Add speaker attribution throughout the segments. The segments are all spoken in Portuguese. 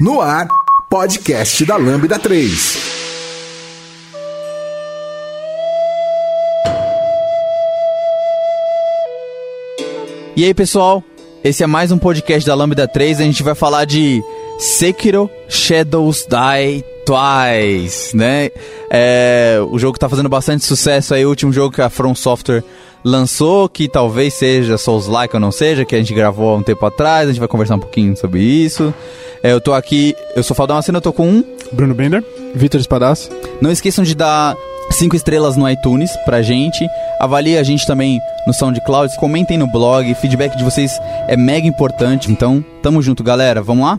Speaker 1: No ar, podcast da Lambda 3.
Speaker 2: E aí, pessoal? Esse é mais um podcast da Lambda 3. A gente vai falar de Sekiro Shadows Die Twice, né? É, o jogo tá fazendo bastante sucesso aí, o último jogo que a From Software lançou, que talvez seja Souls-like ou não seja, que a gente gravou há um tempo atrás, a gente vai conversar um pouquinho sobre isso. É, eu tô aqui, eu sou Faldão Assina, eu tô com um
Speaker 3: Bruno Bender, Vitor Espadas.
Speaker 2: não esqueçam de dar cinco estrelas no iTunes pra gente. Avalie a gente também no SoundCloud. Comentem no blog. Feedback de vocês é mega importante. Então, tamo junto, galera. Vamos lá?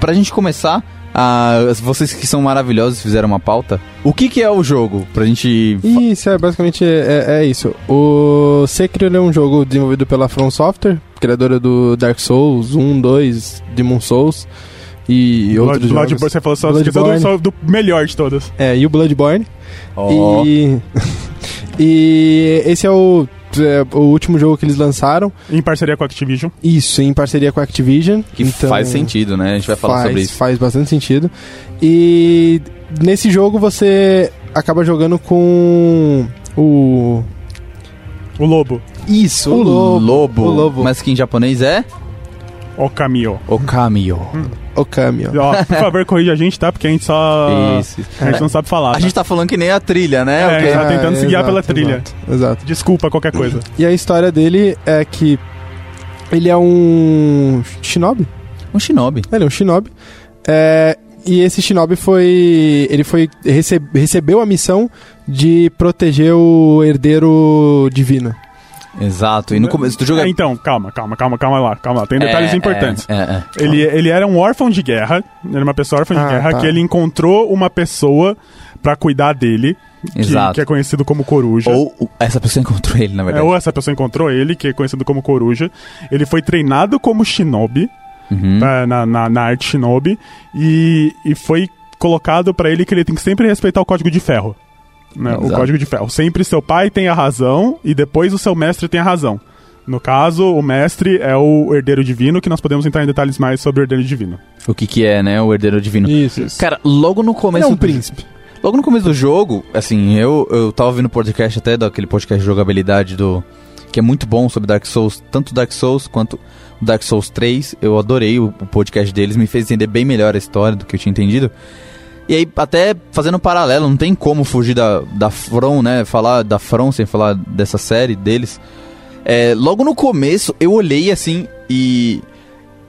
Speaker 2: Pra gente começar, ah, vocês que são maravilhosos fizeram uma pauta. O que, que é o jogo? Pra gente. fa-
Speaker 3: Isso, é, basicamente é, é isso. O Sekiro ele é um jogo desenvolvido pela From Software, criadora do Dark Souls 1, 2, Demon Souls e
Speaker 4: Blood,
Speaker 3: outros jogos.
Speaker 4: Bloodborne, você falou só, esqueceu do, só
Speaker 3: Bloodborne.
Speaker 4: do melhor de todas.
Speaker 3: É, e o Bloodborne.
Speaker 2: Ó,
Speaker 3: E... e esse é o, é o último jogo que eles lançaram.
Speaker 4: Em parceria com a Activision.
Speaker 3: Isso, em parceria com a Activision.
Speaker 2: que faz sentido, né? A gente vai falar
Speaker 3: Então, faz,
Speaker 2: sobre isso.
Speaker 3: Faz bastante sentido. E nesse jogo você acaba jogando com o.
Speaker 4: O Lobo.
Speaker 3: Isso,
Speaker 2: O lobo.
Speaker 3: O lobo.
Speaker 2: Mas que em japonês é?
Speaker 4: O Camio.
Speaker 2: Okamiyo.
Speaker 3: O Camio.
Speaker 4: Ó, por favor, corrija a gente, tá? Porque a gente só.
Speaker 2: Isso.
Speaker 4: A gente não sabe falar.
Speaker 2: A
Speaker 4: tá?
Speaker 2: gente tá falando que nem a trilha, né?
Speaker 4: É,
Speaker 2: O que-
Speaker 4: tá tentando se guiar pela trilha.
Speaker 3: Exato, exato.
Speaker 4: Desculpa qualquer coisa.
Speaker 3: E a história dele é que ele é um shinobi.
Speaker 2: Um shinobi.
Speaker 3: Ele é um shinobi. É, e esse shinobi foi. Ele foi rece- recebeu a missão de proteger o herdeiro divino.
Speaker 2: Exato. E no começo do jogo
Speaker 4: É, então, calma, calma, calma, calma lá, calma lá. Tem detalhes
Speaker 2: É,
Speaker 4: importantes.
Speaker 2: É, é, é.
Speaker 4: Ele, ele era um órfão de guerra. Ele era uma pessoa órfã de
Speaker 3: Ah,
Speaker 4: guerra
Speaker 3: tá.
Speaker 4: que ele encontrou uma pessoa pra cuidar dele. que-
Speaker 2: Exato.
Speaker 4: Que, é conhecido como Coruja.
Speaker 2: Ou o- essa pessoa encontrou ele, na
Speaker 4: É,
Speaker 2: verdade.
Speaker 4: ou essa pessoa encontrou ele, que é conhecido como Coruja. Ele foi treinado como Shinobi,
Speaker 2: Uhum.
Speaker 4: tá, na, na, na arte Shinobi, e, e foi colocado pra ele que ele tem que sempre respeitar o Código de Ferro. né, o
Speaker 2: Exato.
Speaker 4: Código de Ferro. Sempre seu pai tem a razão e depois o seu mestre tem a razão. No caso, o mestre é o herdeiro divino, que nós podemos entrar em detalhes mais sobre o herdeiro divino.
Speaker 2: O que que é, né? O herdeiro divino.
Speaker 3: Isso, isso.
Speaker 2: Cara, logo no
Speaker 3: Ele é
Speaker 2: começo.
Speaker 3: um
Speaker 2: do-
Speaker 3: príncipe.
Speaker 2: Logo no começo do jogo, assim, eu, eu tava ouvindo podcast até daquele podcast de jogabilidade do. que é muito bom sobre Dark Souls, tanto Dark Souls quanto Dark Souls 3. Eu adorei o, o podcast deles, me fez entender bem melhor a história do que eu tinha entendido. E aí, até fazendo um paralelo, não tem como fugir da, da From, né? Falar da From sem falar dessa série deles. É, logo no começo, eu olhei assim e.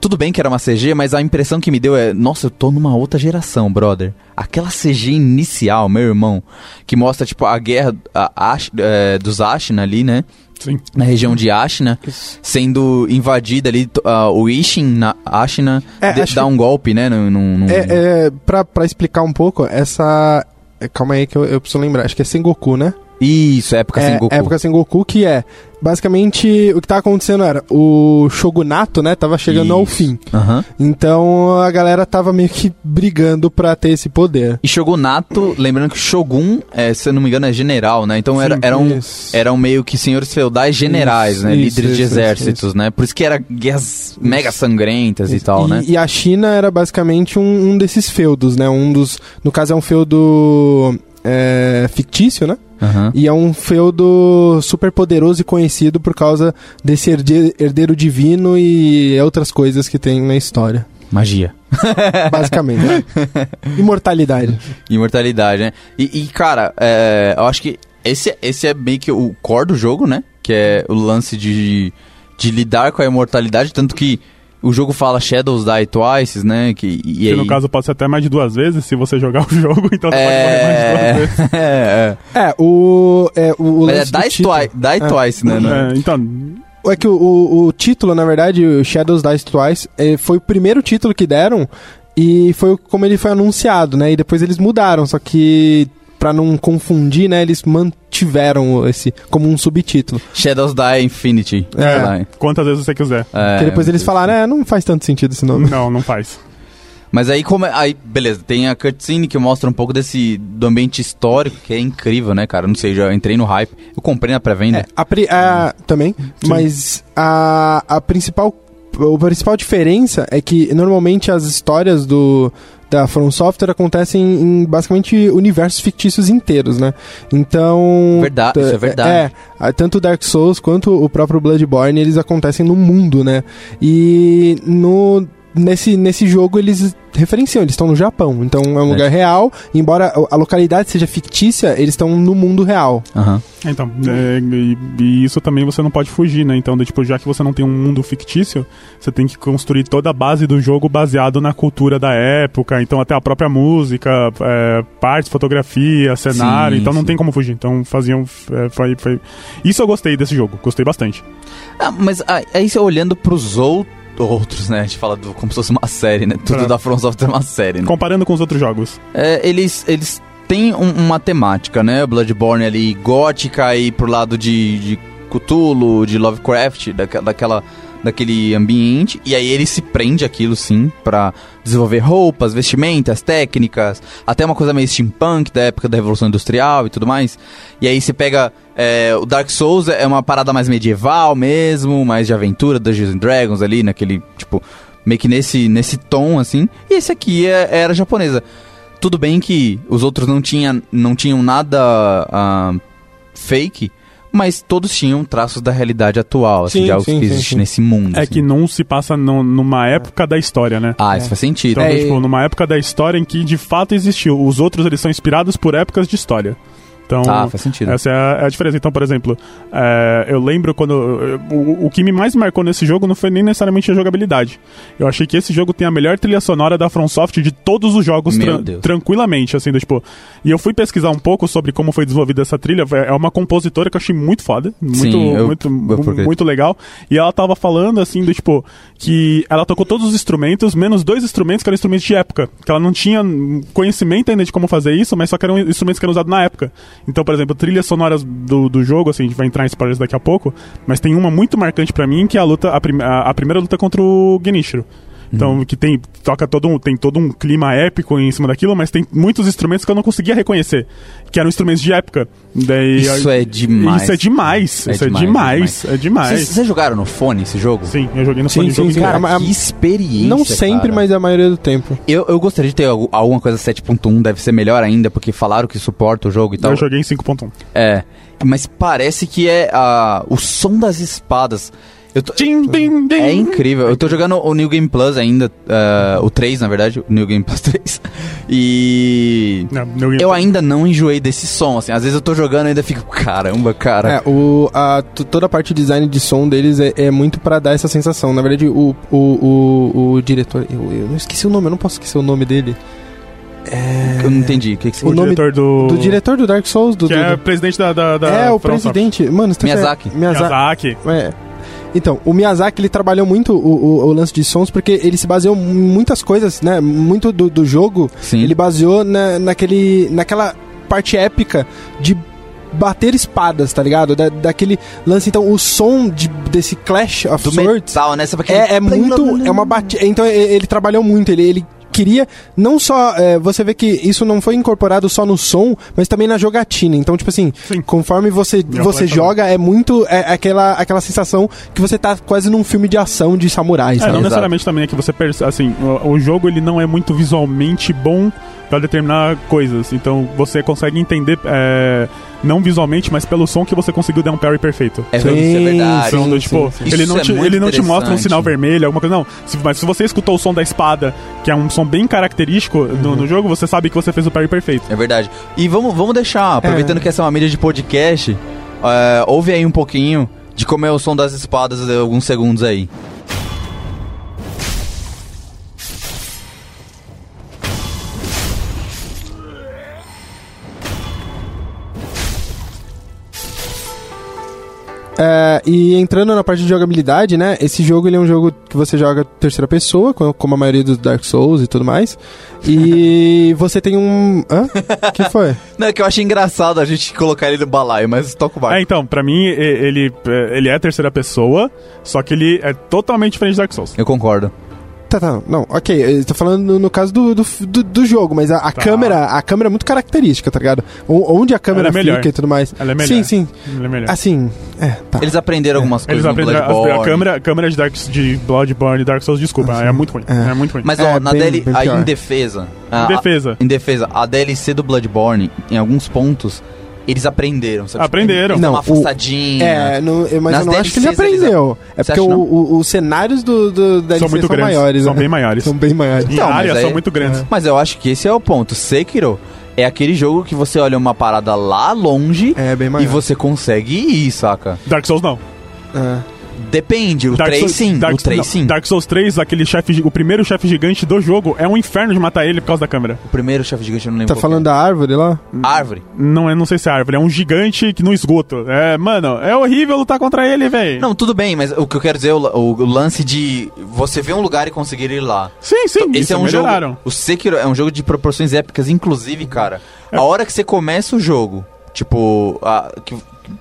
Speaker 2: Tudo bem que era uma CG, mas a impressão que me deu é: nossa, eu tô numa outra geração, brother. Aquela CG inicial, meu irmão, que mostra, tipo, a guerra a Ash- é, dos Ashina ali, né?
Speaker 4: Sim.
Speaker 2: Na região de Ashina, sendo invadida ali, t- ah, o Ishin na Ashina
Speaker 3: É,
Speaker 2: de-
Speaker 3: acho
Speaker 2: dá um golpe, né? Num, num- num-
Speaker 3: É, é pra, pra explicar um pouco, essa. é, Calma aí que eu, eu preciso lembrar. Acho que é Sengoku, né?
Speaker 2: Isso, época
Speaker 3: é,
Speaker 2: sem Goku.
Speaker 3: Época Sengoku, que é. Basicamente, o que tá acontecendo era. O shogunato, né? Tava chegando ao
Speaker 2: Isso.
Speaker 3: fim.
Speaker 2: Aham.
Speaker 3: Então a galera tava meio que brigando pra ter esse poder.
Speaker 2: E Shogunato, lembrando que Shogun, é, se eu não me engano, é general, né? Então era,
Speaker 4: Sim,
Speaker 2: eram,
Speaker 3: Isso.
Speaker 2: eram meio que senhores feudais generais,
Speaker 3: Isso,
Speaker 2: né?
Speaker 3: isso,
Speaker 2: Líderes de
Speaker 3: isso, isso,
Speaker 2: exércitos, né? Por isso que era guerras mega sangrentas e tal, né?
Speaker 3: E a China era basicamente um, um desses feudos, né? Um dos. No caso, é um feudo. é, fictício, né?
Speaker 2: Aham.
Speaker 3: E é um feudo super poderoso e conhecido por causa desse herde- herdeiro divino e outras coisas que tem na história.
Speaker 2: Magia.
Speaker 3: Basicamente. né? Imortalidade.
Speaker 2: Imortalidade, né? E, e, cara, é, eu acho que esse, esse é meio que o core do jogo, né? Que é o lance de, de lidar com a imortalidade, tanto que o jogo fala Shadows Die Twice, né? Que, e
Speaker 4: Que
Speaker 2: aí...
Speaker 4: no caso pode ser até mais de duas vezes, se você jogar o jogo, então você pode morrer mais de duas
Speaker 2: É...
Speaker 4: vezes.
Speaker 2: é, é.
Speaker 3: É, o. É, o, o
Speaker 2: Mas é
Speaker 3: lance do
Speaker 2: Die
Speaker 3: título-
Speaker 2: é Twice, die
Speaker 3: É.
Speaker 2: twice né? né?
Speaker 4: É, então,
Speaker 3: É que o, o- o título, na verdade, o Shadows Dies Twice, eh, foi o primeiro título que deram e foi o- como ele foi anunciado, né? E depois eles mudaram, só que pra não confundir, né? Eles mantiveram esse como um subtítulo.
Speaker 2: Shadows Die Infinity.
Speaker 3: É.
Speaker 2: sei lá.
Speaker 4: Quantas vezes você quiser.
Speaker 2: É,
Speaker 3: Porque depois eles falaram, é, não faz tanto sentido esse nome.
Speaker 4: Não, não faz.
Speaker 2: Mas aí como é- aí beleza, tem a cutscene que mostra um pouco desse do ambiente histórico, que é incrível, né, cara? Não sei, já entrei no hype. Eu comprei na pré-venda.
Speaker 3: É, a pri- a- também, mas a, a principal a principal diferença é que normalmente as histórias do da From Software acontecem em basicamente universos fictícios inteiros, né? Então,
Speaker 2: Verdade, isso é verdade.
Speaker 3: é, a- tanto Dark Souls quanto o próprio Bloodborne, eles acontecem no mundo, né? E no nesse nesse jogo eles referenciam, eles estão no Japão. Então é um
Speaker 2: É.
Speaker 3: lugar real, embora a- a localidade seja fictícia, eles estão no mundo real.
Speaker 2: Aham.
Speaker 4: Então, é, e, e isso também você não pode fugir, né? Então, de, tipo, já que você não tem um mundo fictício, você tem que construir toda a base do jogo baseado na cultura da época. Então, até a própria música, é, partes, fotografia, cenário.
Speaker 2: Sim,
Speaker 4: então, não
Speaker 2: sim.
Speaker 4: tem como fugir. Então, faziam. é, foi, foi- Isso eu gostei desse jogo. Gostei bastante.
Speaker 2: Ah, mas aí- aí você olhando pros outros Outros, né? A gente fala do- como se fosse uma série, né? Tudo
Speaker 4: É.
Speaker 2: da From Software é uma série, né?
Speaker 4: Comparando com os outros jogos.
Speaker 2: É, eles, eles têm um- uma temática, né? Bloodborne ali gótica e pro lado de, de Cthulhu, de Lovecraft, daque- daquela, daquele ambiente. E aí ele se prende aquilo, sim, pra desenvolver roupas, vestimentas, técnicas, até uma coisa meio steampunk da época da Revolução Industrial e tudo mais. E aí você pega. é, o Dark Souls é uma parada mais medieval mesmo, mais de aventura, Dungeons and Dragons ali, naquele, tipo, meio que nesse, nesse tom, assim. E esse aqui é- era japonesa. Tudo bem que os outros não, tinha, não tinham nada ah, fake, mas todos tinham traços da realidade atual, assim,
Speaker 3: Sim,
Speaker 2: de algo
Speaker 3: sim,
Speaker 2: que
Speaker 3: sim,
Speaker 2: existe
Speaker 3: sim.
Speaker 2: nesse mundo.
Speaker 4: É
Speaker 2: assim.
Speaker 4: que não se passa num- numa época da história, né?
Speaker 2: Ah, isso faz sentido.
Speaker 4: Então,
Speaker 3: É,
Speaker 4: tipo,
Speaker 3: e-
Speaker 4: numa época da história em que de fato existiu. Os outros, eles são inspirados por épocas de história. Então,
Speaker 2: Ah, faz sentido.
Speaker 4: Essa é a, é a diferença. Então, por exemplo, é, eu lembro quando. eu- O, o que me mais marcou nesse jogo não foi nem necessariamente a jogabilidade. Eu achei que esse jogo tem a melhor trilha sonora da FromSoft de todos os jogos
Speaker 2: Meu
Speaker 4: tran-
Speaker 2: Deus.
Speaker 4: tranquilamente, assim, do tipo. E eu fui pesquisar um pouco sobre como foi desenvolvida essa trilha. É uma compositora que eu achei muito foda, muito,
Speaker 2: Sim, eu-
Speaker 4: muito,
Speaker 2: eu procurei.
Speaker 4: muito legal. E ela tava falando, assim, do tipo, que ela tocou todos os instrumentos, menos dois instrumentos que eram instrumentos de época. Que ela não tinha hum, conhecimento ainda de como fazer isso, mas só que eram instrumentos que eram usados na época. Então, por exemplo, trilhas sonoras do, do jogo, assim, a gente vai entrar em spoilers daqui a pouco, mas tem uma muito marcante pra mim, que é a luta, a, prim- a- a primeira luta contra o Genichiro.
Speaker 2: Uhum.
Speaker 4: Então, que tem, toca todo um, tem todo um clima épico em cima daquilo, mas tem muitos instrumentos que eu não conseguia reconhecer, que eram instrumentos de época. Daí,
Speaker 2: Isso é demais.
Speaker 4: Isso assim, é demais,
Speaker 2: É
Speaker 4: isso é
Speaker 2: demais,
Speaker 4: demais, é demais.
Speaker 2: Vocês vocês jogaram no fone esse jogo?
Speaker 4: Sim, eu joguei no
Speaker 3: Sim,
Speaker 4: fone de
Speaker 3: sim,
Speaker 4: jogo
Speaker 3: sim.
Speaker 4: inteiro.
Speaker 2: Cara,
Speaker 3: Cara, mas-
Speaker 2: que experiência.
Speaker 3: Não sempre,
Speaker 2: cara.
Speaker 3: mas é a maioria do tempo.
Speaker 2: Eu, eu gostaria de ter algu- alguma coisa 7.1, deve ser melhor ainda, porque falaram que suporta o jogo e tal.
Speaker 4: Eu joguei em 5.1.
Speaker 2: É. Mas parece que é ah, o som das espadas. Eu tô-
Speaker 4: Tim, tim, tim.
Speaker 3: um
Speaker 2: É incrível. Eu tô jogando o New Game Plus ainda, ah, o 3, na verdade, o New Game Plus 3. E.
Speaker 3: É,
Speaker 4: Não, não ia-
Speaker 2: Eu ainda não enjoei desse som, assim. Às vezes eu tô jogando e ainda fico, caramba, cara.
Speaker 3: É, o, a, t- toda a parte de design de som deles é, é muito pra dar essa sensação. Na verdade, o, o, o, o diretor. Eu, eu não esqueci o nome, eu não posso esquecer o nome dele. É.
Speaker 2: Eu não entendi. O que, que você
Speaker 4: o,
Speaker 3: o nome
Speaker 4: diretor do...
Speaker 3: Do diretor do Dark Souls, do.
Speaker 4: Que
Speaker 3: do-
Speaker 4: é presidente da... da, da
Speaker 3: é, o
Speaker 4: From Software.
Speaker 3: presidente. Mano, você tá
Speaker 2: Miyazaki.
Speaker 3: Miyazaki.
Speaker 4: Miyazaki.
Speaker 3: É. Então, o Miyazaki ele trabalhou muito o, o- o lance de sons porque ele se baseou em muitas coisas, né? Muito do, do jogo
Speaker 2: Sim.
Speaker 3: Ele baseou na, naquele, naquela parte épica de bater espadas, tá ligado? Da, daquele lance, então, o som de- desse Clash of
Speaker 2: do
Speaker 3: Swords
Speaker 2: metal, né? Sabe aquele-
Speaker 3: é, é muito. É uma batida. Então e- ele trabalhou muito, ele. ele Queria não só. é, você vê que isso não foi incorporado só no som, mas também na jogatina. Então, tipo assim,
Speaker 4: Sim.
Speaker 3: conforme você,
Speaker 4: Eu
Speaker 3: você
Speaker 4: falei
Speaker 3: joga, é muito. É, aquela, aquela sensação que você tá quase num filme de ação de samurais.
Speaker 4: É,
Speaker 3: tá sabe?
Speaker 4: não
Speaker 2: Exato.
Speaker 4: necessariamente também é que você percebe, assim, o, o jogo ele não é muito visualmente bom pra determinar coisas, então você consegue entender, é, não visualmente, mas pelo som que você conseguiu dar um parry perfeito.
Speaker 2: É, isso é
Speaker 3: Sim,
Speaker 2: verdade.
Speaker 4: Então, do tipo,
Speaker 2: sim.
Speaker 4: ele,
Speaker 2: Isso
Speaker 4: não
Speaker 2: é
Speaker 4: te,
Speaker 2: muito
Speaker 4: ele não te mostra um
Speaker 2: interessante.
Speaker 4: sinal vermelho, alguma coisa, não. Se- mas se você escutou o som da espada, que é um som bem característico
Speaker 2: Uhum.
Speaker 4: do- no jogo, você sabe que você fez o parry perfeito.
Speaker 2: É verdade. E vamos, vamos deixar, aproveitando que essa é uma mídia de podcast, é, ouve aí um pouquinho de como é o som das espadas de alguns segundos aí.
Speaker 3: É, e entrando na parte de jogabilidade, né? Esse jogo ele é um jogo que você joga terceira pessoa, co- como a maioria dos Dark Souls e tudo mais. E você tem um. Hã? que foi?
Speaker 2: Não, é que eu achei engraçado a gente colocar ele no balaio, mas toca o barco.
Speaker 4: É, então, pra mim, e- ele, ele é terceira pessoa, só que ele é totalmente diferente de Dark Souls.
Speaker 2: Eu concordo.
Speaker 3: Tá, tá, não, ok. Eu tô falando no, no caso do, do, do, do jogo, mas a, a
Speaker 4: Tá.
Speaker 3: câmera, a câmera é muito característica, tá ligado? O- onde a câmera
Speaker 4: Ela é melhor.
Speaker 3: fica e tudo mais.
Speaker 4: Ela é melhor.
Speaker 3: Sim, sim.
Speaker 4: Ele é melhor.
Speaker 3: Assim, é, tá.
Speaker 2: Eles aprenderam algumas coisas
Speaker 4: Eles
Speaker 2: no
Speaker 4: aprenderam a, a
Speaker 2: Bloodborne. Uhum.
Speaker 4: câmera, a câmera de, Dark, de Bloodborne e Dark Souls, desculpa, é muito ruim. É, muito ruim.
Speaker 2: Mas,
Speaker 3: É,
Speaker 2: ó, na
Speaker 3: bem-
Speaker 2: DL...
Speaker 3: bem
Speaker 2: aí,
Speaker 3: pior.
Speaker 2: em defesa...
Speaker 4: Em
Speaker 2: a-
Speaker 4: defesa.
Speaker 2: Em defesa, a DLC do Bloodborne, em alguns pontos, eles aprenderam. Sabe?
Speaker 4: Aprenderam.
Speaker 2: Não, uma
Speaker 3: Não, o-
Speaker 2: afastadinha.
Speaker 3: É, não, eu- mas
Speaker 2: Nas
Speaker 3: eu não acho que ele
Speaker 2: DLCs eles-
Speaker 3: aprendeu. É
Speaker 2: Você
Speaker 3: porque
Speaker 2: acha
Speaker 3: o-
Speaker 2: não?
Speaker 3: o- os cenários do, do da
Speaker 4: são
Speaker 3: DLC
Speaker 4: muito
Speaker 3: são
Speaker 4: grandes.
Speaker 3: maiores,
Speaker 4: são
Speaker 3: né?
Speaker 4: bem maiores.
Speaker 3: São bem maiores.
Speaker 4: Em
Speaker 2: Então, mas
Speaker 4: área,
Speaker 2: aí-
Speaker 4: são muito grandes.
Speaker 2: Mas eu acho que esse é o ponto. Sekiro é aquele jogo que você olha uma parada lá longe
Speaker 3: É, bem
Speaker 2: e
Speaker 3: maior.
Speaker 2: você consegue ir, saca?
Speaker 4: Dark Souls não.
Speaker 3: É.
Speaker 2: Depende, o
Speaker 4: Dark
Speaker 2: 3
Speaker 4: Souls-
Speaker 2: sim,
Speaker 4: Dark,
Speaker 2: o 3
Speaker 4: não,
Speaker 2: sim.
Speaker 4: Dark Souls 3, aquele chefe, gi- o primeiro chefe gigante do jogo, é um inferno de matar ele por causa da câmera.
Speaker 2: O primeiro chefe gigante eu não lembro
Speaker 3: Tá
Speaker 2: qual
Speaker 3: falando da árvore lá?
Speaker 2: que é. Árvore.
Speaker 4: Não, é- não sei se é árvore, é um gigante que no esgoto. É, mano, é horrível lutar contra ele, velho.
Speaker 2: Não, tudo bem, mas o que eu quero dizer é o, la- o lance de você ver um lugar e conseguir ir lá.
Speaker 4: Sim, sim,
Speaker 2: Esse
Speaker 4: isso,
Speaker 2: é um
Speaker 4: melhoraram.
Speaker 2: jogo. O Sekiro é um jogo de proporções épicas, inclusive, cara.
Speaker 4: É.
Speaker 2: A hora que você começa o jogo, tipo, a- que- que-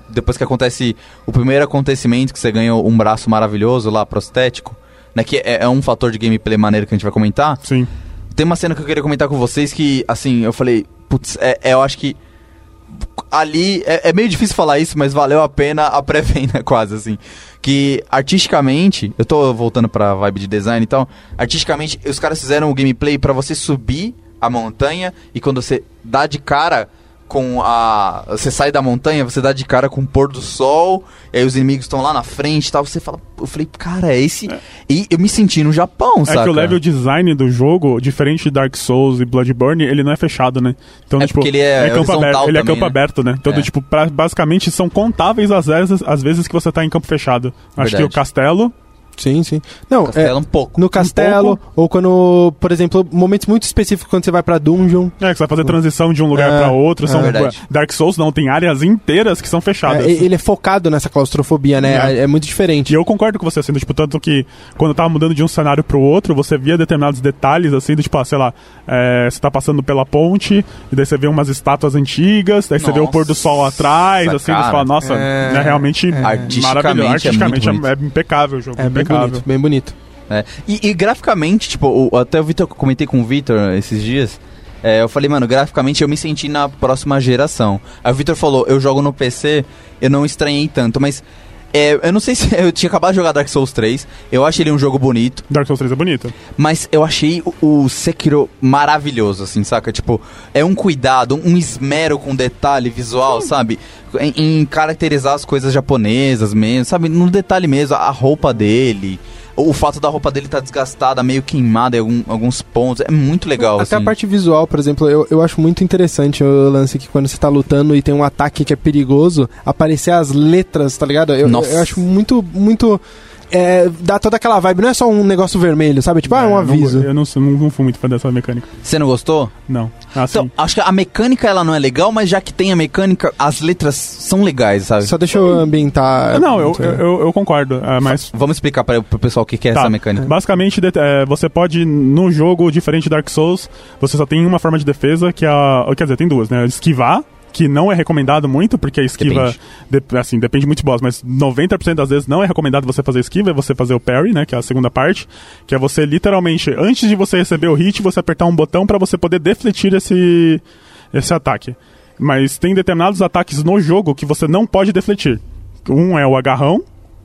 Speaker 2: depois que acontece o primeiro acontecimento, que você ganha um braço maravilhoso lá, prostético, né? Que é, é um fator de gameplay maneiro que a gente vai comentar.
Speaker 4: Sim.
Speaker 2: Tem uma cena que eu queria comentar com vocês que, assim, eu falei, putz, é, é, eu acho que. Ali é, é meio difícil falar isso, mas valeu a pena a pré-venda, quase assim. Que artisticamente, eu tô voltando pra vibe de design e tal. Artisticamente, os caras fizeram o gameplay pra você subir a montanha e quando você dá de cara com a. Você sai da montanha, você dá de cara com o pôr do sol, e aí os inimigos estão lá na frente e tal. Você fala, eu falei, cara, é esse. E eu me senti no Japão,
Speaker 4: É
Speaker 2: sabe?
Speaker 4: que o level design do jogo, diferente de Dark Souls e Bloodborne, ele não é fechado, né? Então,
Speaker 2: É
Speaker 4: tipo,
Speaker 2: porque ele é
Speaker 4: campo
Speaker 2: horizontal
Speaker 4: aberto, ele é
Speaker 2: também,
Speaker 4: campo
Speaker 2: né?
Speaker 4: aberto, né? Então,
Speaker 2: É.
Speaker 4: tipo, pra- basicamente são contáveis as vezes, as vezes que você tá em campo fechado. Acho que
Speaker 2: Verdade.
Speaker 4: o castelo,
Speaker 3: Sim, sim. Não,
Speaker 2: Castelo
Speaker 3: é.
Speaker 2: um pouco.
Speaker 3: No castelo,
Speaker 4: Um
Speaker 3: ou quando, por exemplo, momentos muito específicos quando você vai pra dungeon.
Speaker 4: é, que você vai fazer transição de um lugar
Speaker 3: É,
Speaker 4: pra outro,
Speaker 3: é
Speaker 4: são
Speaker 2: verdade.
Speaker 4: Dark Souls não, tem áreas inteiras que são fechadas.
Speaker 3: É, e- ele é focado nessa claustrofobia, né? É, é muito
Speaker 4: E
Speaker 3: diferente.
Speaker 4: eu concordo com você, assim, do, tipo, tanto que quando eu tava mudando de um cenário pro outro, você via determinados detalhes, assim, do, tipo, ah, sei lá, é, você tá passando pela ponte, e daí você vê umas estátuas antigas, daí você vê o
Speaker 2: Nossa,
Speaker 4: pôr do sol atrás, assim,
Speaker 2: cara.
Speaker 4: você fala, nossa,
Speaker 3: É.
Speaker 4: é, realmente
Speaker 2: Artisticamente
Speaker 4: maravilhoso.
Speaker 2: é
Speaker 4: Artisticamente é,
Speaker 2: muito
Speaker 4: é impecável o jogo,
Speaker 3: É
Speaker 4: impecável.
Speaker 3: bem bonito, bem bonito.
Speaker 2: É. E, e graficamente, tipo, o- até o Vitor, comentei com o Vitor esses dias. é, eu falei, mano, graficamente eu me senti na próxima geração. Aí o Vitor falou, eu jogo no PC, eu não estranhei tanto, mas. é, eu não sei se eu tinha acabado de jogar Dark Souls 3, eu acho ele um jogo bonito,
Speaker 4: Dark Souls 3 é bonito.
Speaker 2: mas eu achei o, o Sekiro maravilhoso, assim, saca? Tipo, é um cuidado, um esmero com detalhe visual, sabe? Em, em caracterizar as coisas japonesas mesmo, sabe? No detalhe mesmo, a roupa dele, o fato da roupa dele tá desgastada, meio queimada em algum- alguns pontos, é muito legal, assim.
Speaker 3: Até a parte visual, por exemplo, eu, eu acho muito interessante o lance que quando você tá lutando e tem um ataque que é perigoso, aparecer as letras, tá ligado? Eu,
Speaker 2: Nossa.
Speaker 3: eu acho muito, muito. é, dá toda aquela vibe, não é só um negócio vermelho, sabe? Tipo, ah, é
Speaker 4: eu
Speaker 3: um
Speaker 4: não-
Speaker 3: aviso.
Speaker 4: eu não, sou- não, não fui muito fã dessa mecânica.
Speaker 2: Você não gostou?
Speaker 4: Não. Assim,
Speaker 2: Então, acho que a mecânica ela não é legal, mas já que tem a mecânica, as letras são legais, sabe?
Speaker 3: Só deixa eu ambientar.
Speaker 4: não, eu,
Speaker 3: Então, é muito-
Speaker 4: eu,
Speaker 3: né?
Speaker 4: eu- eu concordo, é, mas
Speaker 2: Vamos explicar para pro pessoal o que, que é
Speaker 4: Tá.
Speaker 2: essa mecânica.
Speaker 4: Basicamente, de- é, você pode, no jogo, diferente de Dark Souls, você só tem uma forma de defesa, que é a. Quer dizer, tem duas, né? Esquivar, que não é recomendado muito, porque a esquiva. de- assim, depende muito de boss, mas 90% das vezes não é recomendado você fazer esquiva, é você fazer o parry, né? Que é a segunda parte. Que é você literalmente, antes de você receber o hit, você apertar um botão pra você poder defletir esse, esse ataque. Mas tem determinados ataques no jogo que você não pode defletir. Um é o agarrão,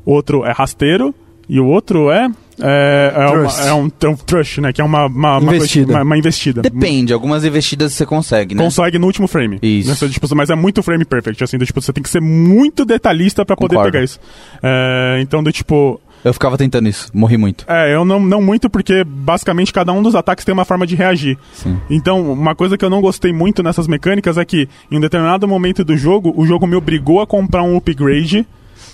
Speaker 4: outro é rasteiro, e o outro é. É, é, uma,
Speaker 3: Thrust.
Speaker 4: é um, é um thrust, né? Que é uma, uma, uma
Speaker 3: Investida.
Speaker 4: coisa- uma- uma investida.
Speaker 2: Depende, algumas investidas você consegue, né?
Speaker 4: Consegue no último frame.
Speaker 2: Isso.
Speaker 4: Nessa, tipo, mas é muito frame perfect, assim. Do, tipo, você tem que ser muito detalhista pra poder
Speaker 2: Concordo.
Speaker 4: pegar isso. É, então, do tipo.
Speaker 2: Eu ficava tentando isso, morri muito.
Speaker 4: É, eu não, não muito, porque basicamente cada um dos ataques tem uma forma de reagir.
Speaker 2: Sim.
Speaker 4: Então, uma coisa que eu não gostei muito nessas mecânicas é que, em um determinado momento do jogo, o jogo me obrigou a comprar um upgrade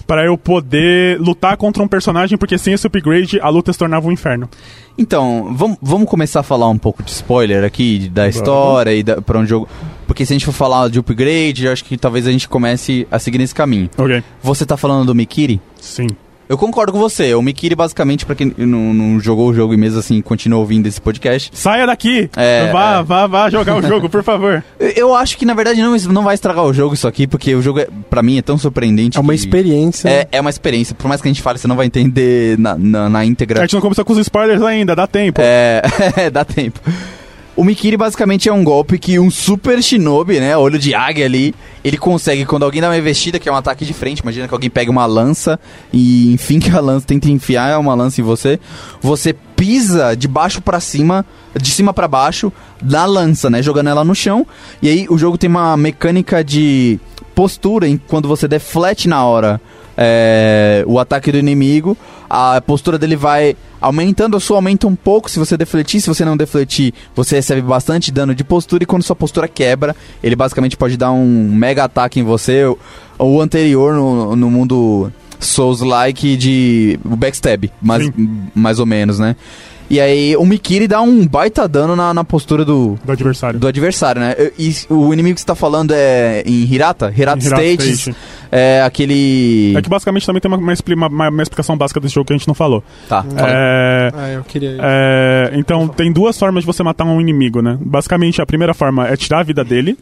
Speaker 4: pra eu poder lutar contra um personagem, porque sem esse upgrade a luta se tornava um inferno.
Speaker 2: Então, vamos, vamos começar a falar um pouco de spoiler aqui, da história e da, pra onde jogo. Porque se a gente for falar de upgrade, eu acho que talvez a gente comece a seguir nesse caminho.
Speaker 4: Ok.
Speaker 2: Você tá falando do Mikiri?
Speaker 4: Sim.
Speaker 2: Eu concordo com você. O Mikiri, basicamente, pra quem não, não jogou o jogo e mesmo assim continua ouvindo esse podcast,
Speaker 4: Saia daqui!
Speaker 2: É,
Speaker 4: vá,
Speaker 2: é.
Speaker 4: vá, vá jogar o jogo, por favor.
Speaker 2: eu- eu acho que na verdade não, isso não vai estragar o jogo isso aqui, porque o jogo, é, pra mim, é tão surpreendente.
Speaker 3: É uma
Speaker 2: que-
Speaker 3: experiência.
Speaker 2: É, é uma experiência. Por mais que a gente fale, você não vai entender na, na, na
Speaker 4: A
Speaker 2: íntegra.
Speaker 4: gente não começou com os spoilers ainda, dá tempo.
Speaker 2: É, dá tempo. O Mikiri basicamente é um golpe que um super shinobi, né, olho de águia ali, ele consegue quando alguém dá uma investida, que é um ataque de frente, imagina que alguém pega uma lança e enfim que a lança tenta enfiar uma lança em você, você pisa de baixo pra cima, de cima pra baixo da lança, né, jogando ela no chão. E aí o jogo tem uma mecânica de postura em quando você deflete na hora é, o ataque do inimigo, a postura dele vai aumentando, a sua aumenta um pouco se você defletir, se você não defletir, você recebe bastante dano de postura e quando sua postura quebra, ele basicamente pode dar um mega ataque em você, ou ou o anterior no, no mundo Souls-like de backstab, mais, mais ou menos, né? E aí o Mikiri dá um baita dano na, na postura do,
Speaker 4: Do adversário.
Speaker 2: do adversário, né? E, e o inimigo que você tá falando é em Hirata? Hirata,
Speaker 4: Em Hirata
Speaker 2: States,
Speaker 4: State.
Speaker 2: é aquele...
Speaker 4: É que basicamente também tem uma, uma expli- uma- uma- uma explicação básica desse jogo que a gente não falou.
Speaker 2: Tá, fala aí.
Speaker 4: É,
Speaker 3: Ah, eu queria.
Speaker 4: É, então, tem duas formas de você matar um inimigo, né? Basicamente, a primeira forma é tirar a vida dele,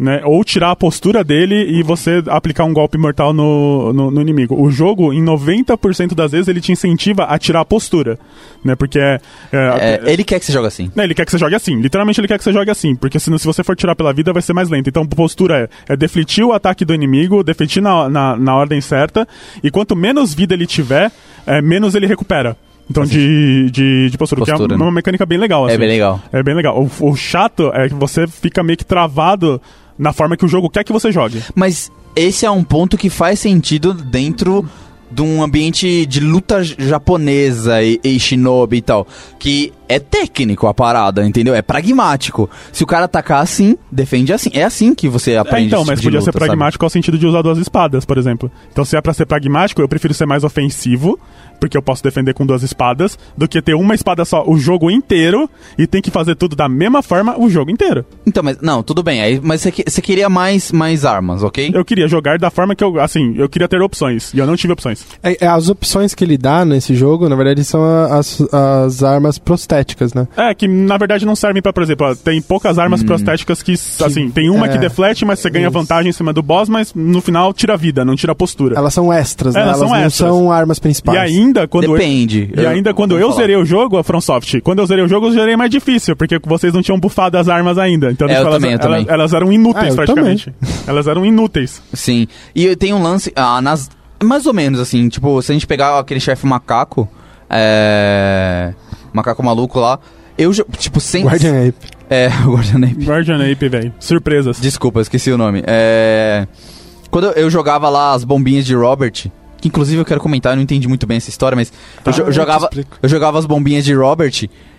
Speaker 4: né? Ou tirar a postura dele e você aplicar um golpe mortal no, no, no inimigo. O jogo, em 90% das vezes, ele te incentiva a tirar a postura, né? Porque é... é-
Speaker 2: É, ele quer que você jogue assim.
Speaker 4: né, ele quer que você jogue assim, literalmente ele quer que você jogue assim, porque senão, se você for tirar pela vida vai ser mais lento. Então, postura é, é defletir o ataque do inimigo, defletir na, na, na ordem certa, e quanto menos vida ele tiver, é, menos ele recupera. Então, de, de, de postura, que é
Speaker 2: Postura,
Speaker 4: uma
Speaker 2: né?
Speaker 4: mecânica bem legal.
Speaker 2: É
Speaker 4: assim.
Speaker 2: bem legal.
Speaker 4: É bem legal. O, o chato é que você fica meio que travado na forma que o jogo quer que você jogue.
Speaker 2: Mas esse é um ponto que faz sentido dentro de um ambiente de luta j- japonesa e, e shinobi e tal. Que é técnico a parada, entendeu? É pragmático. Se o cara atacar assim, defende assim. É assim que você
Speaker 4: É,
Speaker 2: aprende
Speaker 4: então,
Speaker 2: esse tipo
Speaker 4: mas
Speaker 2: de
Speaker 4: podia
Speaker 2: luta,
Speaker 4: ser pragmático ao sentido de usar duas espadas, por exemplo. Então, se é pra ser pragmático, eu prefiro ser mais ofensivo, porque eu posso defender com duas espadas, do que ter uma espada só o jogo inteiro e tem que fazer tudo da mesma forma o jogo inteiro.
Speaker 2: sabe? Então, mas. Não, tudo bem. Aí, mas você, que- você queria mais, mais armas, ok?
Speaker 4: Eu queria jogar da forma que eu. Assim, eu queria ter opções, e eu não tive opções.
Speaker 3: É- é as opções que ele dá nesse jogo, na verdade, são a- as, as armas prostéticas, né?
Speaker 4: É, que na verdade não servem pra, por exemplo, ó, tem poucas armas prostéticas que, assim, tem uma
Speaker 3: é,
Speaker 4: que deflete, mas você ganha
Speaker 3: isso.
Speaker 4: vantagem em cima do boss, mas no final tira vida, não tira postura.
Speaker 3: Elas são extras, né?
Speaker 4: Elas
Speaker 3: Elas
Speaker 4: são
Speaker 3: não
Speaker 4: extras.
Speaker 3: são armas principais.
Speaker 4: E ainda, quando eu-
Speaker 2: Depende.
Speaker 4: E ainda quando eu
Speaker 2: vou falar.
Speaker 4: zerei o jogo, a FromSoft, quando eu zerei o jogo, eu zerei mais difícil, porque vocês não tinham bufado as armas ainda. Então,
Speaker 2: É,
Speaker 4: tipo,
Speaker 2: eu
Speaker 4: elas,
Speaker 2: também, eu
Speaker 4: elas-
Speaker 2: também.
Speaker 4: elas eram inúteis,
Speaker 3: Ah, eu
Speaker 4: praticamente. Elas eram inúteis.
Speaker 2: Sim. E tem um lance. Ah, nas, mais ou menos assim, tipo, se a gente pegar aquele chefe macaco. É. Macaco maluco lá. Eu, já- tipo, sem.
Speaker 3: Guardian Ape.
Speaker 2: É, o Guardian Ape.
Speaker 4: Guardian Ape, velho. Surpresas.
Speaker 2: Desculpa, eu esqueci o nome. É. Quando eu- eu jogava lá as bombinhas de Robert, que inclusive eu quero comentar, eu não entendi muito bem essa história, mas
Speaker 4: Tá.
Speaker 2: eu, jo-
Speaker 3: eu te
Speaker 2: jogava,
Speaker 3: explico.
Speaker 2: eu jogava as bombinhas de Robert,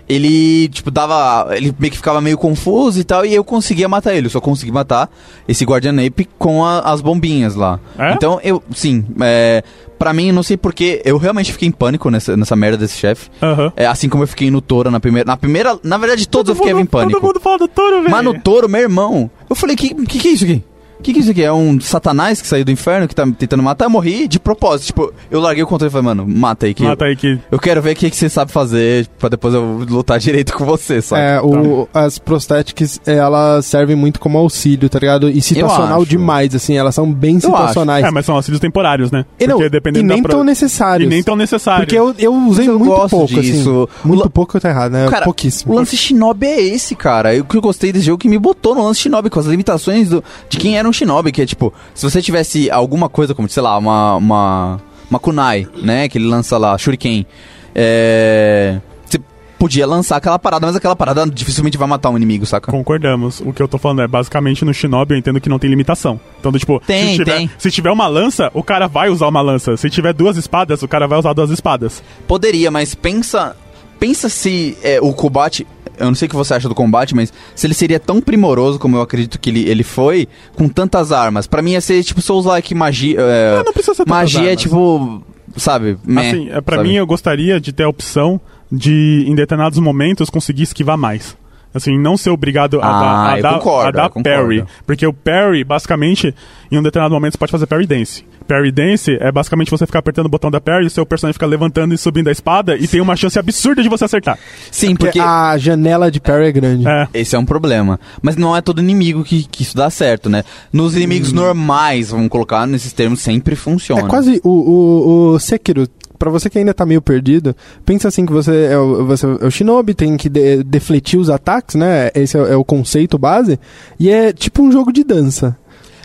Speaker 2: ele, tipo, dava. Ele meio que ficava meio confuso e tal, e eu conseguia matar ele. Eu só consegui matar esse Guardian Ape com a- as bombinhas lá.
Speaker 4: É?
Speaker 2: Então eu, sim, é. Pra mim, eu não sei porque, eu realmente fiquei em pânico nessa, nessa merda desse chefe.
Speaker 4: Aham.
Speaker 2: É, assim como eu fiquei no Toro na primeira. Na primeira. Na verdade, todos eu
Speaker 4: Todo
Speaker 2: fiquei em
Speaker 4: mundo-
Speaker 2: pânico.
Speaker 4: Todo mundo fala do touro, velho.
Speaker 2: Mas no touro, meu irmão. Eu falei, que, que que é isso aqui? Que que é isso aqui? É um satanás que saiu do inferno que tá me tentando matar? Eu morri de propósito. Tipo, eu larguei o controle e falei, mano, mata aí que.
Speaker 4: Mata aí que.
Speaker 2: Eu quero ver o que, que você sabe fazer pra depois eu lutar direito com você, sabe?
Speaker 3: É, o, as prostéticas, eh, elas servem muito como auxílio, tá ligado? E situacional
Speaker 2: acho.
Speaker 3: demais, assim, elas são bem situacionais.
Speaker 4: É, mas são auxílios temporários, né?
Speaker 3: e, não,
Speaker 4: Porque
Speaker 3: e
Speaker 4: dependendo
Speaker 3: nem
Speaker 4: da.
Speaker 3: tão
Speaker 4: pro-
Speaker 3: necessários.
Speaker 4: E nem tão necessário.
Speaker 3: Porque eu, eu usei
Speaker 2: eu
Speaker 3: muito
Speaker 2: gosto
Speaker 3: pouco,
Speaker 2: disso.
Speaker 3: assim. Muito
Speaker 2: O la-
Speaker 3: pouco tá errado, né?
Speaker 2: Cara,
Speaker 3: Pouquíssimo.
Speaker 2: O lance Shinobi é esse, cara. E O que eu gostei desse jogo é que me botou no lance Shinobi, com as limitações do, de quem era um Shinobi, que é tipo, se você tivesse alguma coisa como, sei lá, uma. uma, uma kunai, né? Que ele lança lá, Shuriken. É. Você podia lançar aquela parada, mas aquela parada dificilmente vai matar um inimigo, saca?
Speaker 4: Concordamos. O que eu tô falando é, basicamente, no Shinobi eu entendo que não tem limitação. Então, do tipo,
Speaker 2: Tem,
Speaker 4: se, tiver,
Speaker 2: tem.
Speaker 4: se tiver uma lança, o cara vai usar uma lança. Se tiver duas espadas, o cara vai usar duas espadas.
Speaker 2: Poderia, mas pensa. Pensa se é, o combate. eu não sei o que você acha do combate, mas se ele seria tão primoroso como eu acredito que ele, ele foi, com tantas armas. Pra mim ia ser tipo Souls-like magia. é,
Speaker 4: Ah, não precisa ser tantas
Speaker 2: magia é
Speaker 4: armas.
Speaker 2: tipo. Sabe? meh,
Speaker 4: Assim, é, pra
Speaker 2: sabe?
Speaker 4: mim eu gostaria de ter a opção de, em determinados momentos, conseguir esquivar mais. Assim, não ser obrigado a
Speaker 2: Ah,
Speaker 4: dar, a
Speaker 2: eu
Speaker 4: dar,
Speaker 2: concordo,
Speaker 4: a dar
Speaker 2: eu concordo.
Speaker 4: parry. Porque o parry, basicamente, em um determinado momento você pode fazer parry dance. Parry dance é basicamente você ficar apertando o botão da parry, o seu personagem fica levantando e subindo a espada e tem uma chance absurda de você acertar.
Speaker 2: Sim, porque.
Speaker 3: a janela de parry é grande.
Speaker 4: É.
Speaker 2: Esse é um problema. Mas não é todo inimigo que, que isso dá certo, né? Nos inimigos normais, vamos colocar nesses termos, sempre funciona.
Speaker 3: É quase o, o, o Sekiro. Pra você que ainda tá meio perdido, pensa assim que você é o, você é o shinobi, tem que de- defletir os ataques, né? Esse é, é o conceito base. E é tipo um jogo de dança.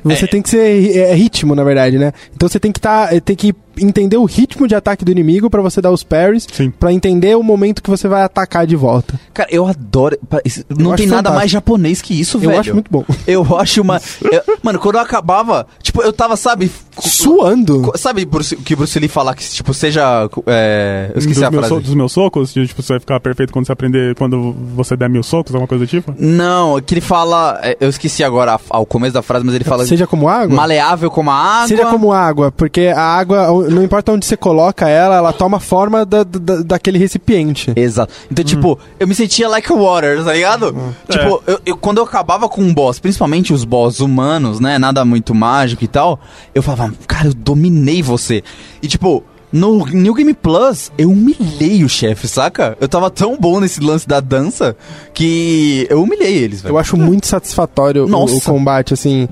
Speaker 3: Você
Speaker 2: É.
Speaker 3: tem que ser é, ritmo, na verdade, né? Então você tem que tá, é, tem que entender o ritmo de ataque do inimigo pra você dar os parries,
Speaker 4: Sim.
Speaker 3: pra entender o momento que você vai atacar de volta.
Speaker 2: Cara, eu adoro. pa- isso- Não
Speaker 3: acho
Speaker 2: tem nada
Speaker 3: fantástico.
Speaker 2: mais japonês que isso, velho.
Speaker 3: Eu acho muito bom.
Speaker 2: Eu acho uma. eu- mano, quando eu acabava, tipo, eu tava, sabe. co-
Speaker 3: Suando.
Speaker 2: co- Sabe Bruce- o que Bruce Lee fala que, tipo, seja. co- é, eu esqueci
Speaker 4: dos,
Speaker 2: a
Speaker 4: meus,
Speaker 2: frase.
Speaker 4: so- dos meus socos, de, tipo, você vai ficar perfeito quando você aprender, quando você der mil socos, alguma coisa do tipo.
Speaker 2: Não, é que ele fala. é, Eu esqueci agora a- ao começo da frase, mas ele fala.
Speaker 3: Seja como água.
Speaker 2: maleável como a água.
Speaker 3: Seja como água, porque a água, o- não importa onde você coloca ela, ela toma forma da, da- daquele recipiente.
Speaker 2: Exato. Então,
Speaker 3: Hum.
Speaker 2: tipo, eu me sentia like water, tá ligado?
Speaker 3: É.
Speaker 2: Tipo, eu, eu- quando eu acabava com um boss, principalmente os boss humanos, né? Nada muito mágico e tal, eu falava, cara, eu dominei você. E, tipo, no New Game Plus, eu humilhei o chefe, saca? Eu tava tão bom nesse lance da dança que eu humilhei eles, velho.
Speaker 3: Eu acho muito satisfatório o-
Speaker 2: Nossa.
Speaker 3: o, combate, assim.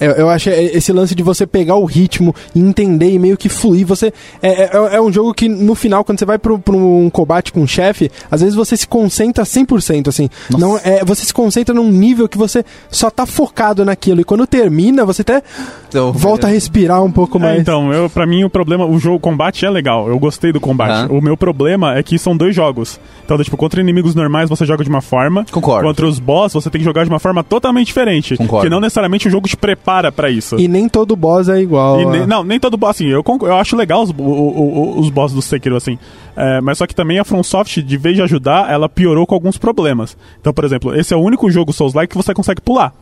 Speaker 3: Eu, eu acho é, esse lance de você pegar o ritmo e entender e meio que fluir. Você é, é, é um jogo que no final, quando você vai pro, pro um combate com um chefe, às vezes você se concentra 100%, assim.
Speaker 2: Nossa.
Speaker 3: Não, é, você se concentra num nível que você só tá focado naquilo. E quando termina, você até
Speaker 2: Então,
Speaker 3: volta a respirar um pouco mais.
Speaker 4: É, então, eu, pra mim o problema, o jogo o combate é legal, eu gostei do combate.
Speaker 2: Aham.
Speaker 4: O meu problema é que são dois jogos. Então, tipo, contra inimigos normais você joga de uma forma.
Speaker 2: Concordo.
Speaker 4: Contra os boss você tem que jogar de uma forma totalmente diferente.
Speaker 2: Concordo.
Speaker 4: Que não necessariamente o jogo te prepara pra isso.
Speaker 3: E nem todo boss é igual.
Speaker 4: E
Speaker 3: né?
Speaker 4: nem- não, nem todo boss, assim, eu, conc- eu acho legal os, bo- o- o- os boss do Sekiro, assim. É, mas só que também a FromSoft, de vez de ajudar, ela piorou com alguns problemas. Então, por exemplo, esse é o único jogo Souls-like que você consegue pular.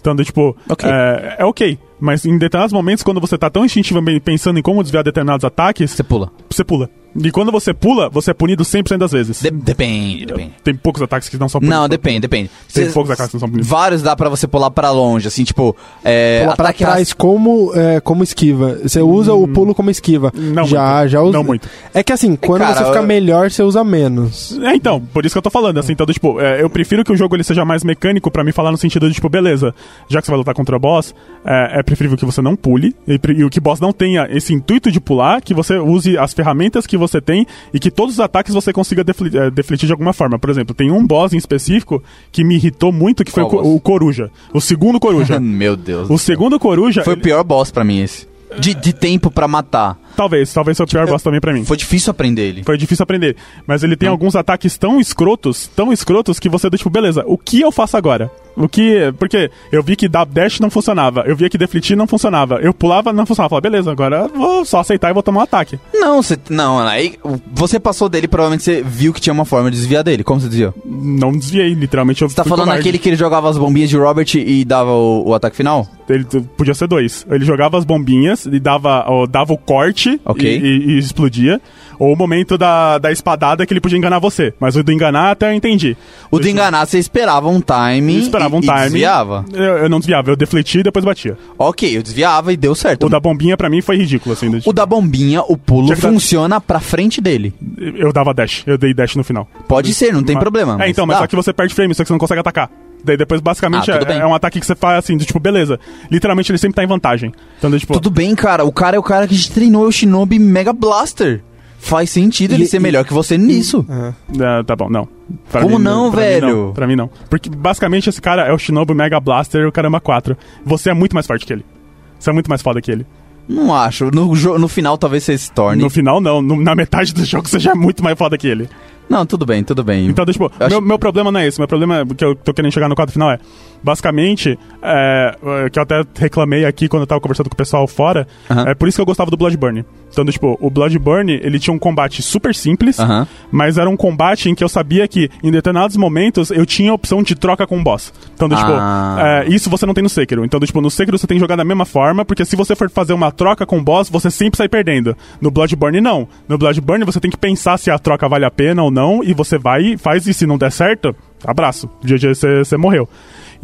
Speaker 4: Então, do tipo,
Speaker 2: Ok.
Speaker 4: é, é ok. Mas em determinados momentos, quando você tá tão instintivamente pensando em como desviar determinados ataques,
Speaker 2: Você pula.
Speaker 4: você pula. E quando você pula, você é punido 100% das vezes.
Speaker 2: De- depende, depende.
Speaker 4: Tem poucos ataques que não são punidos.
Speaker 2: Não, depende, depende.
Speaker 4: Tem
Speaker 2: Cês-
Speaker 4: poucos ataques que não são punidos.
Speaker 2: Vários dá pra você pular pra longe, assim, tipo, é,
Speaker 3: Pular pra
Speaker 2: ataque
Speaker 3: trás como, é, como esquiva. Você usa o pulo como esquiva.
Speaker 4: Hum, Não
Speaker 3: já,
Speaker 4: muito.
Speaker 3: já usa.
Speaker 4: Não muito.
Speaker 3: É que assim, quando
Speaker 2: cara,
Speaker 3: você fica
Speaker 2: eu-
Speaker 3: melhor, você usa menos.
Speaker 4: É, então, por isso que eu tô falando, assim, então, tipo, é, eu prefiro que o jogo ele seja mais mecânico pra me falar no sentido de, tipo, beleza, já que você vai lutar contra o boss, é, é preferível que você não pule, e, pre- e o que o boss não tenha esse intuito de pular, que você use as ferramentas que você tem e que todos os ataques você consiga defli- é, defletir de alguma forma. Por exemplo, tem um boss em específico que me irritou muito, que foi o,
Speaker 2: Qual
Speaker 4: co-
Speaker 2: boss?
Speaker 4: o Coruja. O segundo Coruja.
Speaker 2: Meu Deus.
Speaker 4: o segundo Coruja.
Speaker 2: Foi o
Speaker 4: ele-
Speaker 2: pior boss pra mim esse. De, de tempo pra matar.
Speaker 4: Talvez, talvez foi o pior boss também pra mim.
Speaker 2: Foi difícil aprender ele.
Speaker 4: Foi Tipo, é difícil aprender. Mas ele tem
Speaker 2: Hum.
Speaker 4: alguns ataques tão escrotos, tão escrotos, que você do tipo, beleza, o que eu faço agora? O que. Porque eu vi que dar dash não funcionava, eu via que defletir não funcionava, eu pulava não funcionava. Eu Falava, beleza, agora eu vou só aceitar e vou tomar um ataque.
Speaker 2: Não, você, não, aí você passou dele, provavelmente você viu que tinha uma forma de desviar dele. Como você desviou? Você
Speaker 4: Não desviei, literalmente. Eu você
Speaker 2: tá falando aquele que ele jogava as bombinhas de Robert e dava o, o ataque final?
Speaker 4: Ele t- podia ser dois. Ele jogava as bombinhas e dava, ó, dava o corte
Speaker 2: Ok.
Speaker 4: e, e- e explodia. Ou o momento da, da espadada que ele podia enganar você. Mas o do enganar até eu entendi.
Speaker 2: O do enganar, você esperava um time.
Speaker 4: Esperava
Speaker 2: e, e
Speaker 4: um time.
Speaker 2: desviava.
Speaker 4: Eu, eu não desviava, eu defleti e depois batia.
Speaker 2: Ok, eu desviava e deu certo.
Speaker 4: O da bombinha pra mim foi ridículo, assim. do
Speaker 2: O
Speaker 4: tipo,
Speaker 2: da bombinha, o pulo
Speaker 4: Tinha que dar-
Speaker 2: funciona pra frente dele.
Speaker 4: Eu dava dash, eu dei dash no final.
Speaker 2: Pode ser, não tem
Speaker 4: Mas-
Speaker 2: problema.
Speaker 4: É, então, mas
Speaker 2: dá.
Speaker 4: só que você perde frame, só que você não consegue atacar. Daí depois, basicamente,
Speaker 2: Ah, tudo
Speaker 4: é,
Speaker 2: bem.
Speaker 4: é um ataque que você faz assim, do tipo, beleza. Literalmente ele sempre tá em vantagem. Então, do tipo,
Speaker 2: Tudo bem, cara. O cara é o cara que a gente treinou é o Shinobi Mega Blaster. Faz sentido ele
Speaker 3: E-
Speaker 2: ser
Speaker 3: e-
Speaker 2: melhor que você nisso.
Speaker 4: é, tá bom, não. Pra
Speaker 2: Como não,
Speaker 4: pra
Speaker 2: velho?
Speaker 4: não, pra mim não. Porque basicamente esse cara é o Shinobu Mega Blaster e o Caramba 4. Você é muito mais forte que ele. Você é muito mais foda que ele.
Speaker 2: Não acho. No, jo- no final talvez você se torne.
Speaker 4: No final, não. No- na metade do jogo, você já é muito mais foda que ele.
Speaker 2: Não, tudo bem, tudo bem.
Speaker 4: Então, tipo,
Speaker 2: Eu
Speaker 4: meu,
Speaker 2: acho-
Speaker 4: meu problema não é esse. Meu problema é que eu tô querendo chegar no quadro final é. Basicamente, é, é, que eu até reclamei aqui quando eu tava conversando com o pessoal fora,
Speaker 2: Aham.
Speaker 4: é por isso que eu gostava do Bloodburn. Então, do, tipo, o Bloodborne, ele tinha um combate super simples,
Speaker 2: Aham.
Speaker 4: mas era um combate em que eu sabia que, em determinados momentos, eu tinha a opção de troca com o boss. Então, do, tipo,
Speaker 2: Ah.
Speaker 4: é, isso você não tem no Sekiro. Então, do, tipo, no Sekiro você tem que jogar da mesma forma, porque se você for fazer uma troca com o boss, você sempre sai perdendo. No Bloodborne, não. No Bloodborne, você tem que pensar se a troca vale a pena ou não, e você vai e faz, e se não der certo, abraço. GG, você você morreu.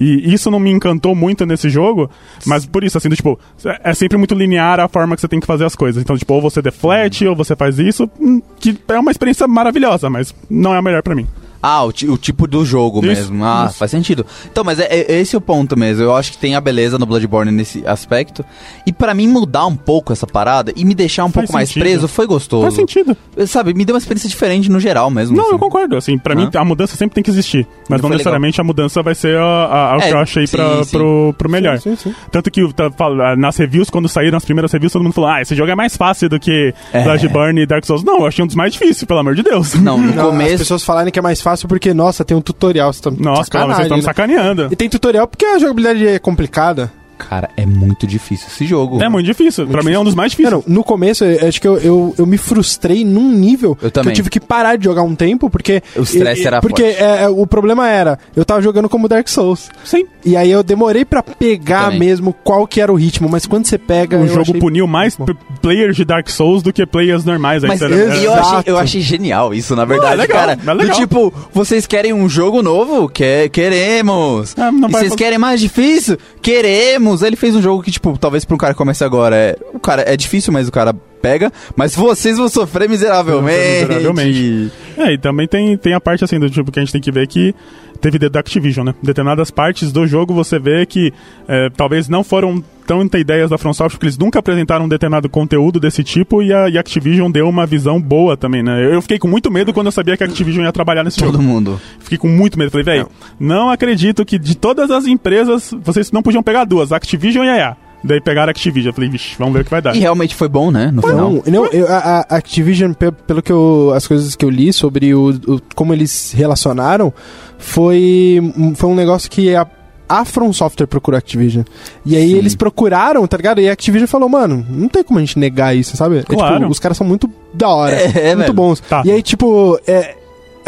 Speaker 4: E isso não me encantou muito nesse jogo, mas por isso, assim, do, tipo, é sempre muito linear a forma que você tem que fazer as coisas. Então, tipo, ou você deflete, ou você faz isso, hum, que é uma experiência maravilhosa, mas não é a melhor pra mim.
Speaker 2: Ah, o, ti- o tipo do jogo
Speaker 4: Isso,
Speaker 2: mesmo. Ah,
Speaker 4: isso.
Speaker 2: faz sentido. Então, mas é, é- esse é o ponto mesmo. Eu acho que tem a beleza no Bloodborne nesse aspecto. E pra mim mudar um pouco essa parada e me deixar um
Speaker 4: Faz
Speaker 2: pouco mais
Speaker 4: sentido.
Speaker 2: preso foi gostoso.
Speaker 4: Faz sentido.
Speaker 2: Sabe, me deu uma experiência diferente no geral mesmo.
Speaker 4: Não,
Speaker 2: assim.
Speaker 4: eu concordo. Assim, pra mim
Speaker 2: Hã?
Speaker 4: a mudança sempre tem que existir. Mas
Speaker 2: Não
Speaker 4: não
Speaker 2: foi
Speaker 4: necessariamente a mudança vai ser a, a, a o
Speaker 2: É,
Speaker 4: que eu achei
Speaker 2: sim,
Speaker 4: pra,
Speaker 2: sim.
Speaker 4: Pro, pro melhor.
Speaker 3: Sim, sim, sim.
Speaker 4: Tanto que tá, fala- nas reviews, quando saíram as primeiras reviews, todo mundo falou: Ah, esse jogo é mais fácil do que
Speaker 2: É.
Speaker 4: Bloodborne e Dark Souls. Não, eu achei um dos mais difíceis, pelo amor de Deus.
Speaker 2: Não, no
Speaker 3: Não, As
Speaker 2: começo.
Speaker 3: pessoas falarem que é mais fácil porque, nossa, tem um tutorial. Você tá
Speaker 4: Nossa, pelo amor de Deus, vocês estão me
Speaker 3: sacanagem, né?
Speaker 4: sacaneando.
Speaker 3: E tem tutorial porque a jogabilidade é complicada.
Speaker 2: Cara, é muito difícil esse jogo.
Speaker 4: É muito difícil. pra mim é um dos mais difíceis.
Speaker 3: Cara, no começo, eu- eu acho que eu, eu, eu me frustrei num nível
Speaker 2: Eu também.
Speaker 3: que eu tive que parar de jogar um tempo, porque.
Speaker 2: O estresse
Speaker 3: e- e-
Speaker 2: era
Speaker 3: Porque
Speaker 2: forte.
Speaker 3: é, é, o problema era, eu tava jogando como Dark Souls.
Speaker 4: Sim.
Speaker 3: E aí eu demorei pra pegar
Speaker 2: Também.
Speaker 3: mesmo qual que era o ritmo, mas quando você pega.
Speaker 4: O
Speaker 3: É, eu
Speaker 4: jogo
Speaker 3: achei-
Speaker 4: puniu mais
Speaker 3: bom.
Speaker 4: p- players de Dark Souls do que players normais. Aí
Speaker 2: Mas
Speaker 4: sério,
Speaker 3: eu-
Speaker 4: é-
Speaker 2: e eu achei, eu
Speaker 3: Exato.
Speaker 2: achei genial isso, na verdade,
Speaker 4: legal,
Speaker 2: cara.
Speaker 4: é legal.
Speaker 2: Do tipo, vocês querem um jogo novo? Que, queremos.
Speaker 4: Ah, não
Speaker 2: e
Speaker 4: vai-
Speaker 2: vocês querem mais difícil? Queremos. Aí Ele fez um jogo que, tipo, talvez pra um cara que comece agora. É, o cara é difícil, mas o cara pega. Mas vocês vão sofrer miseravelmente.
Speaker 4: Miseravelmente. É, e também tem, tem a parte assim do tipo que a gente tem que ver que teve dedo da Activision, né? Determinadas partes do jogo você vê que é, talvez não foram tão inte- ideias da FromSoft, porque eles nunca apresentaram um determinado conteúdo desse tipo e a e a Activision deu uma visão boa também, né? Eu- Eu fiquei com muito medo quando eu sabia que a Activision ia trabalhar nesse jogo.
Speaker 2: Todo mundo.
Speaker 4: Fiquei com muito medo. Falei, velho, não acredito que de todas as empresas vocês não podiam pegar duas, Activision e a EA. Daí pegaram a Activision. Eu Falei, vixe, vamos ver o que vai dar.
Speaker 2: E realmente foi bom, né? No final.
Speaker 3: Não, não eu- a, a Activision, pe- pelo que eu, as coisas que eu li sobre o, o- como eles relacionaram, foi, um- foi um negócio que a, a From Software procurou a Activision. E aí
Speaker 2: Sim.
Speaker 3: eles procuraram, tá ligado? E a Activision falou, mano, não tem como a gente negar isso, sabe? É, tipo,
Speaker 4: Claro.
Speaker 3: os caras são muito da hora,
Speaker 2: É, é,
Speaker 3: muito
Speaker 2: velho.
Speaker 3: bons.
Speaker 4: Tá.
Speaker 3: E aí, tipo, é,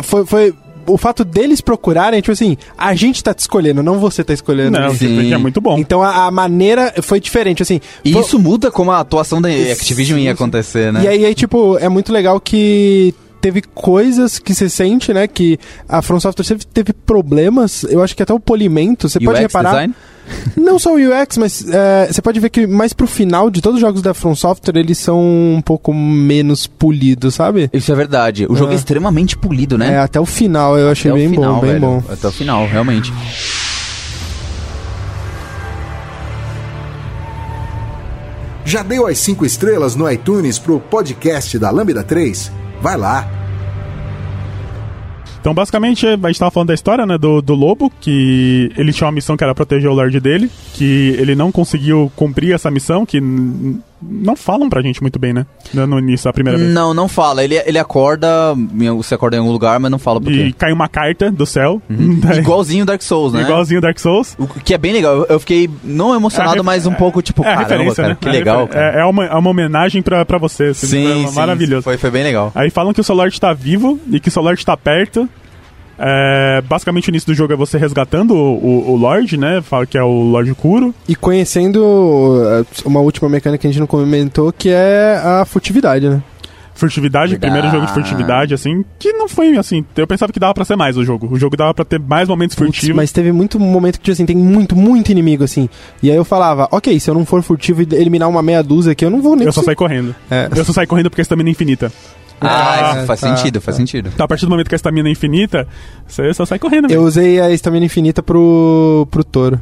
Speaker 3: foi... foi o fato deles procurarem, tipo assim, a gente tá te escolhendo, não você tá escolhendo.
Speaker 4: Não,
Speaker 2: Sim.
Speaker 4: porque é muito bom.
Speaker 3: Então a, a maneira foi diferente, assim.
Speaker 2: E
Speaker 3: foi-
Speaker 2: isso muda como a atuação da Activision
Speaker 3: Sim,
Speaker 2: ia
Speaker 3: sim.
Speaker 2: acontecer, né?
Speaker 3: e aí, aí, tipo, é muito legal que teve coisas que você sente, né? Que a From Software sempre teve problemas. Eu acho que até o polimento, você pode
Speaker 2: UX
Speaker 3: reparar.
Speaker 2: design?
Speaker 3: Não só o UX, mas é, você pode ver que mais pro final de todos os jogos da From Software, eles são um pouco menos polidos, sabe?
Speaker 2: Isso é verdade. O jogo é,
Speaker 3: É.
Speaker 2: extremamente polido, né?
Speaker 3: É, até o final eu achei
Speaker 2: Até o
Speaker 3: bem
Speaker 2: final,
Speaker 3: bom, bem
Speaker 2: velho.
Speaker 3: bom.
Speaker 2: Até o final, realmente.
Speaker 1: Já deu as cinco estrelas no iTunes pro podcast da Lambda 3? Vai lá.
Speaker 4: Então, basicamente, a gente tava falando da história, né, do, do lobo, que ele tinha uma missão que era proteger o Lorde dele, que ele não conseguiu cumprir essa missão, que n- não falam pra gente muito bem, né, no no início da primeira vez.
Speaker 2: Não, não fala. Ele, ele acorda, em- você acorda em algum lugar, mas não fala por
Speaker 4: E
Speaker 2: quê.
Speaker 4: caiu uma carta do céu, daí-
Speaker 2: Igualzinho Dark Souls, Uhum. né?
Speaker 4: igualzinho Dark Souls.
Speaker 2: O que é bem legal. Eu- Eu fiquei não emocionado,
Speaker 4: É a ref-
Speaker 2: mas um pouco tipo,
Speaker 4: a
Speaker 2: caramba, cara, que
Speaker 4: É a
Speaker 2: legal.
Speaker 4: refer-
Speaker 2: Cara.
Speaker 4: É, é uma, é uma homenagem pra, pra você, assim,
Speaker 2: Sim,
Speaker 4: foi
Speaker 2: sim,
Speaker 4: maravilhoso.
Speaker 2: Foi, foi bem legal.
Speaker 4: Aí falam que o seu Lorde tá vivo e que o seu Lorde tá perto. É, basicamente, o início do jogo é você resgatando o, o, o Lorde, né, fala que é o Lorde Kuro.
Speaker 3: E conhecendo uh, uma última mecânica que a gente não comentou, que é a furtividade, né?
Speaker 4: furtividade,
Speaker 2: Verdade.
Speaker 4: primeiro jogo de furtividade, assim, que não foi assim. Eu pensava que dava pra ser mais o jogo. O jogo dava pra ter mais momentos
Speaker 3: Putz,
Speaker 4: furtivos.
Speaker 3: mas teve muito momento que, tipo assim, tem muito, muito inimigo, assim. E aí eu falava, ok, se eu não for furtivo e eliminar uma meia dúzia aqui, eu não vou nem
Speaker 4: Eu só
Speaker 3: conseguir."
Speaker 4: saí correndo.
Speaker 3: É.
Speaker 4: Eu só saí correndo porque a estamina é infinita.
Speaker 2: Ah,
Speaker 3: Ah,
Speaker 2: isso faz
Speaker 3: tá,
Speaker 2: sentido, faz sentido.
Speaker 4: Então, a partir do momento que a estamina é infinita, você só sai correndo.
Speaker 3: Eu
Speaker 4: mesmo.
Speaker 3: usei a estamina infinita pro, pro touro.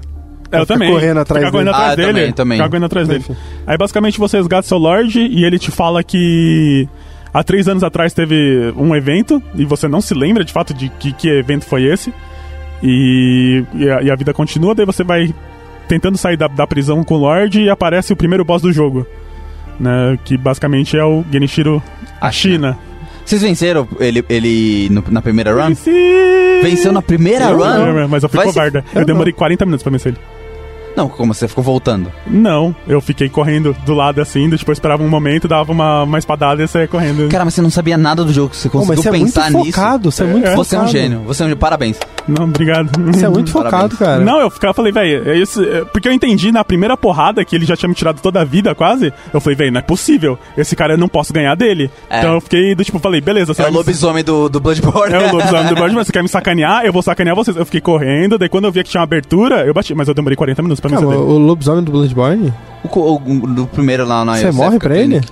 Speaker 4: É, eu
Speaker 3: ficar
Speaker 4: também.
Speaker 3: correndo atrás
Speaker 4: Ficar correndo
Speaker 3: dele.
Speaker 4: atrás
Speaker 2: Ah, eu
Speaker 4: dele.
Speaker 2: também, também.
Speaker 4: Ficar correndo atrás dele.
Speaker 3: Enfim.
Speaker 4: Aí, basicamente, você resgata seu Lorde e ele te fala que... Há três anos atrás teve um evento e você não se lembra, de fato, de que, que evento foi esse. E, e, a, e a vida continua, daí você vai tentando sair da, da prisão com o Lorde e aparece o primeiro boss do jogo. Né, que basicamente é o Genichiro
Speaker 2: A
Speaker 4: Ashina.
Speaker 2: Vocês venceram ele, ele no- na primeira run?
Speaker 4: Venci!
Speaker 2: tá. Venceu na primeira
Speaker 4: Eu
Speaker 2: run?
Speaker 4: não, Mas eu fui
Speaker 2: Vai se-
Speaker 4: covarda. Eu, demorei 40 minutos pra vencer ele.
Speaker 2: Não, como você ficou voltando?
Speaker 4: Não, eu fiquei correndo do lado assim, depois esperava um momento, dava uma, uma espadada e saía correndo.
Speaker 2: Cara, mas você não sabia nada do jogo, você
Speaker 3: Pô, mas
Speaker 2: conseguiu
Speaker 3: você é muito
Speaker 2: pensar nisso.
Speaker 3: focado, você é muito
Speaker 2: Você é um
Speaker 3: focado.
Speaker 2: gênio, você é um gênio, parabéns.
Speaker 4: Não, obrigado.
Speaker 3: Você é muito
Speaker 2: Parabéns.
Speaker 3: focado, cara.
Speaker 4: Não, eu ficava, falei, velho, é isso. é- Porque eu entendi na primeira porrada que ele já tinha me tirado toda a vida, quase. Eu falei, velho, não é possível. Esse cara eu não posso ganhar dele.
Speaker 2: É.
Speaker 4: Então eu fiquei do tipo, falei, beleza, você
Speaker 2: É o
Speaker 4: vai me-
Speaker 2: lobisomem do, do Bloodborne.
Speaker 4: É o lobisomem do Blood, mas você quer me sacanear? Eu vou sacanear vocês. Eu fiquei correndo, daí quando eu via que tinha uma abertura, eu bati, mas eu demorei 40 minutos pra me
Speaker 3: Calma,
Speaker 4: saber.
Speaker 3: o lobisomem do Bloodborne?
Speaker 2: O, co- o- do primeiro lá na
Speaker 3: Você
Speaker 2: Yosefica
Speaker 3: morre pra ele?
Speaker 2: Clinic.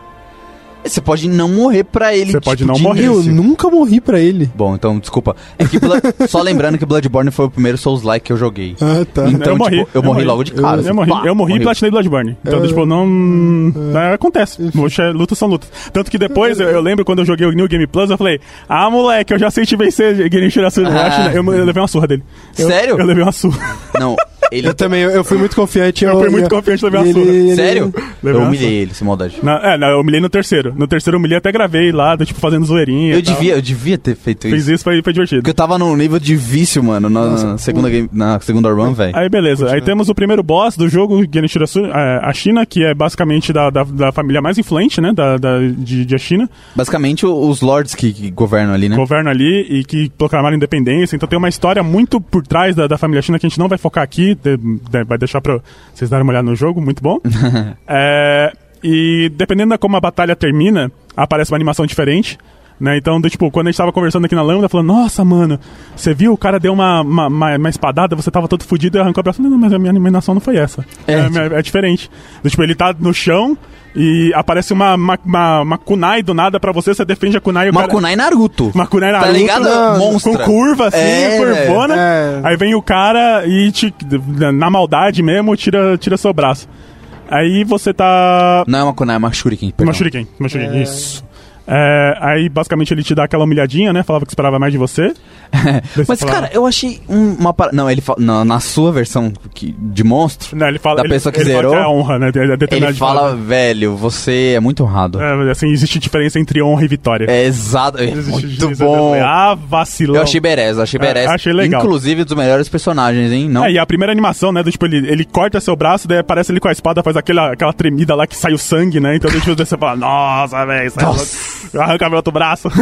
Speaker 2: Você pode não morrer pra ele. tipo,
Speaker 4: Você pode não
Speaker 2: de
Speaker 4: morrer.
Speaker 2: início.
Speaker 3: Eu nunca morri pra ele.
Speaker 2: Bom, então, desculpa. É que Bla- Só lembrando que Bloodborne foi o primeiro Souls-like que eu joguei.
Speaker 3: Ah, tá.
Speaker 2: Então,
Speaker 4: Eu morri.
Speaker 2: tipo, eu
Speaker 4: Eu
Speaker 2: morri
Speaker 4: morri.
Speaker 2: logo de cara. assim,
Speaker 4: Eu morri,
Speaker 2: pá,
Speaker 4: eu morri e platinei Bloodborne. Então,
Speaker 3: É.
Speaker 4: tipo, não. é, Acontece. Poxa, lutas são lutas. Tanto que depois, eu, eu lembro quando eu joguei o New Game Plus, eu falei: Ah, moleque, eu já sei te vencer, Genichiro Asura.
Speaker 2: Ah.
Speaker 4: Eu, eu levei uma surra dele. Eu-
Speaker 2: Sério?
Speaker 4: Eu, levei uma surra.
Speaker 2: Não, ele...
Speaker 3: Eu também, eu, eu fui muito confiante.
Speaker 4: Eu fui muito confiante, levei uma
Speaker 3: ele-
Speaker 4: surra.
Speaker 3: ele-
Speaker 2: Sério?
Speaker 4: Levei
Speaker 2: Eu
Speaker 4: uma
Speaker 2: humilhei ele, sem maldade.
Speaker 4: Na- é, não, eu humilhei no terceiro. No terceiro eu humilhei até gravei lá, do, tipo, fazendo zoeirinha.
Speaker 2: Eu
Speaker 3: tá.
Speaker 4: e tal.
Speaker 2: devia, eu devia ter feito
Speaker 4: Fiz
Speaker 2: isso.
Speaker 4: isso, foi, foi divertido.
Speaker 2: Porque eu tava num nível de vício, mano, na segunda, game, na segunda run, velho.
Speaker 4: Aí beleza, aí temos o primeiro boss do jogo, Genichiro Asura, é, a China, que é basicamente da, da, da família mais influente, né, da, da, de, de China,
Speaker 2: Basicamente, o- os lords que, que governam ali, né?
Speaker 4: governo ali e que proclamaram a independência, então tem uma história muito por trás da, da família China que a gente não vai focar aqui, de- de- vai deixar pra vocês darem uma olhada no jogo, muito bom. É, e dependendo de como a batalha termina, aparece uma animação diferente. Né? Então, do, tipo, quando a gente tava conversando aqui na lâmina, falando, nossa, mano, você viu, o cara deu uma, uma, uma, uma espadada, você tava todo fudido e arrancou a braço. Não, mas a minha animação não foi essa.
Speaker 2: É,
Speaker 4: É, é- é diferente. Do, tipo, ele tá no chão e aparece uma, uma, uma, uma kunai do nada pra você, você defende a kunai e o cara...
Speaker 2: Makunai Naruto.
Speaker 4: Uma kunai
Speaker 2: Tá
Speaker 4: Naruto,
Speaker 2: ligado?
Speaker 4: né?
Speaker 2: Monstra.
Speaker 4: Com curva assim,
Speaker 2: É,
Speaker 4: curvona.
Speaker 3: é.
Speaker 4: Aí vem o cara e te- na maldade mesmo tira, tira seu braço. Aí você tá.
Speaker 2: Não é uma kunai, é uma shuriken. perdão.
Speaker 4: Uma shuriken, uma shuriken, isso. É, aí basicamente ele te dá aquela humilhadinha, né? Falava que esperava mais de você.
Speaker 2: Mas,
Speaker 4: Você fala-
Speaker 2: cara, eu achei um- uma parada... Não, ele fala... na- na sua versão que- de monstro,
Speaker 4: Não, né, ele fala,
Speaker 2: Da
Speaker 4: ele,
Speaker 2: pessoa que
Speaker 4: ele fala
Speaker 2: zerou,
Speaker 4: é a honra, né? É determinado
Speaker 2: Ele
Speaker 4: de
Speaker 2: fala,
Speaker 4: falar.
Speaker 2: velho, você é muito honrado. É,
Speaker 4: É, assim, existe diferença entre honra e vitória.
Speaker 2: exato. é
Speaker 4: Existe
Speaker 2: muito
Speaker 4: diferença.
Speaker 2: bom.
Speaker 4: Ah, vacilão.
Speaker 2: Eu achei berez, eu achei
Speaker 4: É,
Speaker 2: berez.
Speaker 4: achei legal.
Speaker 2: Inclusive dos melhores personagens, hein? Não.
Speaker 4: É, e a primeira animação, né? Do, tipo, ele, ele corta seu braço, daí aparece ele com a espada, faz aquela, aquela tremida lá que sai o sangue, né? Então tipo, daí você fala, nossa, velho, isso é
Speaker 2: Nossa.
Speaker 4: louco. arranca meu outro braço.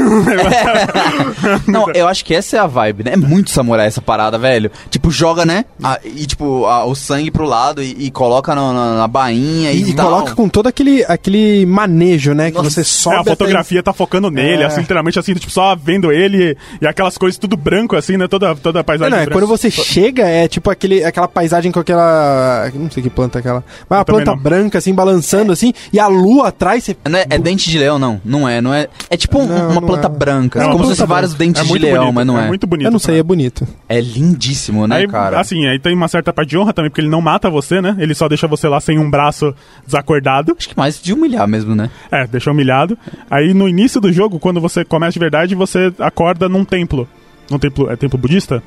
Speaker 2: Não, eu acho que essa é a vibe, né? É muito samurai essa parada, velho. Tipo, joga, né? a- e tipo, a- o sangue pro lado e, e coloca no- na, na bainha e,
Speaker 3: E,
Speaker 2: tal.
Speaker 3: coloca com todo aquele, aquele manejo, né? Que
Speaker 2: Então. Nossa,
Speaker 3: você
Speaker 4: É,
Speaker 3: sobe.
Speaker 4: a
Speaker 3: até-
Speaker 4: fotografia tá focando nele,
Speaker 3: É.
Speaker 4: assim, literalmente, assim, tipo, só vendo ele e aquelas cores tudo branco, assim, né? Toda, toda a
Speaker 3: Não,
Speaker 4: paisagem.
Speaker 3: não, é
Speaker 4: branca.
Speaker 3: quando você chega, é tipo aquele, aquela paisagem com aquela. Não sei que planta é aquela. Mas uma
Speaker 4: também
Speaker 3: planta
Speaker 4: não.
Speaker 3: branca, assim, balançando assim, e a lua atrás, você.
Speaker 2: Não é, é dente de leão, não. Não é, não é. É tipo um-
Speaker 3: Não,
Speaker 2: uma
Speaker 3: não
Speaker 2: planta
Speaker 3: é.
Speaker 2: branca.
Speaker 4: É uma
Speaker 2: como se
Speaker 4: planta
Speaker 2: fosse vários
Speaker 4: branca.
Speaker 2: dentes
Speaker 4: É
Speaker 2: de
Speaker 4: muito
Speaker 2: leão,
Speaker 4: bonito,
Speaker 2: mas não é. É,
Speaker 4: muito bonito.
Speaker 3: eu não sei, é bonito.
Speaker 2: lindíssimo, né,
Speaker 4: Aí,
Speaker 2: cara?
Speaker 4: Assim, aí tem uma certa parte de honra também, porque ele não mata você, né? Ele só deixa você lá sem um braço desacordado.
Speaker 2: Acho que mais de humilhar mesmo, né?
Speaker 4: É, deixa humilhado. Aí no início do jogo, quando você começa de verdade, você acorda num templo. Num templo. É templo budista?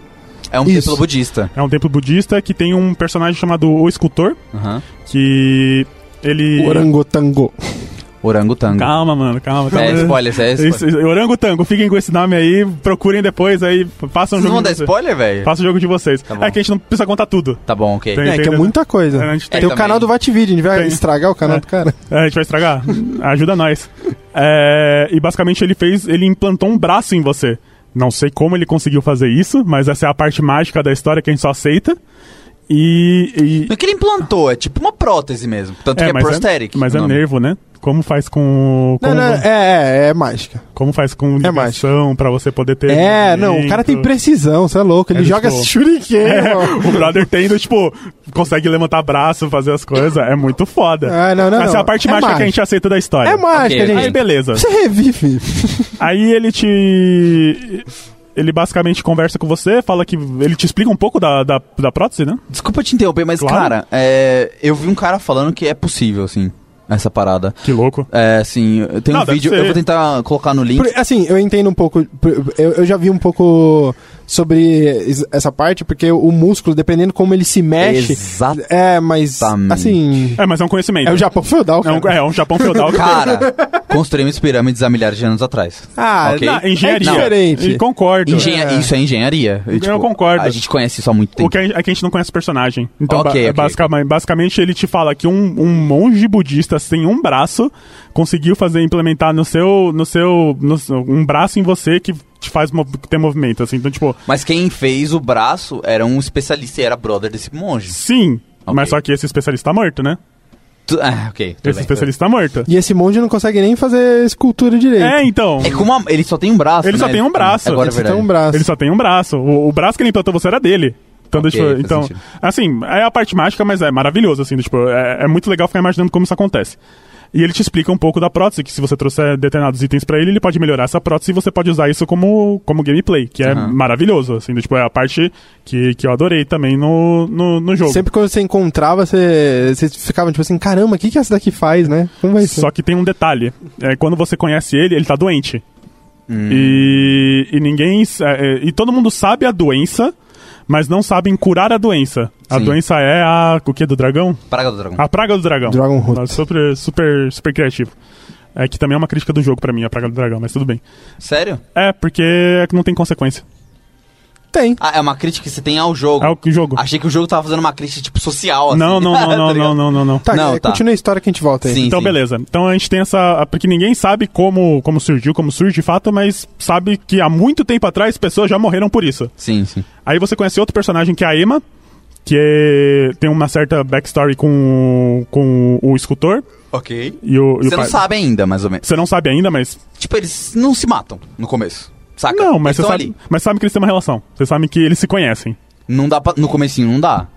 Speaker 2: É um
Speaker 3: Isso.
Speaker 2: templo budista.
Speaker 4: É um templo budista que tem um personagem chamado O Escultor,
Speaker 2: Aham.
Speaker 4: que. Ele.
Speaker 3: Orangotango.
Speaker 2: Orangotango.
Speaker 4: Calma, mano, calma, calma.
Speaker 2: É spoiler, isso é spoiler.
Speaker 4: Isso, isso, Orangotango, fiquem com esse nome aí, procurem depois aí, façam
Speaker 2: Vocês
Speaker 4: um jogo.
Speaker 2: vão dar
Speaker 4: de vocês.
Speaker 2: spoiler, velho?
Speaker 4: Faça o jogo de vocês.
Speaker 2: bom.
Speaker 4: É que a gente não precisa contar tudo.
Speaker 2: Tá bom, ok.
Speaker 4: Tem-
Speaker 3: É, que é
Speaker 4: Entendeu?
Speaker 3: muita coisa.
Speaker 4: A gente
Speaker 2: É,
Speaker 3: tem o
Speaker 2: também.
Speaker 3: canal do Vativid, a gente vai
Speaker 4: Tem.
Speaker 3: estragar o canal
Speaker 4: É.
Speaker 3: do cara.
Speaker 4: É, a gente vai estragar? Ajuda nós. É, e basicamente ele fez, ele implantou um braço em você. Não sei como ele conseguiu fazer isso, mas essa é a parte mágica da história que a gente só aceita. E. e-
Speaker 2: Não é que ele implantou, é tipo uma prótese mesmo. Tanto que é, prosthetic.
Speaker 4: mas
Speaker 2: o
Speaker 4: é
Speaker 2: nome.
Speaker 4: nervo, né? Como faz com.
Speaker 3: Não,
Speaker 4: Como,
Speaker 3: não, é, é, é mágica.
Speaker 4: como faz com
Speaker 3: É
Speaker 4: ligação pra você poder ter.
Speaker 3: É, não, o cara tem
Speaker 4: movimento.
Speaker 3: precisão, você é louco. Ele
Speaker 4: É,
Speaker 3: joga
Speaker 4: tipo-
Speaker 3: shuriken,
Speaker 4: É,
Speaker 3: mano.
Speaker 4: o brother tendo, tipo, consegue levantar braço, fazer as coisas. É muito foda.
Speaker 3: Ah, não, não,
Speaker 4: Essa é
Speaker 3: não.
Speaker 4: a parte
Speaker 3: É
Speaker 4: mágica que a
Speaker 3: mágica.
Speaker 4: gente aceita da história.
Speaker 3: É mágica,
Speaker 2: Ok,
Speaker 4: Aí
Speaker 3: gente.
Speaker 4: beleza.
Speaker 3: Você revive.
Speaker 4: Aí ele te. Ele basicamente conversa com você, fala que. Ele te explica um pouco da, da, da prótese, né?
Speaker 2: Desculpa te interromper, mas,
Speaker 4: Claro.
Speaker 2: cara, é, eu vi um cara falando que é possível, assim. essa parada.
Speaker 4: Que louco.
Speaker 2: É, assim, eu tenho
Speaker 4: Não,
Speaker 2: um
Speaker 4: deve
Speaker 2: vídeo,
Speaker 4: ser.
Speaker 2: eu vou tentar colocar no link.
Speaker 3: Por- assim, eu entendo um pouco. por- Eu, eu já vi um pouco sobre es- essa parte, porque o músculo, dependendo como ele se mexe.
Speaker 2: Exatamente.
Speaker 3: É, mas. Assim.
Speaker 4: É, mas é um conhecimento.
Speaker 3: É o Japão feudal.
Speaker 4: É
Speaker 3: cara.
Speaker 4: um, é um Japão feudal.
Speaker 2: Ah,
Speaker 4: que-
Speaker 2: Cara, construímos pirâmides há milhares de anos atrás.
Speaker 3: Ah,
Speaker 2: Ok.
Speaker 4: Não, engenharia.
Speaker 3: É diferente.
Speaker 4: E Concordo.
Speaker 2: Engenha-
Speaker 3: É.
Speaker 2: Isso é engenharia.
Speaker 4: Eu concordo.
Speaker 2: A gente conhece isso há muito tempo.
Speaker 4: O que a, gente- é que a gente não conhece o personagem. Então,
Speaker 2: Ok,
Speaker 4: ba-
Speaker 2: ok.
Speaker 4: basicamente- basicamente, ele te fala que um, um monge budista sem um braço conseguiu fazer implementar no seu. no seu. no seu- um braço em você que te faz mov- ter movimento. Assim. Então, tipo,
Speaker 2: Mas quem fez o braço era um especialista e era brother desse monge.
Speaker 4: sim.
Speaker 2: Ok.
Speaker 4: Mas só que esse especialista tá morto, né?
Speaker 2: Tu- Ah, ok. tudo
Speaker 4: esse
Speaker 2: bem.
Speaker 4: especialista tá morto.
Speaker 3: E esse monge não consegue nem fazer escultura direito.
Speaker 4: É, então.
Speaker 2: É como a- ele só tem um braço.
Speaker 4: Ele só
Speaker 2: né?
Speaker 4: tem um braço.
Speaker 2: Agora é
Speaker 4: Ele
Speaker 3: Você tem
Speaker 2: verdade.
Speaker 3: um braço.
Speaker 4: Ele só tem um braço. O, o braço que ele implantou você era dele. Então,
Speaker 2: Ok,
Speaker 4: tipo,
Speaker 2: faz
Speaker 4: então
Speaker 2: sentido.
Speaker 4: assim, é a parte mágica, mas é maravilhoso, assim, do tipo, é, é muito legal ficar imaginando como isso acontece. E ele te explica um pouco da prótese, que se você trouxer determinados itens pra ele, ele pode melhorar essa prótese e você pode usar isso como, como gameplay, que é
Speaker 2: Aham.
Speaker 4: maravilhoso, assim, do tipo, é a parte que, que eu adorei também no, no, no jogo.
Speaker 3: Sempre quando você encontrava, você, você ficava tipo assim: caramba, o que, que essa daqui faz, né? Como vai ser?
Speaker 4: Só que tem um detalhe. É, quando você conhece ele, ele tá doente.
Speaker 2: Hum.
Speaker 4: E, e ninguém. é, é, e todo mundo sabe a doença, mas não sabem curar a doença. A
Speaker 2: Sim.
Speaker 4: doença é a. O que do dragão?
Speaker 2: Praga do dragão.
Speaker 4: A praga do dragão.
Speaker 3: Dragon Root.
Speaker 4: Tá Super, super, super criativo. É que também é uma crítica do jogo pra mim, a praga do dragão, mas tudo bem.
Speaker 2: Sério?
Speaker 4: É, porque é que não tem consequência.
Speaker 3: Tem.
Speaker 2: Ah, é uma crítica que você tem ao jogo.
Speaker 4: É o que o jogo.
Speaker 2: Achei que o jogo tava fazendo uma crítica, tipo, social, assim.
Speaker 4: Não, não,
Speaker 2: Tá
Speaker 4: não, não,
Speaker 2: ligado?
Speaker 4: não, não, não, não.
Speaker 3: Tá,
Speaker 2: Não,
Speaker 3: é,
Speaker 2: tá.
Speaker 3: continua a história que a gente volta aí.
Speaker 2: Sim,
Speaker 4: Então,
Speaker 2: sim.
Speaker 4: beleza. Então a gente tem essa. Porque ninguém sabe como, como surgiu, como surge de fato, mas sabe que há muito tempo atrás pessoas já morreram por isso.
Speaker 2: Sim, sim.
Speaker 4: Aí você conhece outro personagem que é a Emma, que é- tem uma certa backstory com, com o escultor
Speaker 2: Ok.
Speaker 4: e o, e o
Speaker 2: Você não
Speaker 4: pai-
Speaker 2: sabe ainda, mais ou menos.
Speaker 4: Você não sabe ainda, mas.
Speaker 2: Tipo, eles não se matam no começo. Saca?
Speaker 4: Não,
Speaker 2: eles
Speaker 4: mas você
Speaker 2: tão
Speaker 4: sabe, mas sabe que eles têm uma relação. Você sabe que eles se conhecem.
Speaker 2: Não dá pra... No comecinho não dá.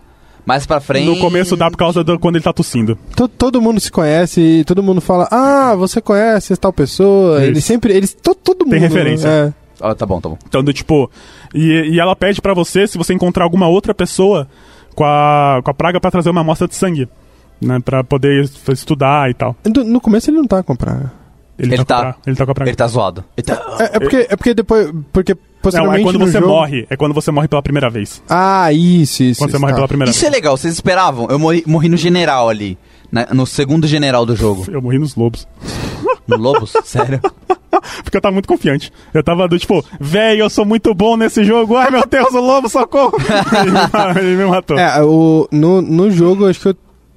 Speaker 2: Mais pra frente...
Speaker 4: No começo dá por causa do quando ele tá tossindo.
Speaker 3: To- todo mundo se conhece, todo mundo fala, ah, você conhece tal pessoa.
Speaker 4: Isso.
Speaker 3: Eles sempre. Eles. To, todo mundo.
Speaker 4: Tem referência.
Speaker 3: É.
Speaker 2: Ah, tá bom, tá bom.
Speaker 4: Então, do tipo. E, e ela pede pra você, se você encontrar alguma outra pessoa com a, com a praga, pra trazer uma amostra de sangue. Né, pra poder es- estudar e tal.
Speaker 3: Do- no começo ele não tá com a praga.
Speaker 4: Ele,
Speaker 2: Ele
Speaker 4: tá,
Speaker 2: tá.
Speaker 4: Com a praga. ele tá com a praga.
Speaker 2: Ele tá zoado. Ele tá...
Speaker 3: É, é porque, é porque depois. Porque
Speaker 4: Não,
Speaker 3: posteriormente.
Speaker 4: é quando
Speaker 3: no
Speaker 4: você
Speaker 3: jogo-
Speaker 4: morre. É quando você morre pela primeira vez.
Speaker 3: Ah, isso, isso.
Speaker 4: Quando você
Speaker 3: isso,
Speaker 4: morre
Speaker 3: tá.
Speaker 4: pela primeira
Speaker 2: Isso é legal, vocês esperavam. Eu morri, morri no general ali. na- no segundo general do jogo.
Speaker 4: vez. Eu morri nos lobos.
Speaker 2: No Lobos? Sério?
Speaker 4: Porque eu tava muito confiante. Eu tava do tipo, velho, eu sou muito bom nesse jogo. Ai, meu Deus, o lobo, socorro. E Ele me matou.
Speaker 3: É, o, no, no jogo, acho que eu,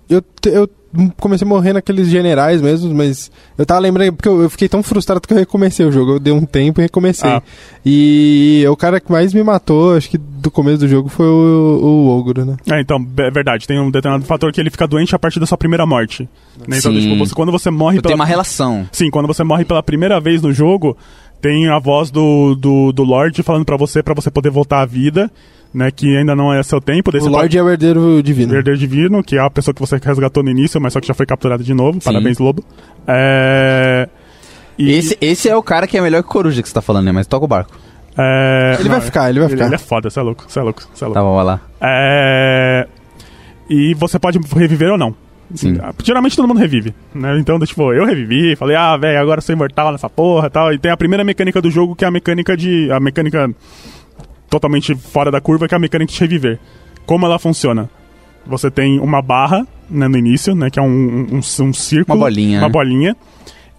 Speaker 3: eu, te- eu comecei a morrer naqueles generais mesmo, mas eu tava lembrando, porque eu, eu fiquei tão frustrado que eu recomecei o jogo. Eu dei um tempo e recomecei.
Speaker 4: Ah.
Speaker 3: E é o cara que mais me matou, acho que do começo do jogo, foi o, o Ogro, né?
Speaker 4: É, então, é verdade. Tem um determinado fator que ele fica doente a partir da sua primeira morte. Né? Então,
Speaker 2: Sim.
Speaker 4: tipo, você- quando você morre
Speaker 2: Eu
Speaker 4: pela...
Speaker 2: tenho uma relação.
Speaker 4: Sim, quando você morre pela primeira vez no jogo, tem a voz do, do, do Lorde falando pra você, pra você poder voltar à vida, né? Que ainda não é seu tempo. Daí
Speaker 3: O
Speaker 4: você pode-
Speaker 3: Lorde é o herdeiro divino.
Speaker 4: Herdeiro Divino, que é a pessoa que você resgatou no início, mas só que já foi capturada de novo.
Speaker 2: Sim.
Speaker 4: Parabéns, Lobo. É... E...
Speaker 2: Esse, esse é o cara que é melhor que o Coruja que você tá falando, né? Mas toca o barco.
Speaker 4: é,
Speaker 3: Ele vai
Speaker 4: não,
Speaker 3: ficar, tá? ele vai
Speaker 4: Ele,
Speaker 3: ficar.
Speaker 4: é foda, você é louco, você é louco, você é louco.
Speaker 2: Tá bom, vai lá.
Speaker 4: É... E você pode reviver ou não.
Speaker 2: Sim.
Speaker 4: Ah, Geralmente todo mundo revive, né? Então, tipo, eu revivi, falei, ah, velho, agora eu sou imortal nessa porra e tal. E tem a primeira mecânica do jogo, que é a mecânica de. a mecânica totalmente fora da curva, que é a mecânica de reviver. Como ela funciona? Você tem uma barra né, no início, né? Que é um, um, um- um círculo.
Speaker 2: Uma bolinha,
Speaker 4: Uma
Speaker 2: né?
Speaker 4: bolinha.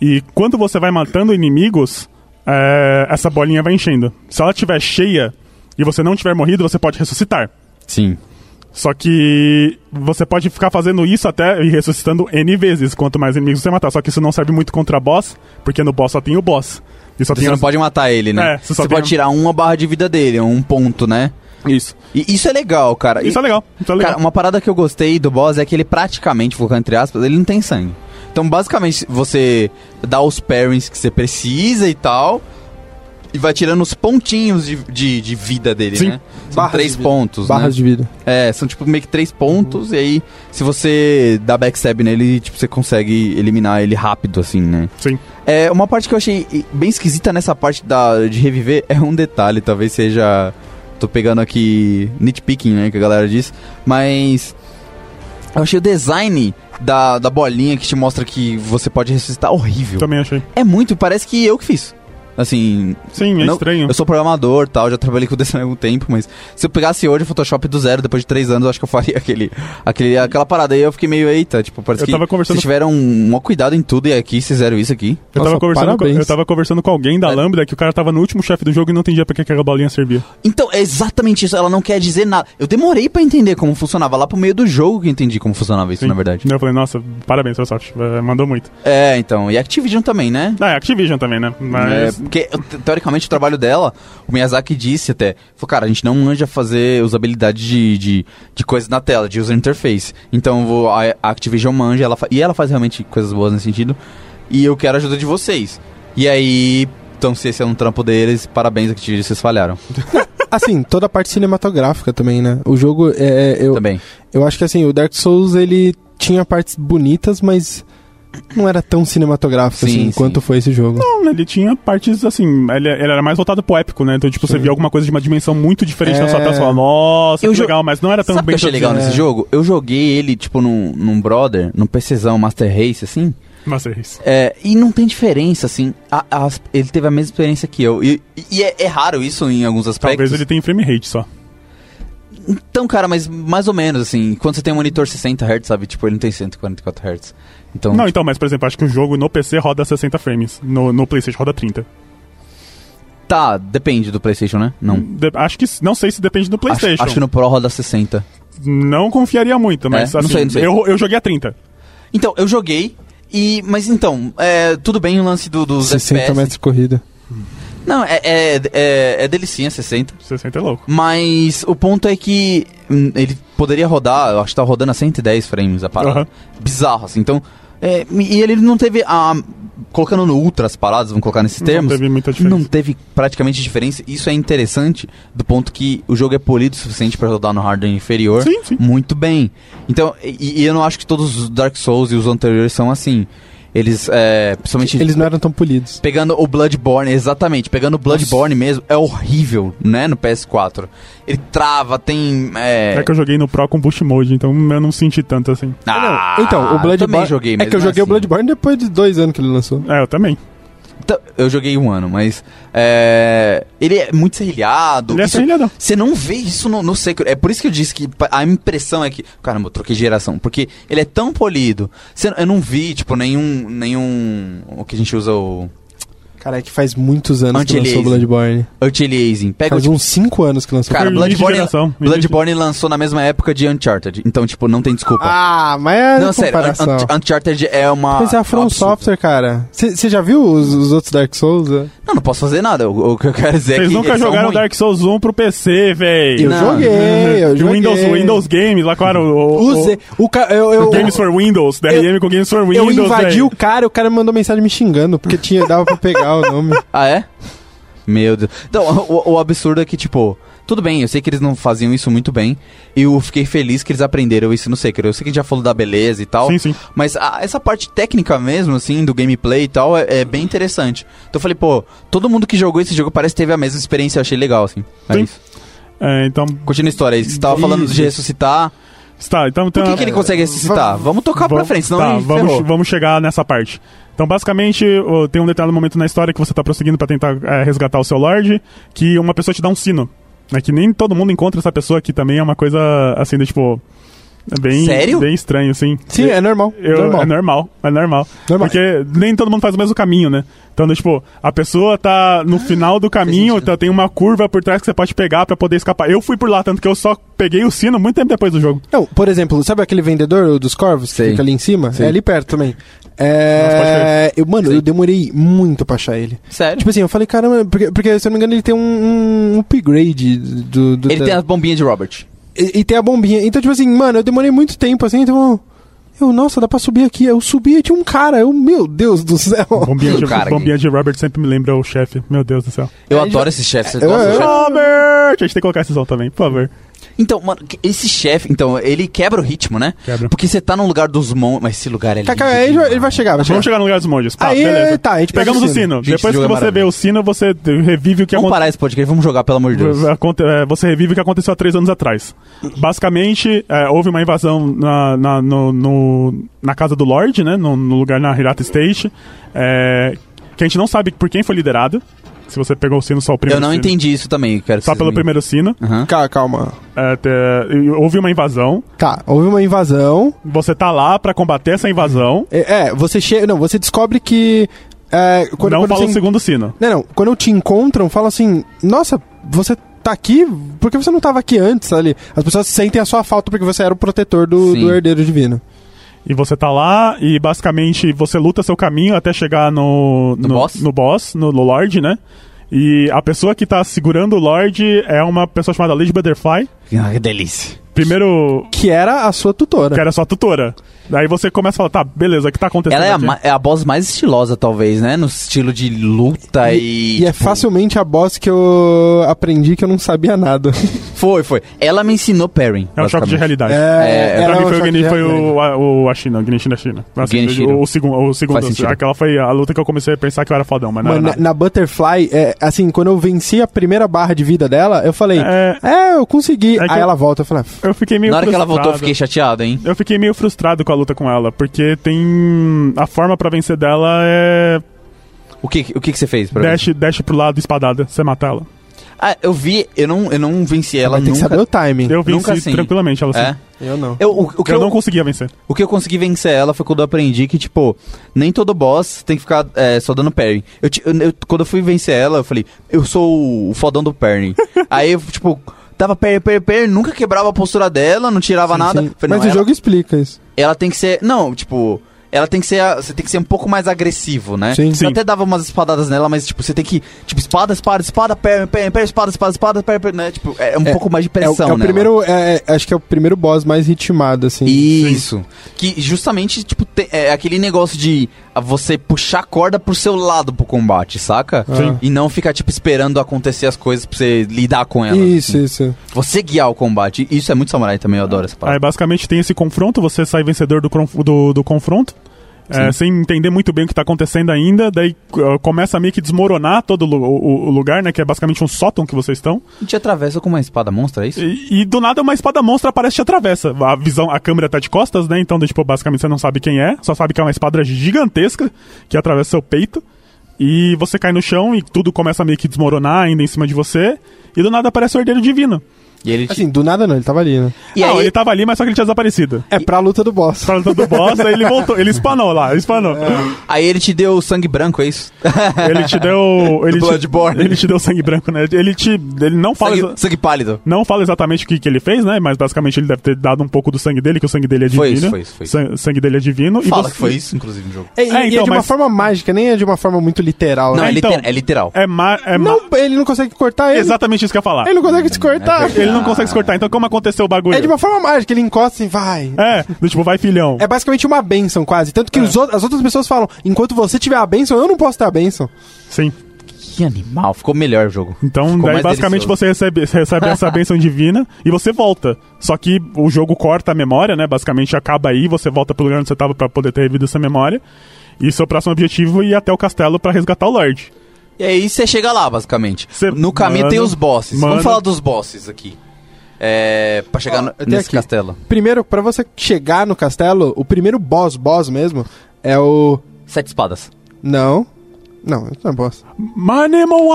Speaker 4: E quando você vai matando inimigos, é, essa bolinha vai enchendo. Se ela estiver cheia e você não tiver morrido, você pode ressuscitar.
Speaker 2: Sim.
Speaker 4: Só que você pode ficar fazendo isso até e ressuscitando N vezes, quanto mais inimigos você matar. Só que isso não serve muito contra boss, porque no boss só tem o boss. E só
Speaker 2: Você
Speaker 4: tem
Speaker 2: não
Speaker 4: as-
Speaker 2: pode matar ele, né?
Speaker 4: É, você
Speaker 2: você
Speaker 4: só tem-
Speaker 2: pode tirar uma barra de vida dele, um ponto, né?
Speaker 4: Isso.
Speaker 2: E isso é legal, cara. E-
Speaker 4: Isso é legal. Isso
Speaker 3: Tá
Speaker 4: é legal.
Speaker 2: Cara, uma parada que eu gostei do boss é que ele praticamente, vou colocar entre aspas, ele não tem sangue. Então, basicamente, você dá os parents que você precisa e tal, e vai tirando os pontinhos de, de, de vida dele,
Speaker 4: Sim.
Speaker 2: né? São
Speaker 3: Barras
Speaker 2: três
Speaker 3: de vida.
Speaker 2: pontos,
Speaker 3: Barras
Speaker 2: né?
Speaker 3: de vida.
Speaker 2: É, são tipo meio que três pontos, e aí, se você dá backstab nele, tipo, você consegue eliminar ele rápido, assim, né?
Speaker 4: Sim.
Speaker 2: É, uma parte que eu achei bem esquisita nessa parte da, de reviver é um detalhe, talvez seja. Tô pegando aqui nitpicking, né? Que a galera diz. Mas. Eu achei o design da, da bolinha que te mostra que você pode ressuscitar horrível.
Speaker 4: Também achei.
Speaker 2: É muito, parece que eu que fiz. Assim,
Speaker 4: Sim, é
Speaker 2: Não,
Speaker 4: estranho.
Speaker 2: Eu sou programador tal, já trabalhei com design há algum tempo, mas se eu pegasse hoje o Photoshop do zero, depois de três anos, eu acho que eu faria aquele, aquele, aquela parada aí. Eu fiquei meio, eita, tipo, parece
Speaker 4: Eu
Speaker 2: que
Speaker 4: tava conversando-
Speaker 2: vocês tiveram um maior cuidado em tudo e aqui fizeram isso aqui.
Speaker 4: Eu tava,
Speaker 3: Nossa,
Speaker 4: conversando com,
Speaker 3: parabéns.
Speaker 4: eu tava conversando com alguém da
Speaker 2: É.
Speaker 4: Lambda que o cara tava no último chefe do jogo e não entendia pra que aquela bolinha servia.
Speaker 2: Então, é exatamente isso, ela não quer dizer nada. Eu demorei pra entender como funcionava, lá pro meio do jogo que eu entendi como funcionava isso,
Speaker 4: Sim.
Speaker 2: na verdade.
Speaker 4: Eu falei, nossa, parabéns, sua sorte. É, Mandou muito.
Speaker 2: É, então, e Activision também, né?
Speaker 4: Ah, é Activision também, né?
Speaker 2: É,
Speaker 4: Mas.
Speaker 2: porque, te- teoricamente, o trabalho dela, o Miyazaki disse até, falou, cara, a gente não manja fazer usabilidade de, de, de coisas na tela, de user interface. Então, vou- a a Activision manja, ela fa- e ela faz realmente coisas boas nesse sentido, e eu quero a ajuda de vocês. E aí, então, se esse é um trampo deles, parabéns, Activision, vocês falharam
Speaker 3: Assim, toda a parte cinematográfica também, né? O jogo, é, é, eu,
Speaker 2: também.
Speaker 3: eu acho que assim, o Dark Souls, ele tinha partes bonitas, mas não era tão cinematográfico
Speaker 2: Sim, sim.
Speaker 3: assim, quanto foi esse jogo.
Speaker 4: Não, né? ele tinha partes assim, ele, ele era mais voltado pro épico, né? Então, tipo, você via alguma coisa de uma dimensão muito diferente na sua
Speaker 3: É.
Speaker 4: tela, você fala, nossa,
Speaker 2: Eu
Speaker 4: que
Speaker 2: jo-
Speaker 4: legal, mas não era tão
Speaker 2: Sabe o que
Speaker 4: bem
Speaker 2: eu achei legal
Speaker 4: produzido.
Speaker 2: nesse jogo? Eu joguei ele, tipo, num, num brother, num PCzão Master Race, assim,
Speaker 4: Mas é isso.
Speaker 2: É, e não tem diferença, assim. A- as- ele teve a mesma experiência que eu. E, e é, é raro isso em alguns aspectos.
Speaker 4: Talvez ele tenha frame rate só.
Speaker 2: Então, cara, mas mais ou menos, assim. Quando você tem um monitor 60 Hz, sabe? Tipo, ele não tem 144 Hz. Então,
Speaker 4: Não, então, mas, por exemplo, acho que o jogo no PC roda 60 frames. No, no PlayStation roda 30.
Speaker 2: tá, depende do PlayStation, né? Não.
Speaker 4: De- acho que. Não sei se depende do
Speaker 2: Acho,
Speaker 4: PlayStation.
Speaker 2: acho que no Pro roda 60.
Speaker 4: Não confiaria muito, mas
Speaker 2: É, não
Speaker 4: assim,
Speaker 2: sei, não sei.
Speaker 4: Eu, eu joguei a 30.
Speaker 2: Então, eu joguei. E, mas então, é, tudo bem o lance do, dos
Speaker 3: 60
Speaker 2: FPS.
Speaker 3: metros de corrida.
Speaker 2: Não, é, é, é, é delicinha 60.
Speaker 4: 60 é louco.
Speaker 2: Mas o ponto é que hum, ele poderia rodar, eu acho que tá rodando a 110 frames a parada.
Speaker 4: Aham.
Speaker 2: Bizarro, assim. Então, é, e ele não teve a. Colocando no ultra as paradas, vamos colocar nesses termos.
Speaker 4: Não teve muita diferença.
Speaker 2: Não teve praticamente diferença. Isso é interessante do ponto que o jogo é polido o suficiente pra rodar no hardware inferior
Speaker 4: Sim, sim.
Speaker 2: muito bem. Então, e, e eu não acho que todos os Dark Souls e os anteriores são assim. Eles, é, principalmente
Speaker 3: Eles não eram tão polidos.
Speaker 2: Pegando o Bloodborne, exatamente. Pegando o Bloodborne mesmo, é horrível, né? No PS4. Ele trava, tem. É,
Speaker 4: É que eu joguei no Pro com Boost Mode, então eu não senti tanto assim.
Speaker 2: Ah,
Speaker 3: Não, então, o
Speaker 2: também
Speaker 3: Bloodborne.
Speaker 2: joguei, mas
Speaker 3: é que eu
Speaker 2: não
Speaker 3: joguei o
Speaker 2: assim.
Speaker 3: Bloodborne depois de dois anos que ele lançou.
Speaker 4: É, eu também.
Speaker 2: Então, eu joguei um ano, mas. é, ele é muito serrilhado.
Speaker 4: Ele é
Speaker 2: Isso-
Speaker 4: serrilhadão.
Speaker 2: Você não vê isso no, no Sekiro. É por isso que eu disse que pa- a impressão é que. Caramba, eu troquei de geração. Porque ele é tão polido. Você- eu não vi, tipo, nenhum. nenhum. O que a gente usa o.
Speaker 3: Cara, é que faz muitos anos que lançou
Speaker 2: Anti-Lazy.
Speaker 3: o Bloodborne.
Speaker 2: É Anti-aliasing. Pega o tipo,
Speaker 3: Faz uns 5 anos que lançou.
Speaker 2: Cara,
Speaker 4: Foi o início um de
Speaker 2: Bloodborne,
Speaker 4: geração, início de-
Speaker 2: Bloodborne lançou na mesma época de Uncharted. Então, tipo, não tem desculpa.
Speaker 3: Ah, mas é
Speaker 2: não, sério,
Speaker 3: comparação.
Speaker 2: Un- Un- Uncharted é uma.
Speaker 3: mas é a From
Speaker 2: um absurdo.
Speaker 3: Software, cara. Você já viu os, os outros Dark Souls? É?
Speaker 2: Não, não posso fazer nada. O, o que eu quero dizer é
Speaker 4: Vocês
Speaker 2: que.
Speaker 4: nunca
Speaker 2: eles são
Speaker 4: jogaram
Speaker 2: ruins.
Speaker 4: Dark Souls 1 pro PC, véi.
Speaker 3: Eu
Speaker 2: Não.
Speaker 3: joguei, eu
Speaker 4: De
Speaker 3: joguei.
Speaker 2: um,
Speaker 4: Windows, Windows Games, lá claro, o, o,
Speaker 3: Usei. O, ca- eu, eu,
Speaker 4: Games for Windows, DRM com Games for
Speaker 3: eu
Speaker 4: Windows.
Speaker 3: invadi
Speaker 4: véi.
Speaker 3: o cara, o cara me mandou mensagem me xingando, porque tinha, dava pra pegar o nome.
Speaker 2: Ah, é? Meu Deus. Então, o, o absurdo é que, tipo, tudo bem, eu sei que eles não faziam isso muito bem. E eu fiquei feliz que eles aprenderam isso no Sekiro. Eu sei que a gente já falou da beleza e tal.
Speaker 4: Sim, sim.
Speaker 2: Mas a- essa parte técnica mesmo, assim, do gameplay e tal, é, é bem interessante. Então eu falei, pô, todo mundo que jogou esse jogo parece que teve a mesma experiência, eu achei legal, assim. É
Speaker 4: Sim.
Speaker 2: isso.
Speaker 4: É, então,
Speaker 2: Continua a história aí. Você tava falando de
Speaker 3: Isso.
Speaker 2: ressuscitar.
Speaker 4: está, então...
Speaker 2: Por
Speaker 4: então-
Speaker 2: que, que ele consegue ressuscitar? Vamos tocar pra
Speaker 4: Vamos-
Speaker 2: frente, senão
Speaker 4: tá,
Speaker 2: ele ferrou.
Speaker 4: vamos, vamos chegar nessa parte. Então, basicamente, o- tem um determinado momento na história que você tá prosseguindo pra tentar é, resgatar o seu Lorde, que uma pessoa te dá um sino. É que nem todo mundo encontra essa pessoa, que também é uma coisa, assim, do tipo... é Bem,
Speaker 2: Sério?
Speaker 4: Bem estranho, assim.
Speaker 3: Sim, é normal.
Speaker 4: Eu-
Speaker 3: normal.
Speaker 4: É normal, é normal.
Speaker 3: Normal.
Speaker 4: Porque nem todo mundo faz o mesmo caminho, né? Então, tipo, a pessoa tá no final do caminho,
Speaker 2: sentido.
Speaker 4: tá- tem uma curva por trás que você pode pegar pra poder escapar. Eu fui por lá, tanto que eu só peguei o sino muito tempo depois do jogo.
Speaker 3: Não, por exemplo, sabe aquele vendedor o dos corvos que
Speaker 2: Sei.
Speaker 3: fica ali em cima?
Speaker 2: Sei.
Speaker 3: É ali perto também.
Speaker 4: Nossa, pode
Speaker 3: É...
Speaker 4: crer.
Speaker 3: eu, mano,
Speaker 2: Sei.
Speaker 3: eu demorei muito pra achar ele.
Speaker 2: Sério?
Speaker 3: Tipo assim, eu falei, caramba, porque, porque, se eu não me engano ele tem um, um upgrade do... do
Speaker 2: ele
Speaker 3: da-
Speaker 2: tem a bombinha de Robert.
Speaker 3: e, e tem a bombinha. Então, tipo assim, mano, eu demorei muito tempo, assim, então... Eu, nossa, dá pra subir aqui. Eu subi e tinha um cara. Eu, meu Deus do céu.
Speaker 4: Bombinha de,
Speaker 2: Cara,
Speaker 4: bombinha de Robert sempre me lembra o chefe. Meu Deus do céu.
Speaker 2: Eu
Speaker 3: É,
Speaker 2: adoro
Speaker 3: ele-
Speaker 2: esses chefes.
Speaker 3: É,
Speaker 2: Nossa,
Speaker 3: é.
Speaker 2: chefe.
Speaker 4: Robert! A gente tem que colocar esse som também, por favor.
Speaker 2: Então, mano, que- esse chefe, então, ele quebra o ritmo, né?
Speaker 4: Quebra.
Speaker 2: Porque você tá num lugar dos monstros. Mas esse lugar é lindo.
Speaker 3: Cacá, aí Tá, ele vai- ele vai chegar, vai chegar.
Speaker 4: Vamos chegar no lugar dos monges. Pá,
Speaker 3: Aí,
Speaker 4: beleza.
Speaker 3: é. tá, a gente pega
Speaker 4: Pegamos
Speaker 3: o
Speaker 4: o sino.
Speaker 3: sino.
Speaker 2: Gente,
Speaker 4: Depois
Speaker 2: esse
Speaker 4: que
Speaker 2: jogo é
Speaker 4: você vê
Speaker 2: maravilhoso.
Speaker 4: o sino, você revive o que
Speaker 2: Vamos
Speaker 4: aconte-
Speaker 2: parar esse podcast, vamos jogar, pelo amor de Deus.
Speaker 4: aconte- é, Você revive o que aconteceu há três anos atrás. Basicamente, é, houve uma invasão na, na, no- no- na casa do Lorde, né? No, no lugar na Hirata State. é, que a gente não sabe por quem foi liderada. Se você pegou o sino só o
Speaker 2: Eu
Speaker 4: primeiro
Speaker 2: não
Speaker 4: sino.
Speaker 2: entendi isso também, quero que
Speaker 4: Só
Speaker 2: vocês
Speaker 4: pelo
Speaker 2: me-
Speaker 4: primeiro sino.
Speaker 2: Aham.
Speaker 3: Ca- Calma.
Speaker 4: É, te- houve uma invasão.
Speaker 3: Tá, houve uma invasão.
Speaker 4: Você tá lá pra combater essa invasão.
Speaker 3: É, é, você chega. Não, você descobre que. é, quando,
Speaker 4: não
Speaker 3: quando
Speaker 4: fala
Speaker 3: você-
Speaker 4: o segundo sino.
Speaker 3: Não, não. Quando te encontram, falam assim: Nossa, você tá aqui? Por que você não tava aqui antes ali? As pessoas sentem a sua falta porque você era o protetor do,
Speaker 2: Sim.
Speaker 3: do herdeiro divino.
Speaker 4: E você tá lá e basicamente você luta seu caminho até chegar no.
Speaker 2: No boss?
Speaker 4: No boss, no, no Lorde, né? E a pessoa que tá segurando o Lorde é uma pessoa chamada Liz Butterfly.
Speaker 2: Ah, que delícia.
Speaker 4: Primeiro,
Speaker 3: Que era a sua tutora.
Speaker 4: que era sua tutora. Daí você começa a falar, tá, beleza, o que tá acontecendo?
Speaker 2: Ela é a,
Speaker 4: aqui?
Speaker 2: ma- é a boss mais estilosa, talvez, né? No estilo de luta e.
Speaker 3: E é
Speaker 4: tipo
Speaker 3: facilmente a boss que eu aprendi que eu não sabia nada.
Speaker 2: Foi, foi. Ela me ensinou pairing.
Speaker 4: É um choque de realidade. Pra
Speaker 3: É,
Speaker 4: mim
Speaker 3: era um
Speaker 4: foi, o,
Speaker 3: choque
Speaker 4: Geni-
Speaker 3: de
Speaker 4: foi
Speaker 3: realidade.
Speaker 4: o, a, o, a China, o Genshin da China. Assim,
Speaker 2: Genshin.
Speaker 4: o, o, segun, o segundo.
Speaker 2: Faz
Speaker 4: assim,
Speaker 2: sentido.
Speaker 4: Aquela foi a luta que eu comecei a pensar que eu era fodão, mas não
Speaker 3: Mano,
Speaker 4: era
Speaker 3: na,
Speaker 4: nada.
Speaker 3: na Butterfly, é, assim, quando eu venci a primeira barra de vida dela, eu falei,
Speaker 4: É.
Speaker 3: é, eu consegui.
Speaker 4: É que
Speaker 3: Aí
Speaker 4: eu-
Speaker 3: ela volta, eu falei, "Ah,
Speaker 4: Eu fiquei meio
Speaker 2: Na hora que ela voltou, eu
Speaker 4: frustrado.
Speaker 2: fiquei chateado, hein?
Speaker 4: Eu fiquei meio frustrado com a luta com ela, porque tem. A forma pra vencer dela é.
Speaker 2: O que, o que, que você fez pra mim?
Speaker 4: Dash, dash pro lado, espadada, você mata ela.
Speaker 2: Ah, eu vi, eu não, eu não venci ela
Speaker 3: vai ter que
Speaker 2: nunca.
Speaker 3: saber o timing.
Speaker 4: Eu venci
Speaker 2: Nunca assim.
Speaker 4: tranquilamente ela assim.
Speaker 2: É.
Speaker 3: Eu não.
Speaker 2: Eu, o, o que
Speaker 4: eu,
Speaker 2: eu,
Speaker 4: não conseguia vencer.
Speaker 2: o que eu consegui vencer ela foi quando eu aprendi que, tipo, nem todo boss tem que ficar é, só dando parry. Eu, ti- eu- eu- quando eu fui vencer ela, eu falei, eu sou o fodão do parry. Aí eu, tipo, dava parry, parry, parry, nunca quebrava a postura dela, não tirava
Speaker 3: Sim,
Speaker 2: nada.
Speaker 3: sim.
Speaker 2: Falei, não,
Speaker 3: Mas o
Speaker 2: ela-
Speaker 3: jogo explica isso. É
Speaker 2: ela tem que ser. Não, tipo. Ela tem que ser. a- Você tem que ser um pouco mais agressivo, né?
Speaker 3: Sim.
Speaker 2: Você
Speaker 4: Sim.
Speaker 2: até dava umas espadadas nela, mas, tipo, você tem que. Tipo, espada, espada, espada, pé, pé, pé, espada, espada, espada, pé, pé, né? Tipo, é um
Speaker 3: É-
Speaker 2: pouco mais de
Speaker 3: É, o-
Speaker 2: pressão,
Speaker 3: é o
Speaker 2: nela.
Speaker 3: primeiro, é, é, acho que é o primeiro boss mais ritmado, assim.
Speaker 2: Isso. Que justamente, tipo, te- é aquele negócio de ah, você puxar a corda pro seu lado pro combate, saca?
Speaker 3: Sim.
Speaker 2: E não ficar, tipo, esperando acontecer as coisas pra você lidar com elas.
Speaker 3: Isso,
Speaker 2: assim.
Speaker 3: isso.
Speaker 2: Você guiar o combate. Isso é muito samurai também, eu adoro essa
Speaker 4: Aí
Speaker 2: parte.
Speaker 4: basicamente tem esse confronto, você sai vencedor do, cronf- do, do confronto. é, sem entender muito bem o que tá acontecendo ainda, daí uh, começa a meio que desmoronar todo lu- o, o lugar, né? Que é basicamente um sótão que vocês estão.
Speaker 2: A gente atravessa com uma espada monstra, é isso?
Speaker 4: E, e do nada uma espada monstra aparece e te atravessa. A visão, a câmera tá de costas, né? Então, tipo, basicamente você não sabe quem é, só sabe que é uma espada gigantesca que atravessa seu peito. E você cai no chão e tudo começa a meio que desmoronar ainda em cima de você. E do nada aparece o herdeiro divino.
Speaker 2: E ele. te-
Speaker 3: Assim, do nada não, ele tava ali, né?
Speaker 2: e
Speaker 4: não,
Speaker 2: aí,
Speaker 4: ele tava ali, mas só que ele tinha desaparecido.
Speaker 3: É pra luta do boss.
Speaker 4: Pra luta do boss, aí ele voltou. Ele espanou lá, espanou.
Speaker 2: aí ele te deu sangue branco, é isso?
Speaker 4: Ele te deu.
Speaker 2: Do
Speaker 4: Ele te,
Speaker 2: Bloodborne.
Speaker 4: ele te deu sangue branco, né? Ele te. Ele não fala.
Speaker 2: sangue,
Speaker 4: exa-
Speaker 2: sangue pálido.
Speaker 4: Não fala exatamente o que, que ele fez, né? Mas basicamente ele deve ter dado um pouco do sangue dele, que o sangue dele é divino.
Speaker 2: Foi isso, foi isso, foi isso.
Speaker 4: San- sangue dele é divino. e
Speaker 2: Fala
Speaker 4: você-
Speaker 2: que foi isso, inclusive, no jogo.
Speaker 3: É, e-
Speaker 4: É,
Speaker 3: e
Speaker 4: então,
Speaker 3: é de uma
Speaker 4: mas-
Speaker 3: forma mágica, nem é de uma forma muito literal.
Speaker 2: Não,
Speaker 3: né?
Speaker 2: é,
Speaker 4: então-
Speaker 2: liter- é literal.
Speaker 4: É, ma é ma-
Speaker 3: Não, ele não consegue cortar ele.
Speaker 4: exatamente isso que eu ia falar.
Speaker 3: Ele não consegue se
Speaker 2: É
Speaker 3: cortar.
Speaker 4: Ele
Speaker 2: Ah.
Speaker 4: não consegue se cortar, então como aconteceu o bagulho?
Speaker 3: É de uma forma mágica, ele encosta assim, vai.
Speaker 4: É, do tipo, vai filhão.
Speaker 3: É basicamente uma benção, quase. Tanto
Speaker 2: É.
Speaker 3: que os outros- as outras pessoas falam: enquanto você tiver a benção, eu não posso ter a benção.
Speaker 4: Sim.
Speaker 2: Que animal, ficou melhor o jogo.
Speaker 4: Então,
Speaker 2: Ficou
Speaker 4: daí
Speaker 2: mais
Speaker 4: basicamente
Speaker 2: delicioso.
Speaker 4: você recebe, você recebe essa bênção divina e você volta. Só que o jogo corta a memória, né? Basicamente acaba aí, você volta pro lugar onde você tava pra poder ter revido essa memória. E seu próximo objetivo é ir até o castelo pra resgatar o Lorde.
Speaker 2: E aí você chega lá, basicamente.
Speaker 4: Cê-
Speaker 2: No caminho tem
Speaker 4: mano,
Speaker 2: os bosses.
Speaker 4: mano.
Speaker 2: Vamos falar dos bosses aqui. É. Pra chegar no-
Speaker 3: eu tenho
Speaker 2: nesse
Speaker 3: aqui.
Speaker 2: castelo.
Speaker 3: Primeiro, pra você chegar no castelo, o primeiro boss, boss mesmo, é o.
Speaker 2: Sete espadas.
Speaker 3: Não. Não, isso não é boss.
Speaker 4: Manemon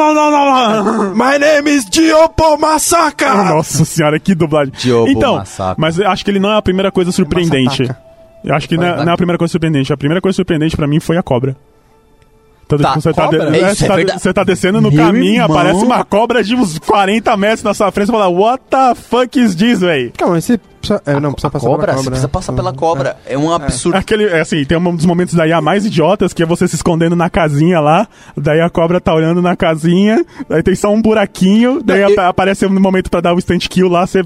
Speaker 4: Arota.
Speaker 3: My name is Diopo Massacre!
Speaker 4: Nossa senhora, que dublagem.
Speaker 2: Diogo
Speaker 4: então,
Speaker 2: Massacre.
Speaker 4: mas eu acho que ele não é a primeira coisa surpreendente.
Speaker 3: Massataca.
Speaker 4: Eu acho que não
Speaker 2: Vai,
Speaker 4: é,
Speaker 2: vai.
Speaker 4: não é a primeira coisa surpreendente. A primeira coisa surpreendente pra mim foi a cobra. Então,
Speaker 2: Tá,
Speaker 4: tipo, você, Tá
Speaker 3: cobra?
Speaker 4: de-
Speaker 2: É
Speaker 4: é,
Speaker 2: isso,
Speaker 4: você
Speaker 2: é
Speaker 4: tá de-
Speaker 2: verdade.
Speaker 4: você tá descendo no
Speaker 2: Meu
Speaker 4: caminho,
Speaker 2: irmão.
Speaker 4: aparece uma cobra de uns 40 metros na sua frente e fala: What the fuck is this, véi?
Speaker 3: Calma, esse. Precisa, é, não, precisa
Speaker 2: A
Speaker 3: passar
Speaker 2: cobra?
Speaker 3: pela cobra.
Speaker 2: Você
Speaker 3: né?
Speaker 2: precisa passar
Speaker 3: Ah,
Speaker 2: pela cobra. É, um absurdo.
Speaker 4: Aquele, é assim, tem um dos momentos da IA mais idiotas, que é você se escondendo na casinha lá, daí a cobra tá olhando na casinha, daí tem só um buraquinho, daí
Speaker 3: Não,
Speaker 4: apa- aparece um momento pra dar o instant kill lá, você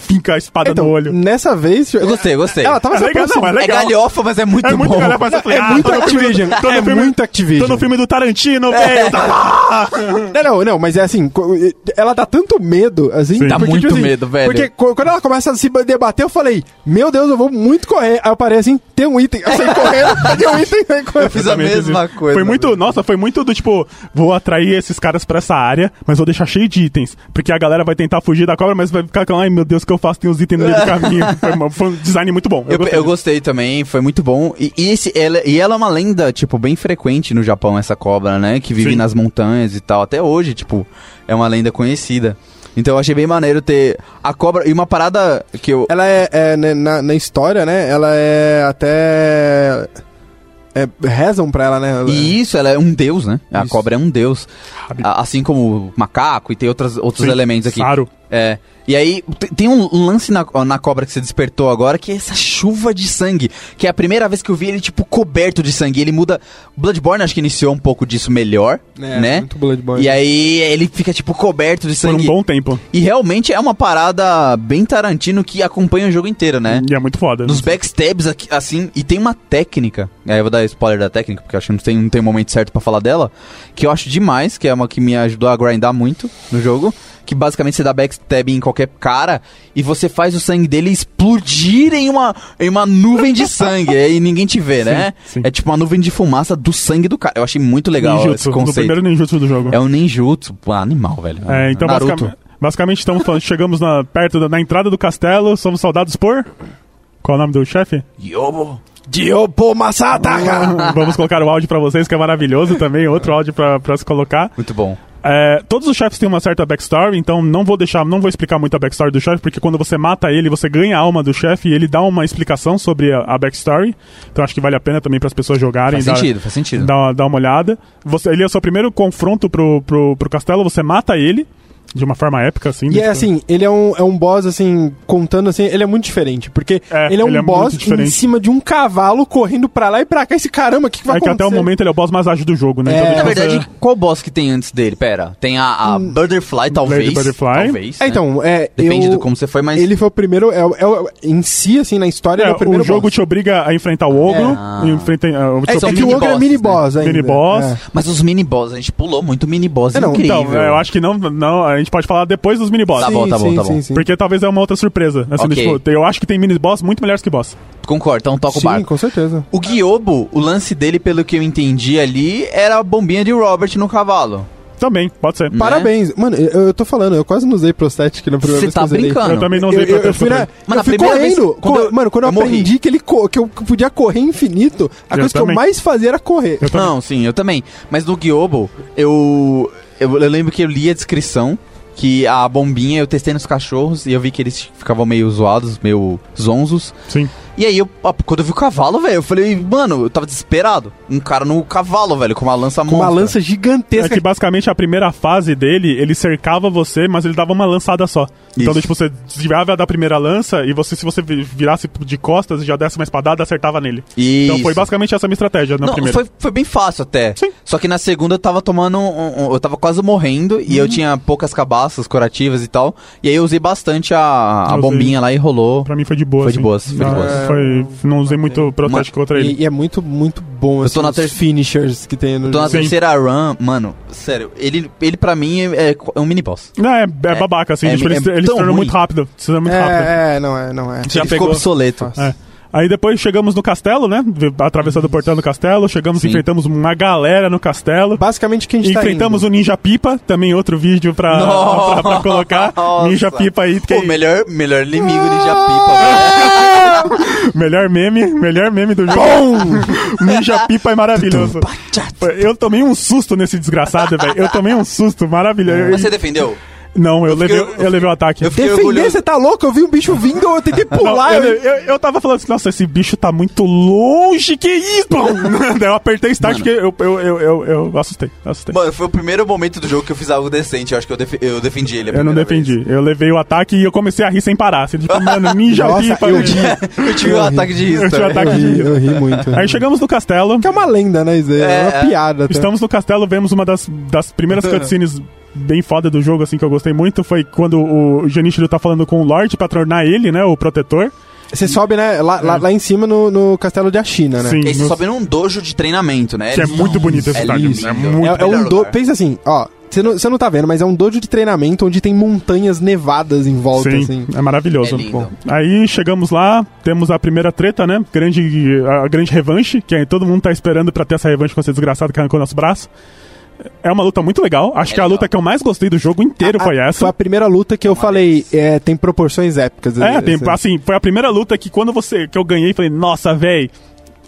Speaker 4: finca a espada
Speaker 3: Então,
Speaker 4: no olho.
Speaker 3: nessa vez.
Speaker 2: Eu gostei, gostei.
Speaker 3: Ela tava
Speaker 4: É
Speaker 3: se
Speaker 4: legal,
Speaker 3: aproximando.
Speaker 4: não, é legal.
Speaker 2: É galhofa, mas é muito
Speaker 4: É muito
Speaker 2: bom.
Speaker 4: galera, mas eu falei,
Speaker 3: É
Speaker 4: ah,
Speaker 3: muito
Speaker 4: tô no filme do-
Speaker 3: Activision.
Speaker 4: tô no
Speaker 3: É
Speaker 4: filme-
Speaker 3: muito Activision.
Speaker 4: Tô no filme do Tarantino, velho. tá-
Speaker 3: Não, não, não, mas é assim, co- ela dá tanto medo, assim.
Speaker 2: Dá muito
Speaker 3: assim,
Speaker 2: medo, velho.
Speaker 3: Porque co- quando ela começa a se debater, eu falei, meu Deus, eu vou muito correr. Aí eu parei assim, tem um item. Eu saí correndo, tem um item, saí correndo.
Speaker 2: Fiz a mesma coisa.
Speaker 4: Foi muito, nossa, foi muito do tipo, vou atrair esses caras pra essa área, mas vou deixar cheio de itens. Porque a galera vai tentar fugir da cobra, mas vai ficar com, ai meu Deus, o que eu faço? Tem uns itens no meio do caminho. Foi, uma- foi um design muito bom.
Speaker 2: Eu, eu gostei.
Speaker 4: disso.
Speaker 2: também, foi muito bom. E, e esse, ela, e ela é uma lenda, tipo, bem frequente no Japão, essa cobra, né? Que vive
Speaker 4: Sim.
Speaker 2: nas montanhas e tal. Até hoje, tipo, é uma lenda conhecida. Então eu achei bem maneiro ter a cobra. E uma parada que eu.
Speaker 3: Ela é, é, né, na, na história, né? Ela é até. é, rezam pra ela, né? Ela-
Speaker 2: E isso, ela é um deus, né? A
Speaker 3: Isso.
Speaker 2: cobra é um deus.
Speaker 4: Sabe?
Speaker 2: A- assim como o macaco e tem outras, outros
Speaker 4: Sim,
Speaker 2: elementos aqui.
Speaker 4: Saro.
Speaker 2: É. E aí, te- tem um lance na, ó, na cobra que você despertou agora, que é essa chuva de sangue. Que é a primeira vez que eu vi ele, tipo, coberto de sangue. Ele muda. Bloodborne acho que iniciou um pouco disso melhor,
Speaker 3: É,
Speaker 2: né?
Speaker 3: Muito Bloodborne.
Speaker 2: E aí ele fica, tipo, coberto de
Speaker 4: Por um
Speaker 2: sangue.
Speaker 4: bom tempo.
Speaker 2: E realmente é uma parada bem Tarantino que acompanha o jogo inteiro, né?
Speaker 4: E é muito foda.
Speaker 2: Nos backstabs, aqui, assim, e tem uma técnica. Aí eu vou dar spoiler da técnica, porque eu acho que não tem, não tem um momento certo pra falar dela. Que eu acho demais, que é uma que me ajudou a grindar muito no jogo. Que basicamente você dá backstab em qualquer cara e você faz o sangue dele explodir em uma, em uma nuvem de sangue. e ninguém te vê, né?
Speaker 4: sim.
Speaker 2: É tipo uma nuvem de fumaça do sangue do cara. Eu achei muito legal esse
Speaker 4: ninjutsu, no
Speaker 2: conceito.
Speaker 4: primeiro ninjutsu do jogo.
Speaker 2: É um ninjutsu, pô, animal, velho.
Speaker 4: É, então
Speaker 2: Naruto.
Speaker 4: basicamente, basicamente estamos falando, chegamos na, perto da na entrada do castelo, somos soldados por. Qual é o nome do chefe?
Speaker 2: Yobo.
Speaker 3: Diopo Masataka!
Speaker 4: Vamos colocar o áudio pra vocês, que é maravilhoso também, outro áudio pra, pra se colocar.
Speaker 2: Muito bom.
Speaker 4: É, todos os chefes têm uma certa backstory, então não vou deixar, não vou explicar muito a backstory do chefe, porque quando você mata ele, você ganha a alma do chefe e ele dá uma explicação sobre a, a backstory. Então acho que vale a pena também para as pessoas jogarem.
Speaker 2: Faz
Speaker 4: dar-
Speaker 2: sentido, faz sentido.
Speaker 4: Dá, uma- dá uma olhada. Você, ele é o seu primeiro confronto pro, pro, pro castelo, você mata ele de uma forma épica, assim.
Speaker 3: E
Speaker 4: tipo-
Speaker 3: é assim, ele é um, é um boss, assim, contando assim, ele é muito diferente. Porque
Speaker 4: É,
Speaker 3: ele é um
Speaker 4: ele é muito
Speaker 3: boss em
Speaker 4: diferente.
Speaker 3: cima de um cavalo correndo pra lá e pra cá. Esse caramba, o que, que vai
Speaker 4: É que
Speaker 3: acontecer?
Speaker 4: até o momento ele é o boss mais ágil do jogo, né?
Speaker 3: É.
Speaker 4: Então,
Speaker 2: Na
Speaker 4: tipo,
Speaker 2: verdade,
Speaker 4: você- Hum,
Speaker 2: qual boss que tem antes dele? Pera, tem a, a Butterfly, talvez.
Speaker 4: Butterfly.
Speaker 2: Talvez,
Speaker 3: É,
Speaker 2: né?
Speaker 3: então, é.
Speaker 2: Depende
Speaker 3: eu-
Speaker 2: de como você foi, mas...
Speaker 3: Ele foi o primeiro. É, o- é o- em si, assim, na história, ele é o
Speaker 4: é,
Speaker 3: primeiro.
Speaker 4: o jogo
Speaker 3: boss.
Speaker 4: te obriga a enfrentar o ogro, e enfrenta, é, te
Speaker 3: É,
Speaker 2: são né?
Speaker 3: é
Speaker 4: obriga-
Speaker 3: que o ogro
Speaker 2: mini-bosses,
Speaker 3: é mini boss ainda.
Speaker 4: Mini boss.
Speaker 3: É.
Speaker 2: Mas os mini-boss, a gente pulou muito mini-boss,
Speaker 3: É, não,
Speaker 2: incrível.
Speaker 4: Então, é, eu acho que não, não, a gente pode falar depois dos mini-boss.
Speaker 2: Tá bom, tá bom, tá bom.
Speaker 4: Porque talvez é uma outra surpresa. Assim,
Speaker 2: Ok.
Speaker 4: tipo, tem- eu acho que tem mini-boss muito melhores que boss.
Speaker 2: Concordo, então toca o
Speaker 3: Sim,
Speaker 2: barco.
Speaker 3: com certeza.
Speaker 2: O Guiobo, o lance dele, pelo que eu entendi ali, era a bombinha de Robert no cavalo.
Speaker 4: Também, pode ser.
Speaker 3: Parabéns. Mano, eu, eu tô falando, eu quase não usei prosthetic na primeira
Speaker 2: Você
Speaker 3: vez
Speaker 2: tá
Speaker 3: que eu zerei.
Speaker 2: brincando.
Speaker 4: Eu também não
Speaker 3: Eu,
Speaker 4: usei
Speaker 3: eu, eu fui, na,
Speaker 4: protesto.
Speaker 2: Mas
Speaker 3: eu
Speaker 2: na
Speaker 3: fui
Speaker 2: primeira vez,
Speaker 3: correndo.
Speaker 2: quando
Speaker 3: Quando-
Speaker 2: eu-
Speaker 3: mano, quando eu,
Speaker 2: eu morri.
Speaker 3: aprendi que, ele co- que eu que eu podia correr infinito, a
Speaker 4: Eu
Speaker 3: coisa que eu
Speaker 4: também.
Speaker 3: mais fazia era correr.
Speaker 4: Eu também.
Speaker 2: Não, sim, eu também. Mas no Guiobo, eu, eu. eu lembro que eu li a descrição. Que a bombinha eu testei nos cachorros e eu vi que eles ficavam meio zoados, meio zonzos.
Speaker 4: Sim.
Speaker 2: E aí, eu, ah, quando eu vi o cavalo, velho, eu falei, mano, eu tava desesperado. Um cara no cavalo, velho, com uma lança
Speaker 3: Com uma
Speaker 2: monstra.
Speaker 3: lança
Speaker 4: É
Speaker 3: gigantesca.
Speaker 4: que basicamente a primeira fase dele, ele cercava você, mas ele dava uma lançada só. Então,
Speaker 2: Isso.
Speaker 4: tipo, você desviava da primeira lança e você, se você vi- virasse de costas e já desse uma espadada, acertava nele.
Speaker 2: Isso.
Speaker 4: Então foi basicamente essa a minha estratégia na
Speaker 2: Não,
Speaker 4: primeira.
Speaker 2: foi, foi bem fácil até.
Speaker 4: Sim.
Speaker 2: Só que na segunda eu tava tomando. um- um- eu tava quase morrendo e
Speaker 4: Uhum.
Speaker 2: eu tinha poucas cabaças curativas e tal. E aí eu usei bastante a, a
Speaker 4: Usei.
Speaker 2: bombinha lá e rolou.
Speaker 4: Pra mim foi de boa.
Speaker 2: Foi de
Speaker 4: assim.
Speaker 2: boas, foi de
Speaker 4: não,
Speaker 2: boas.
Speaker 4: foi- não usei muito protético contra ele.
Speaker 3: E, e é muito, muito bom, assim,
Speaker 2: tô na
Speaker 3: os
Speaker 2: ter-
Speaker 3: finishers que tem no
Speaker 2: Então na
Speaker 3: jogo.
Speaker 4: Sim.
Speaker 2: terceira run, mano, sério, ele, ele pra mim é, é um mini boss.
Speaker 4: Não, é, é babaca, assim,
Speaker 2: é-
Speaker 4: tipo, ele,
Speaker 2: é
Speaker 4: ele se
Speaker 2: tão
Speaker 4: tornou
Speaker 2: ruim.
Speaker 4: muito rápido. Se tornou muito rápido.
Speaker 3: É, é, não é, não é.
Speaker 4: Já
Speaker 2: ele
Speaker 4: pegou.
Speaker 2: ficou obsoleto.
Speaker 3: Nossa.
Speaker 4: É. Aí depois chegamos no castelo, né? Atravessando o portão do castelo, chegamos,
Speaker 2: Sim.
Speaker 4: enfrentamos uma galera no castelo.
Speaker 3: Basicamente o que a gente tá
Speaker 4: Enfrentamos
Speaker 3: indo.
Speaker 4: o Ninja Pipa, também outro vídeo pra, pra, pra colocar.
Speaker 2: Nossa.
Speaker 4: Ninja Pipa aí, que é
Speaker 2: Pô, melhor, melhor inimigo Ninja
Speaker 4: Ah!
Speaker 2: Pipa,
Speaker 4: melhor meme, melhor meme do jogo. Ninja Pipa é maravilhoso. Eu tomei um susto nesse desgraçado, velho. Eu tomei um susto maravilhoso.
Speaker 2: velho. Você defendeu?
Speaker 4: Não, eu, levei,
Speaker 2: fiquei- eu
Speaker 4: eu levei o ataque.
Speaker 2: eu fiquei-
Speaker 3: Defender,
Speaker 2: orgulhoso.
Speaker 3: você tá louco? Eu vi um bicho vindo, eu tentei
Speaker 4: Não,
Speaker 3: pular. né?
Speaker 4: eu,
Speaker 3: eu-
Speaker 4: eu, eu tava falando assim, nossa, esse bicho tá muito longe, que isso? Daí eu apertei start
Speaker 2: Mano.
Speaker 4: porque eu, eu, eu, eu, eu assustei, assustei.
Speaker 2: Mano, foi o primeiro momento do jogo que eu fiz algo decente. Eu acho que eu, def- eu defendi ele. a
Speaker 4: Eu não
Speaker 2: primeira vez.
Speaker 4: defendi. Eu levei o ataque e eu comecei a rir sem parar. Assim, tipo, mano, ninja
Speaker 3: Nossa,
Speaker 4: pipa.
Speaker 3: eu
Speaker 4: velho.
Speaker 2: eu tive um ataque de
Speaker 4: Eu
Speaker 2: riso.
Speaker 4: tive um
Speaker 2: também.
Speaker 4: ataque
Speaker 3: Eu ri,
Speaker 4: de riso.
Speaker 3: eu ri muito.
Speaker 4: Aí chegamos no castelo.
Speaker 3: Que é uma lenda, né, Zé? É,
Speaker 2: É,
Speaker 3: uma
Speaker 2: é.
Speaker 3: piada. até.
Speaker 4: Estamos no castelo, vemos uma das, das primeiras cutscenes bem foda do jogo, assim, que eu gostei muito, foi quando o Janichiro tá falando com o Lorde pra tornar ele, né, o protetor.
Speaker 3: Você sobe, né? Lá,
Speaker 4: É.
Speaker 3: lá, lá em cima no, no castelo de Ashina, né?
Speaker 4: Sim,
Speaker 5: Esse
Speaker 4: no-
Speaker 5: sobe num dojo de treinamento, né?
Speaker 4: Que é muito bonito esse
Speaker 5: é
Speaker 4: estádio,
Speaker 5: lindo.
Speaker 4: é muito
Speaker 3: É, é
Speaker 5: melhor
Speaker 3: um do...
Speaker 5: lugar.
Speaker 3: Pensa assim, ó. Você não, você não tá vendo, mas é um dojo de treinamento onde tem montanhas nevadas em volta,
Speaker 4: Sim,
Speaker 3: assim.
Speaker 4: é maravilhoso.
Speaker 5: É lindo.
Speaker 4: Bom, aí chegamos lá, temos a primeira treta, né? Grande, a grande revanche, que aí todo mundo tá esperando pra ter essa revanche com esse desgraçado que arrancou nosso braço. É uma luta muito legal. Acho
Speaker 5: É
Speaker 4: que a
Speaker 5: legal.
Speaker 4: luta que eu mais gostei do jogo inteiro
Speaker 3: A-
Speaker 4: foi essa.
Speaker 3: Foi a primeira luta que eu falei, é, tem proporções épicas.
Speaker 4: É, tem,
Speaker 3: Assim.
Speaker 4: assim, foi a primeira luta que quando você que eu ganhei, falei, nossa, véi.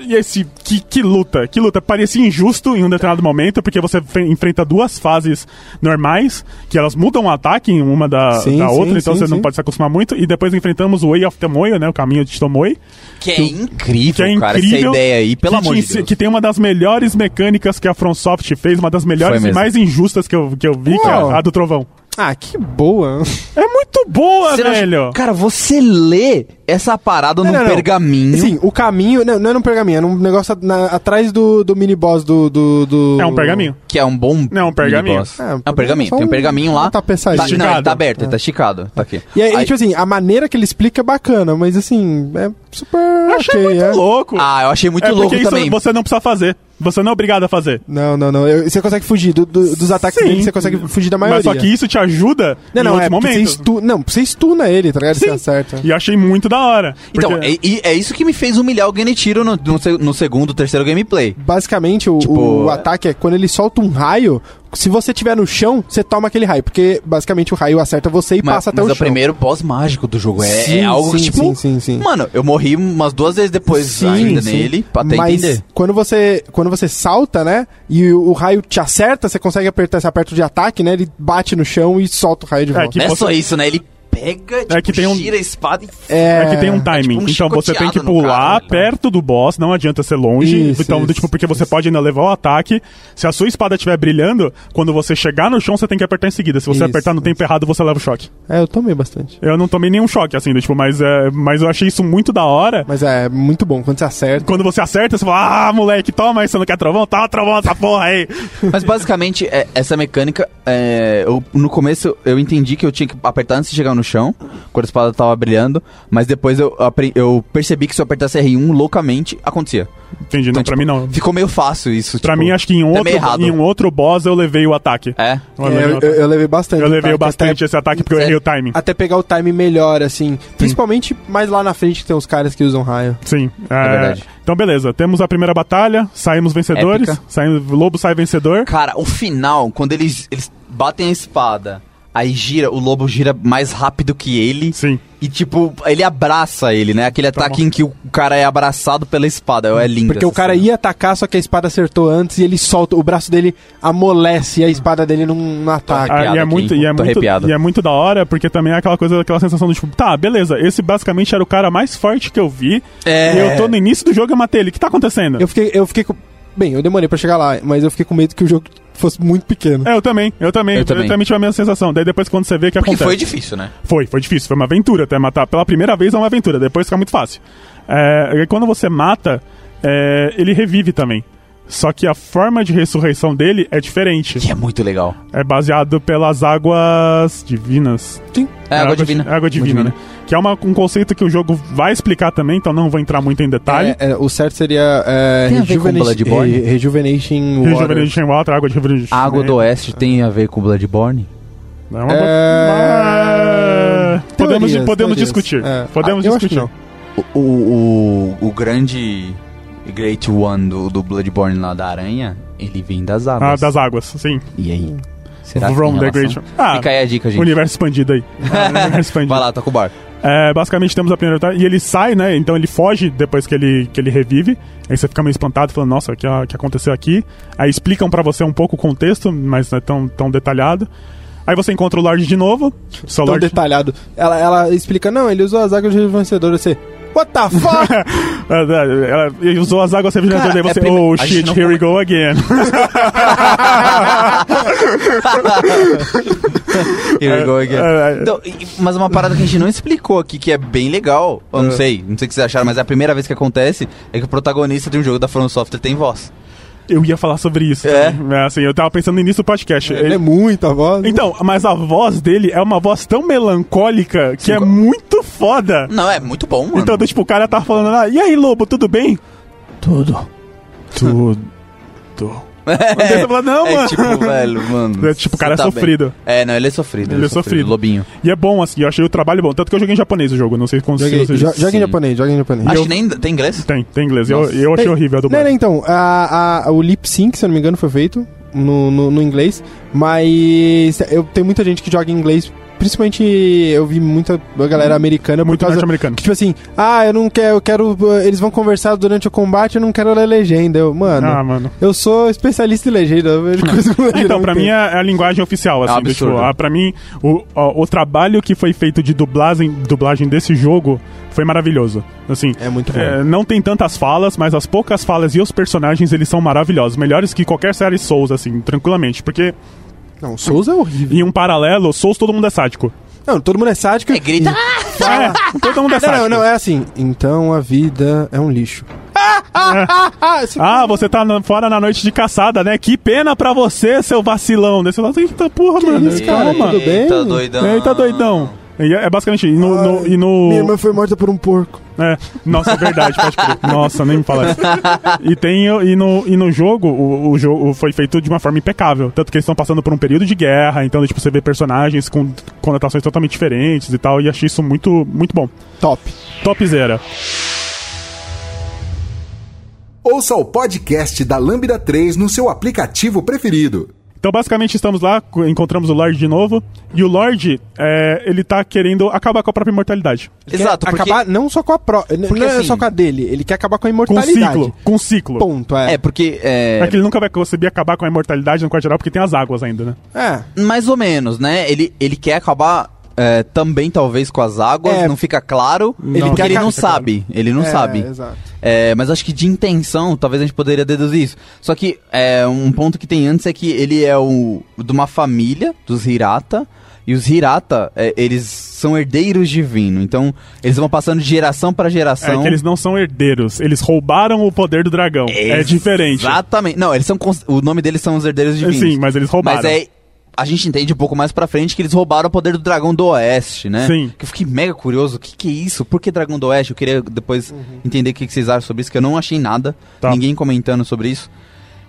Speaker 4: E esse que, que luta, que luta parecia injusto em um determinado momento, porque você fe- enfrenta duas fases normais, que elas mudam o ataque em uma da,
Speaker 3: Sim,
Speaker 4: da
Speaker 3: sim,
Speaker 4: outra, então
Speaker 3: sim,
Speaker 4: você não
Speaker 3: sim.
Speaker 4: pode se acostumar muito, e depois enfrentamos o Way of Tomoyo, né, o caminho de Tomoe,
Speaker 5: Que é incrível,
Speaker 4: que é
Speaker 5: cara, essa
Speaker 4: incrível.
Speaker 5: ideia aí, pelo
Speaker 4: que,
Speaker 5: amor
Speaker 4: te
Speaker 5: de
Speaker 4: ensi-
Speaker 5: Deus.
Speaker 4: que tem uma das melhores mecânicas que a FromSoft fez, uma das melhores
Speaker 2: Foi
Speaker 4: e
Speaker 2: mesmo.
Speaker 4: mais injustas que eu, que eu vi, que é
Speaker 3: Uau.
Speaker 4: a do Trovão.
Speaker 3: Ah, que boa.
Speaker 4: É muito boa,
Speaker 5: Você não acha-
Speaker 4: velho!
Speaker 2: Cara, você lê essa parada
Speaker 3: Não,
Speaker 2: num
Speaker 3: não, não.
Speaker 2: pergaminho.
Speaker 3: Sim, o caminho. Não, não é um pergaminho, era um negócio na- atrás do, do mini-boss do, do, do-
Speaker 4: É um pergaminho.
Speaker 2: Que é um bom.
Speaker 4: Não, um pergaminho.
Speaker 2: mini-boss.
Speaker 3: É, um
Speaker 2: É um pergaminho.
Speaker 3: só
Speaker 2: Tem um
Speaker 3: um-
Speaker 2: pergaminho
Speaker 3: uma
Speaker 2: lá.
Speaker 3: tapeçaria.
Speaker 2: Tá, não, ele
Speaker 4: Esticado.
Speaker 2: tá aberto, ele tá esticado. Tá aqui.
Speaker 3: E aí, tipo assim, a maneira que ele explica é bacana, mas assim, é super.
Speaker 4: Achei
Speaker 3: ok,
Speaker 4: muito
Speaker 3: é.
Speaker 4: louco!
Speaker 2: Ah, eu achei muito
Speaker 4: é
Speaker 2: louco
Speaker 4: porque isso
Speaker 2: também.
Speaker 4: você não precisa fazer. Você não é obrigado a fazer.
Speaker 3: Não, não, não. Eu- você consegue fugir do- do- dos ataques
Speaker 4: Sim.
Speaker 3: dele, você consegue fugir da
Speaker 4: Mas
Speaker 3: maioria.
Speaker 4: só que isso te ajuda
Speaker 3: Não,
Speaker 4: em
Speaker 3: não, é
Speaker 4: outros
Speaker 3: porque você
Speaker 4: momentos.
Speaker 3: estu... Não, você estuna ele, tá ligado? Você
Speaker 4: Sim.
Speaker 3: acerta.
Speaker 4: E achei muito da hora.
Speaker 2: Então,
Speaker 4: porque-
Speaker 2: é, e- é isso que me fez humilhar o Genichiro no, no, se- no segundo, terceiro gameplay.
Speaker 3: Basicamente, o,
Speaker 2: Tipo,
Speaker 3: o
Speaker 2: é-
Speaker 3: ataque é quando ele solta um raio, se você tiver no chão, você toma aquele raio, porque basicamente o raio acerta você e
Speaker 2: Ma-
Speaker 3: passa
Speaker 2: mas
Speaker 3: até o
Speaker 2: é
Speaker 3: chão.
Speaker 2: o primeiro boss mágico do jogo. É,
Speaker 3: Sim,
Speaker 2: é algo
Speaker 3: sim,
Speaker 2: tipo.
Speaker 3: sim, sim, sim.
Speaker 2: Mano, eu morri umas duas vezes depois
Speaker 3: Sim,
Speaker 2: ainda
Speaker 3: sim.
Speaker 2: nele, pra até
Speaker 3: Mas
Speaker 2: entender.
Speaker 3: quando você quando você salta, né? E o, o raio te acerta, você consegue apertar, você aperta o de ataque, né? Ele bate no chão e solta o raio de
Speaker 4: É,
Speaker 3: volta.
Speaker 4: que
Speaker 2: não é
Speaker 4: você-
Speaker 2: só isso, né? Ele
Speaker 3: É
Speaker 2: pega, tipo,
Speaker 4: que tem um-
Speaker 2: gira a espada e.
Speaker 4: É que tem um timing.
Speaker 2: tipo um
Speaker 4: então você tem que
Speaker 2: chicoteado no
Speaker 4: pular
Speaker 2: cara, né?
Speaker 4: perto do boss, não adianta ser longe.
Speaker 3: Isso,
Speaker 4: então,
Speaker 3: isso,
Speaker 4: tipo, porque você pode ainda levar o ataque. Se a sua espada estiver brilhando, quando você chegar no chão, você tem que apertar em seguida. Se você
Speaker 3: Isso,
Speaker 4: apertar no tempo errado, você leva o choque.
Speaker 3: É, eu tomei bastante.
Speaker 4: Eu não tomei nenhum choque, assim, do tipo, mas, é, mas eu achei isso muito da hora.
Speaker 3: Mas é muito bom quando você acerta.
Speaker 4: Quando você acerta, você fala, ah, moleque, toma aí, você não quer trovão? Toma trovão essa porra aí.
Speaker 2: Mas basicamente, é, essa mecânica, é, eu- no começo eu entendi que eu tinha que apertar antes de chegar no chão, quando a espada tava brilhando, mas depois eu, apre- eu percebi que se eu apertasse R1 loucamente, acontecia.
Speaker 4: Entendi, não, pra
Speaker 2: tipo,
Speaker 4: mim não.
Speaker 2: Ficou meio fácil isso.
Speaker 4: Pra
Speaker 2: tipo,
Speaker 4: mim, acho que em
Speaker 2: tá
Speaker 4: outro,
Speaker 2: meio errado.
Speaker 4: em um outro boss eu levei o ataque.
Speaker 2: É.
Speaker 4: Eu,
Speaker 3: É,
Speaker 4: levei o
Speaker 3: eu,
Speaker 4: ataque.
Speaker 3: eu levei bastante.
Speaker 4: tá. Eu levei
Speaker 3: ataque,
Speaker 4: bastante
Speaker 3: até,
Speaker 4: esse ataque porque eu errei o timing.
Speaker 3: até pegar o time melhor, assim. Principalmente mais lá na frente que tem os caras que usam raio.
Speaker 4: Sim. é,
Speaker 2: verdade.
Speaker 4: Então, beleza. Temos a primeira batalha, saímos vencedores.
Speaker 2: Épica.
Speaker 4: Saímos, Lobo sai vencedor.
Speaker 2: Cara, o final, quando eles, eles batem a espada, aí gira, o lobo gira mais rápido que ele.
Speaker 4: Sim.
Speaker 2: E tipo, ele abraça ele, né? Aquele
Speaker 4: Toma.
Speaker 2: ataque em que o cara é abraçado pela espada. É lindo.
Speaker 3: Porque o
Speaker 2: essa
Speaker 3: cara
Speaker 2: cena.
Speaker 3: ia atacar, só que a espada acertou antes e ele solta. O braço dele amolece e a espada dele não, não ataca.
Speaker 4: Ah,
Speaker 2: arrepiado
Speaker 4: e é
Speaker 2: aqui,
Speaker 4: muito,
Speaker 2: hein?
Speaker 4: e é
Speaker 2: Tô
Speaker 4: muito,
Speaker 2: arrepiado.
Speaker 4: e é muito da hora, porque também é aquela coisa, aquela sensação do tipo, tá, beleza, esse basicamente era o cara mais forte que eu vi.
Speaker 2: É.
Speaker 4: E eu tô no início do jogo e eu matei ele. O que tá acontecendo?
Speaker 3: Eu fiquei, eu fiquei com. Bem, eu demorei pra chegar lá, mas eu fiquei com medo que o jogo fosse muito pequeno.
Speaker 4: É, eu também, eu também,
Speaker 2: Eu
Speaker 4: eu
Speaker 2: também.
Speaker 4: também, tive a mesma sensação. Daí depois quando você vê o que
Speaker 2: Porque
Speaker 4: acontece.
Speaker 2: foi difícil, né?
Speaker 4: Foi, foi difícil, foi uma aventura até matar. Pela primeira vez é uma aventura, depois fica muito fácil. É, e quando você mata, é, ele revive também. Só que a forma de ressurreição dele é diferente.
Speaker 2: Que é muito legal.
Speaker 4: É baseado pelas águas divinas.
Speaker 3: Sim.
Speaker 2: É, água
Speaker 4: di-
Speaker 2: divina.
Speaker 4: Água divina, né? Que é uma- um conceito que o jogo vai explicar também, então não vou entrar muito em detalhe.
Speaker 3: É, é, o certo seria é,
Speaker 2: Tem a ver com
Speaker 3: Rejuvenation-
Speaker 2: Bloodborne?
Speaker 3: Re- Rejuvenation Water.
Speaker 4: Rejuvenation Water, água de rejuvenation.
Speaker 2: A água do Oeste tem a ver com Bloodborne?
Speaker 4: É uma bo-
Speaker 3: É,
Speaker 4: Ah, Podemos,
Speaker 3: teorias,
Speaker 4: podemos
Speaker 3: teorias.
Speaker 4: discutir.
Speaker 3: É.
Speaker 4: Podemos
Speaker 3: Ah, eu acho que
Speaker 4: discutir.
Speaker 3: não.
Speaker 2: O, o, o, o grande Great One do, do Bloodborne lá da aranha, ele vem das
Speaker 4: Ah,
Speaker 2: águas.
Speaker 4: das águas, sim.
Speaker 2: E aí? Será que
Speaker 4: From
Speaker 2: tem
Speaker 4: the
Speaker 2: relação?
Speaker 4: Great. Ah,
Speaker 2: Fica aí a dica, gente.
Speaker 4: universo expandido aí. universo expandido.
Speaker 2: Vai lá, toca o bar.
Speaker 4: É, basicamente temos a primeira batalha, e ele sai, né? Então ele foge depois que ele, que ele revive. Aí você fica meio espantado, falando, nossa, o que, o que aconteceu aqui? Aí explicam pra você um pouco o contexto, mas não é tão, tão detalhado. Aí você encontra o Lorde de novo. Seu
Speaker 3: Tão
Speaker 4: Lorde.
Speaker 3: detalhado. Ela, ela explica, não, ele usou as águas de vencedor. Você, what the fuck?
Speaker 4: É, é, Ela ele usou as águas revigorantes, daí
Speaker 2: é
Speaker 4: você.
Speaker 2: a primeira-
Speaker 4: Oh
Speaker 2: a gente
Speaker 4: shit,
Speaker 2: não
Speaker 4: here we go again.
Speaker 2: Here we go again.
Speaker 4: É, é.
Speaker 2: Então, e- mas uma parada que a gente não explicou aqui, que é bem legal. Eu é não sei, não sei o que vocês acharam, mas é a primeira vez que acontece é que o protagonista de um jogo da From Software tem voz.
Speaker 4: eu ia falar sobre isso.
Speaker 5: É.
Speaker 4: sabe? assim, eu tava pensando no início do podcast.
Speaker 3: Ele é
Speaker 4: Ele-
Speaker 3: muita voz. né?
Speaker 4: Então, mas a voz dele é uma voz tão melancólica que é
Speaker 2: co-
Speaker 4: muito foda.
Speaker 5: Não, é muito bom, mano.
Speaker 4: Então, tipo, o cara tá falando lá, e aí, Lobo, tudo bem? Tudo. Tudo. Você fala, não,
Speaker 2: É
Speaker 4: mano.
Speaker 2: tipo, velho, mano.
Speaker 4: É tipo, o
Speaker 2: você
Speaker 4: cara é
Speaker 2: tá bem.
Speaker 4: sofrido.
Speaker 2: É, não, ele é sofrido.
Speaker 4: Ele é sofrido.
Speaker 2: Lobinho.
Speaker 4: E é bom, assim, eu achei o trabalho bom. Tanto que eu joguei em japonês o jogo, não sei quantos
Speaker 3: Joguei-
Speaker 4: vocês-
Speaker 3: jo- Joga em
Speaker 2: Sim.
Speaker 3: japonês, joga em japonês.
Speaker 5: Acho que nem tem inglês.
Speaker 4: Tem, tem inglês. Eu,
Speaker 2: Nossa.
Speaker 4: eu achei
Speaker 3: Tem-
Speaker 4: horrível a
Speaker 3: Não,
Speaker 4: dublagem.
Speaker 3: não, então, a, a- o lip sync, se eu não me engano, foi feito no, no, no inglês, mas eu tenho muita gente que joga em inglês, principalmente eu vi muita galera americana
Speaker 4: Muito
Speaker 3: por causa
Speaker 4: norte-americano.
Speaker 3: que tipo assim, ah, eu não quero, eu quero, uh, eles vão conversar durante o combate, eu não quero ler legenda. Eu, mano,
Speaker 4: Ah, mano.
Speaker 3: eu sou especialista em legenda, eu vejo coisa com legenda.
Speaker 4: Então, pra mim é é a linguagem oficial, assim, do
Speaker 2: absurdo.
Speaker 4: tipo, ah, pra mim, o, ó, o trabalho que foi feito de dublagem, dublagem desse jogo foi maravilhoso. Assim,
Speaker 3: é muito bom.
Speaker 4: É, não tem tantas falas, mas as poucas falas e os personagens, eles são maravilhosos. Melhores que qualquer série Souls, assim, tranquilamente. Porque,
Speaker 3: Não, Souls é horrível.
Speaker 4: em um paralelo, Souls todo mundo é sádico.
Speaker 3: Não, todo mundo é sádico.
Speaker 4: Então,
Speaker 5: É, grita.
Speaker 4: É, todo mundo é sádico.
Speaker 3: Não, não, não, é assim. Então a vida é um lixo.
Speaker 4: É. Ah, você tá na- fora na noite de caçada, né? Que pena pra você, seu vacilão. Daí você fala, eita porra, mano,
Speaker 3: isso,
Speaker 4: calma.
Speaker 3: cara? é Tudo bem?
Speaker 5: Eita, doidão.
Speaker 4: Eita doidão. E é é basicamente, e no... no-
Speaker 3: Ai,
Speaker 4: e no-
Speaker 3: Minha irmã foi morta por um porco.
Speaker 4: É, nossa, é verdade, pode crer. Nossa, nem me fala isso. E, tem, e, no, e no jogo, o, o jogo foi feito de uma forma impecável. Tanto que eles estão passando por um período de guerra, então tipo, você vê personagens com conotações totalmente diferentes e tal, e achei isso muito, muito bom.
Speaker 3: Top.
Speaker 4: Topzera.
Speaker 1: Ouça o podcast da Lambda 3 no seu aplicativo preferido.
Speaker 4: Então, basicamente, estamos lá, co- encontramos o Lorde de novo, e o Lorde, é, ele tá querendo acabar com a própria imortalidade.
Speaker 5: Exato, porque...
Speaker 3: acabar não só com a pró, não é
Speaker 2: assim-
Speaker 3: só com a dele, ele quer acabar com a
Speaker 4: Com um
Speaker 3: imortalidade.
Speaker 4: ciclo, com um ciclo.
Speaker 3: Ponto, é.
Speaker 2: É, porque.
Speaker 4: É
Speaker 2: É,
Speaker 4: que ele nunca vai conseguir acabar com a imortalidade no quarto geral, porque tem as águas ainda, né?
Speaker 3: É.
Speaker 2: Mais ou menos, né? Ele, ele quer acabar. é, também talvez com as águas,
Speaker 3: É.
Speaker 2: não fica claro.
Speaker 4: Ele
Speaker 2: porque
Speaker 4: quer
Speaker 2: ele não
Speaker 4: acabar-
Speaker 2: sabe. Ele não
Speaker 3: É,
Speaker 2: sabe.
Speaker 3: Exato.
Speaker 2: É, mas acho que de intenção, talvez a gente poderia deduzir isso. Só que é, um ponto que tem antes é que ele é o, de uma família, dos Hirata. E os Hirata, é, eles são herdeiros divino. Então, eles vão passando de geração pra geração.
Speaker 4: É que eles não são herdeiros, eles roubaram o poder do dragão. É diferente.
Speaker 2: Exatamente. Não, eles são. cons- O nome deles são os herdeiros divinos.
Speaker 4: Sim, mas eles roubaram.
Speaker 2: Mas é. A gente entende um pouco mais pra frente que eles roubaram o poder do Dragão do Oeste, né?
Speaker 4: Sim.
Speaker 2: Que eu fiquei mega curioso. O que, que é isso? Por que Dragão do Oeste? Eu queria depois entender o que, que vocês acham sobre isso, que eu não achei nada.
Speaker 4: Tá.
Speaker 2: Ninguém comentando sobre isso.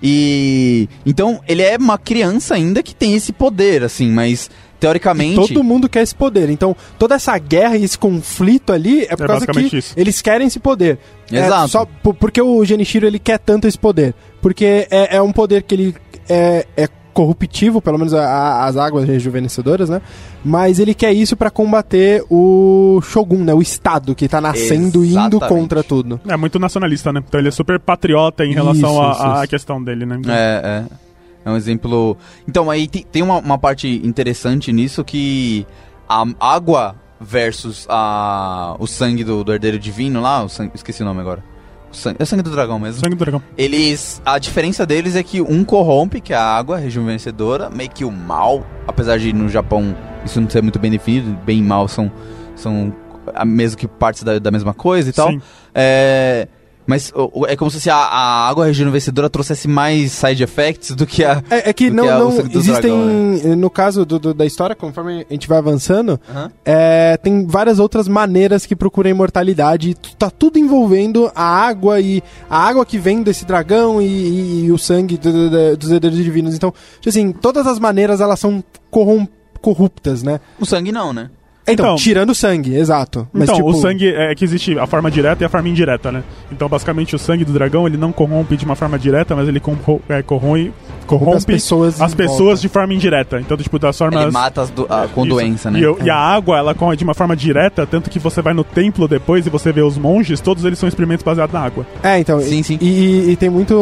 Speaker 2: E. Então, ele é uma criança ainda que tem esse poder, assim, mas teoricamente.
Speaker 3: Todo mundo quer esse poder. Então, toda essa guerra e esse conflito ali é por
Speaker 4: É
Speaker 3: causa
Speaker 4: basicamente
Speaker 3: que
Speaker 4: isso.
Speaker 3: eles querem esse poder. É
Speaker 2: Exato.
Speaker 3: só por, porque o Genichiro ele quer tanto esse poder. Porque é, é um poder que ele é, é corruptivo, pelo menos a- a- as águas rejuvenescedoras, né? Mas ele quer isso pra combater o Shogun, né? O Estado que tá nascendo e indo
Speaker 2: Exatamente.
Speaker 3: contra tudo.
Speaker 4: É muito nacionalista, né? Então ele é super patriota em relação
Speaker 3: Isso,
Speaker 4: à-
Speaker 3: isso,
Speaker 4: à
Speaker 3: isso.
Speaker 4: à questão dele, né?
Speaker 2: É, é. É um exemplo. Então, aí tem, tem uma, uma parte interessante nisso que a água versus a, o sangue do, do herdeiro divino lá, o sangue, esqueci o nome agora. O sangue, é o sangue do dragão mesmo.
Speaker 4: Sangue do dragão.
Speaker 2: Eles. A diferença deles é que um corrompe, que é a água rejuvenescedora, meio que o mal. Apesar de no Japão isso não ser muito bem definido, bem e mal são. são a- mesmo que partes da, da mesma coisa e tal.
Speaker 4: Sim.
Speaker 2: É. Mas o- o- é como se a, a água rejuvenescedora trouxesse mais side effects do que a.
Speaker 3: É, é que
Speaker 2: do
Speaker 3: não,
Speaker 2: que a- o
Speaker 3: não
Speaker 2: sangue do
Speaker 3: existem. eh,
Speaker 2: dragão, né?
Speaker 3: No caso do- do- da história, conforme a gente vai avançando,
Speaker 2: Aham.
Speaker 3: é, tem várias outras maneiras que procuram a imortalidade. Tu- Tá tudo envolvendo a água e a água que vem desse dragão e, e- e o sangue do- do- do- dos herdeiros divinos. Então, tipo assim, todas as maneiras elas são corrom- corruptas, né?
Speaker 2: O sangue não, né?
Speaker 3: Então,
Speaker 4: Então-
Speaker 3: tirando o sangue, exato. Mas,
Speaker 4: então,
Speaker 3: tipo,
Speaker 4: o sangue é que existe a forma direta e a forma indireta, né? Então, basicamente, o sangue do dragão, ele não corrompe de uma forma direta, mas ele corro- é, corroi- corrompe
Speaker 3: as pessoas
Speaker 4: as
Speaker 3: em
Speaker 4: pessoas
Speaker 3: volta.
Speaker 4: de forma indireta. Então, tipo, das formas...
Speaker 2: Ele mata as do- a- com
Speaker 4: Isso.
Speaker 2: doença, né?
Speaker 4: E, eu- e a água, ela corre de uma forma direta, tanto que você vai no templo depois e você vê os monges, todos eles são experimentos baseados na água.
Speaker 3: É, então.
Speaker 2: Sim,
Speaker 3: e-
Speaker 2: sim.
Speaker 3: E, e tem muito.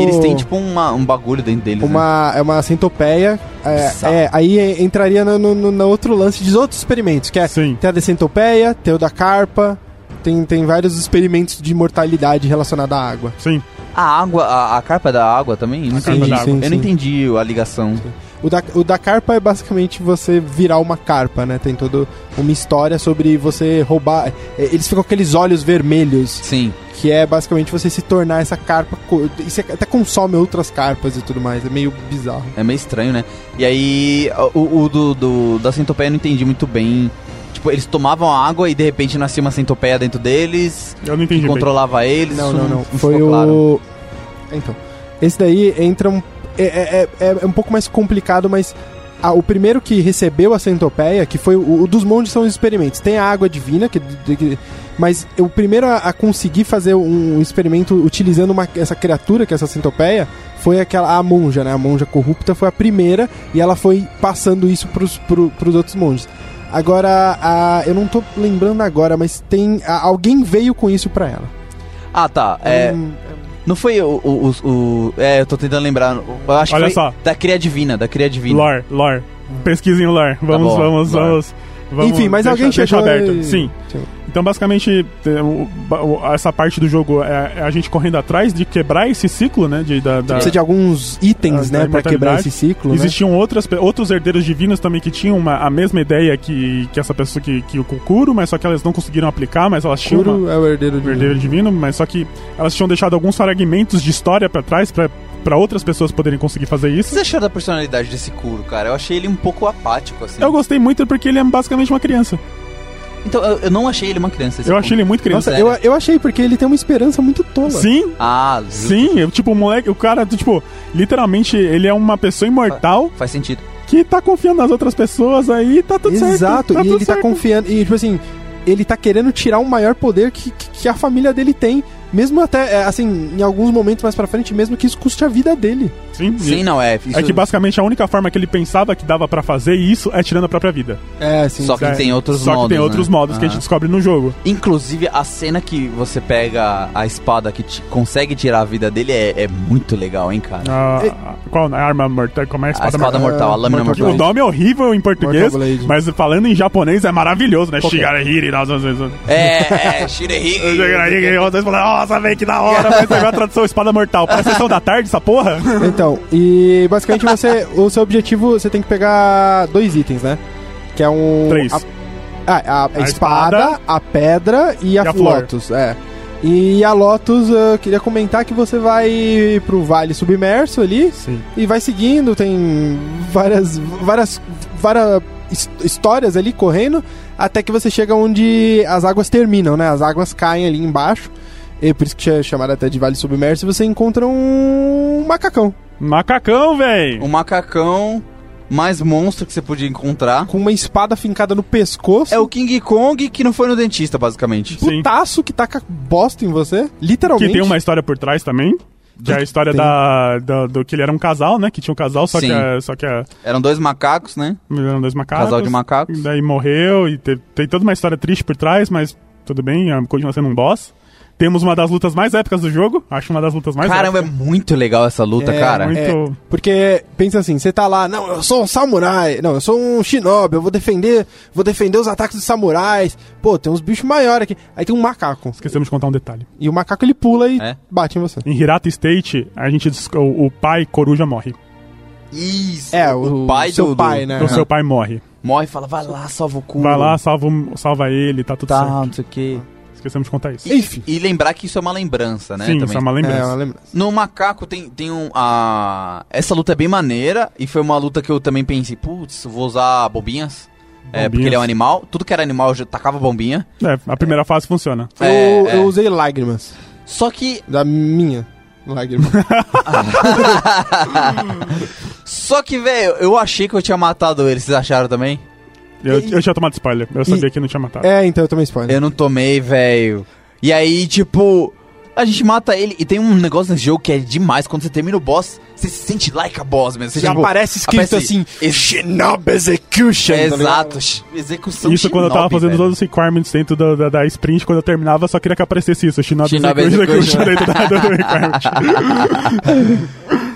Speaker 2: E eles têm, tipo, uma- um bagulho dentro deles. né?
Speaker 3: Uma, é uma centopeia. É,
Speaker 2: Bizarro.
Speaker 3: é, aí é, entraria no, no, no- no outro lance de outros experimentos, que é
Speaker 4: Sim.
Speaker 3: tem a da centopeia, tem o da carpa, tem, tem vários experimentos de mortalidade relacionada à água.
Speaker 4: Sim.
Speaker 2: A água, a, a carpa é da água também? Não
Speaker 4: carpa é
Speaker 2: entendi.
Speaker 4: da água.
Speaker 2: Eu não entendi a ligação.
Speaker 3: O da, o da carpa é basicamente você virar uma carpa, né? Tem toda uma história sobre você roubar. é, Eles ficam com aqueles olhos vermelhos,
Speaker 2: Sim.
Speaker 3: que é basicamente você se tornar essa carpa. co- E você até consome outras carpas e tudo mais. É meio bizarro.
Speaker 2: É meio estranho, né? E aí, o, o do, do- da centopeia eu não entendi muito bem. Tipo, eles tomavam água e de repente nascia uma centopeia dentro deles,
Speaker 4: Eu não entendi
Speaker 2: que
Speaker 4: bem.
Speaker 2: controlava eles.
Speaker 3: Não,
Speaker 2: isso
Speaker 3: não, não.
Speaker 2: ficou
Speaker 3: Foi
Speaker 2: claro.
Speaker 3: o. Então. Esse daí entra um. É, é, é- é um pouco mais complicado, mas. ah, o primeiro que recebeu a centopeia, que foi o, o dos montes são os experimentos. Tem a água divina, que, de- que- mas o primeiro a, a conseguir fazer um experimento utilizando uma- essa criatura, que é essa centopeia, foi aquela a monja, né? A monja corrupta foi a primeira e ela foi passando isso pros, pro, pros outros monges. Agora, a, eu não tô lembrando agora, mas tem. a- alguém veio com isso pra ela.
Speaker 2: Ah, tá. É,
Speaker 3: Hum,
Speaker 2: não foi o, o, o- o- É, eu tô tentando lembrar. Eu acho
Speaker 4: Olha
Speaker 2: que foi
Speaker 4: só.
Speaker 2: da Cria Divina, da Cria Divina.
Speaker 4: Lore, lore. Pesquisem o lore. Vamos,
Speaker 2: Tá bom,
Speaker 4: vamos,
Speaker 2: lore.
Speaker 4: vamos, vamos.
Speaker 3: Enfim, mas
Speaker 4: deixa-
Speaker 3: alguém
Speaker 4: deixa
Speaker 3: chegou
Speaker 4: aberto.
Speaker 3: e-
Speaker 4: Sim.
Speaker 3: Sim.
Speaker 4: Então, basicamente, é, o- ba- o- essa parte do jogo é é a gente correndo atrás de quebrar esse ciclo, né? De, da, da-
Speaker 3: Precisa de alguns itens,
Speaker 4: da-
Speaker 3: né,
Speaker 4: da
Speaker 3: pra quebrar
Speaker 4: imortalidade.
Speaker 3: esse ciclo, né?
Speaker 4: Existiam outras, pe- outros herdeiros divinos também que tinham uma- a mesma ideia que, que essa pessoa que, que o Kukuro, mas só que elas não conseguiram aplicar, mas elas tinham uma,
Speaker 3: Kuro é o herdeiro de...
Speaker 4: o herdeiro divino, mas só que elas tinham deixado alguns fragmentos de história pra trás pra pra outras pessoas poderem conseguir fazer
Speaker 2: O que
Speaker 4: isso.
Speaker 2: você achou da personalidade desse Kuro, cara? Eu achei ele um pouco apático, assim.
Speaker 4: Eu gostei muito porque ele é basicamente uma criança.
Speaker 2: Então, eu, eu não achei ele uma criança. esse
Speaker 4: Eu
Speaker 2: Kuro.
Speaker 4: achei ele muito criança.
Speaker 3: Nossa, eu, eu achei, porque ele tem uma esperança muito tola.
Speaker 4: Sim,
Speaker 2: Ah, justo.
Speaker 4: sim, eu, tipo, o moleque, o cara, tipo, literalmente ele é uma pessoa imortal
Speaker 2: Faz sentido.
Speaker 4: que tá confiando nas outras pessoas aí, tá tudo certo.
Speaker 3: Exato,
Speaker 4: tá
Speaker 3: e
Speaker 4: tudo
Speaker 3: ele tá
Speaker 4: certo.
Speaker 3: confiando... E, tipo assim, ele tá querendo tirar o maior poder que, que que a família dele tem. Mesmo até, é, assim, em alguns momentos mais pra frente, mesmo que isso custe a vida dele.
Speaker 4: Sim,
Speaker 2: Sim, não, é. isso-
Speaker 4: É que basicamente a única forma que ele pensava que dava pra fazer isso é tirando a própria vida.
Speaker 3: É, assim...
Speaker 2: Só que
Speaker 4: é.
Speaker 2: tem outros
Speaker 4: Só
Speaker 2: modos.
Speaker 4: que tem outros
Speaker 2: né?
Speaker 4: modos que a gente
Speaker 2: Aham.
Speaker 4: descobre no jogo.
Speaker 2: Inclusive, a cena que você pega a espada que ti- consegue tirar a vida dele é, é muito legal, hein, cara?
Speaker 4: Ah, qual a arma mortal? Como é a
Speaker 2: a
Speaker 4: espada,
Speaker 2: espada
Speaker 4: mortal?
Speaker 2: mortal, a lâmina
Speaker 3: Mortal
Speaker 4: O
Speaker 2: mortal.
Speaker 4: nome é horrível em português,
Speaker 3: Mortal Blade.
Speaker 4: mas falando em japonês é maravilhoso, né? Shigarahiri, nós nós- nós- nós-
Speaker 2: É, é, Shirehige.
Speaker 4: Shigarahiri, vocês falam, nossa, velho, que da hora, mas pegou a tradução espada mortal. Parece sessão da tarde, essa porra.
Speaker 3: Então, e basicamente você... o seu objetivo, você tem que pegar dois itens, né? Que é um...
Speaker 4: Três.
Speaker 3: a- Ah, a, a
Speaker 4: A
Speaker 3: espada,
Speaker 4: espada,
Speaker 3: a pedra e a,
Speaker 4: e a flor.
Speaker 3: Lotus, é. E a Lotus, eu queria comentar que você vai pro vale submerso ali
Speaker 4: Sim.
Speaker 3: e vai seguindo, tem várias várias várias his- histórias ali correndo até que você chega onde as águas terminam, né? As águas caem ali embaixo. E por isso que é chamado até de vale submerso, e você encontra um macacão
Speaker 4: Macacão, velho.
Speaker 2: Um macacão mais monstro que você podia encontrar.
Speaker 3: com uma espada fincada no pescoço. um
Speaker 2: É o King Kong que não foi no dentista, basicamente.
Speaker 4: sim.
Speaker 3: putaço que taca bosta em você, literalmente.
Speaker 4: Que tem uma história por trás também. Que é a história
Speaker 3: Tem.
Speaker 4: da, da- do que ele era um casal, né? Que tinha um casal, só que,
Speaker 2: Sim.
Speaker 4: a- só que a-
Speaker 2: Eram dois macacos, né?
Speaker 4: eram dois macacos.
Speaker 2: Casal de macacos.
Speaker 4: Daí morreu e teve- tem toda uma história triste por trás, mas tudo bem, é, continua sendo um boss. Temos uma das lutas mais épicas do jogo, acho uma das lutas mais
Speaker 2: Caramba, é
Speaker 4: épicas.
Speaker 2: muito legal essa luta,
Speaker 3: É,
Speaker 2: cara.
Speaker 4: muito-
Speaker 3: É, porque pensa assim, você tá lá, não, eu sou um samurai, não, eu sou um shinobi, eu vou defender, vou defender os ataques dos samurais. Pô, tem uns bichos maiores aqui. Aí tem um macaco.
Speaker 4: Esquecemos de contar um detalhe.
Speaker 3: E o macaco ele pula e
Speaker 2: É?
Speaker 3: bate em você.
Speaker 4: Em Hirata State, a gente dis- o, o pai coruja morre.
Speaker 2: Isso.
Speaker 3: É, o,
Speaker 2: pai
Speaker 3: seu
Speaker 2: do, do-
Speaker 3: pai, né?
Speaker 4: O seu pai morre.
Speaker 2: Morre e fala, vai lá, salva o cu.
Speaker 4: Vai lá, salva, o- salva ele, tá
Speaker 2: Uh.
Speaker 4: tudo
Speaker 2: Tá,
Speaker 4: certo.
Speaker 2: não sei o quê.
Speaker 4: Esquecemos de contar isso.
Speaker 3: Enfim.
Speaker 2: E lembrar que isso é uma lembrança, né?
Speaker 4: Sim,
Speaker 2: também.
Speaker 4: isso é uma
Speaker 3: É,
Speaker 4: lembrança.
Speaker 3: uma lembrança.
Speaker 2: No macaco tem, tem um. A... Essa luta é bem maneira e foi uma luta que eu também pensei, putz, vou usar bombinhas. É, porque
Speaker 4: Bombinhas.
Speaker 2: ele é um animal. Tudo que era animal eu já tacava bombinha.
Speaker 4: É, a primeira fase funciona.
Speaker 2: É,
Speaker 3: eu,
Speaker 2: é.
Speaker 3: eu usei lágrimas.
Speaker 2: Só que.
Speaker 3: Da minha lágrima.
Speaker 2: Só que, velho, eu achei que eu tinha matado ele. Vocês acharam também?
Speaker 4: Eu,
Speaker 3: E-
Speaker 4: eu tinha tomado spoiler, eu sabia que não tinha matado.
Speaker 3: é, então eu tomei spoiler.
Speaker 2: Eu não tomei, velho. E aí, tipo. A gente mata ele e tem um negócio nesse jogo que é demais. Quando você termina o boss, você se sente like a boss mesmo. Você,
Speaker 3: Já
Speaker 2: tipo,
Speaker 3: aparece escrito assim,
Speaker 2: Esse...
Speaker 3: Shinobi Execution. tá ligado?
Speaker 2: Exato. Execução
Speaker 4: Isso quando eu tava
Speaker 2: shinobi,
Speaker 4: fazendo
Speaker 2: velho.
Speaker 4: todos os requirements dentro da, da, da sprint, quando eu terminava, só queria que aparecesse isso. Shinobi,
Speaker 2: Shinobi
Speaker 4: Execution
Speaker 2: Execution.
Speaker 4: dentro da, do requirement.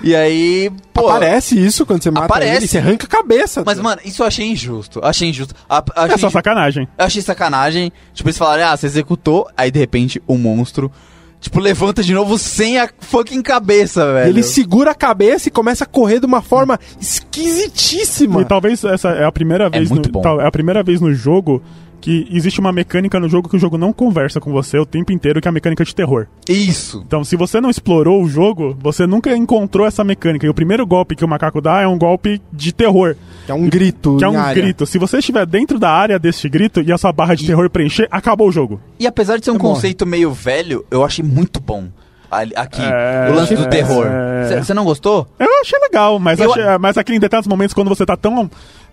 Speaker 2: E aí, pô.
Speaker 3: Aparece isso quando você mata
Speaker 2: Aparece.
Speaker 3: ele, você arranca a cabeça. tá
Speaker 2: Mas, mano, isso eu achei injusto. Achei injusto. A- achei
Speaker 4: É só
Speaker 2: injusto.
Speaker 4: sacanagem.
Speaker 5: um
Speaker 2: Eu achei sacanagem. Tipo, eles falaram, ah, você executou. Aí, de repente, o monstro, Tipo, levanta de novo sem a fucking cabeça, velho.
Speaker 3: Ele segura a cabeça e começa a correr de uma forma esquisitíssima.
Speaker 4: E talvez essa é a primeira vez
Speaker 2: muito
Speaker 4: no,
Speaker 2: bom.
Speaker 4: tal- é a primeira vez no jogo que existe uma mecânica no jogo que o jogo não conversa com você o tempo inteiro, que é a mecânica de terror.
Speaker 2: Isso.
Speaker 4: Então, se você não explorou o jogo, você nunca encontrou essa mecânica. E o primeiro golpe que o macaco dá é um golpe de terror,
Speaker 3: Que é um grito,
Speaker 4: que é
Speaker 3: em
Speaker 4: um
Speaker 3: área.
Speaker 4: grito. Se você estiver dentro da área deste grito e a sua barra de terror preencher, acabou o jogo.
Speaker 5: E apesar de ser um
Speaker 3: Eu morro.
Speaker 5: conceito meio velho, eu achei muito bom. ali- Aqui,
Speaker 4: É,
Speaker 5: o lance do
Speaker 4: é,
Speaker 5: terror.
Speaker 4: é.
Speaker 5: Você não gostou?
Speaker 4: Eu achei legal, mas,
Speaker 5: Eu-
Speaker 4: achei- mas aqui em determinados momentos, quando você tá tão,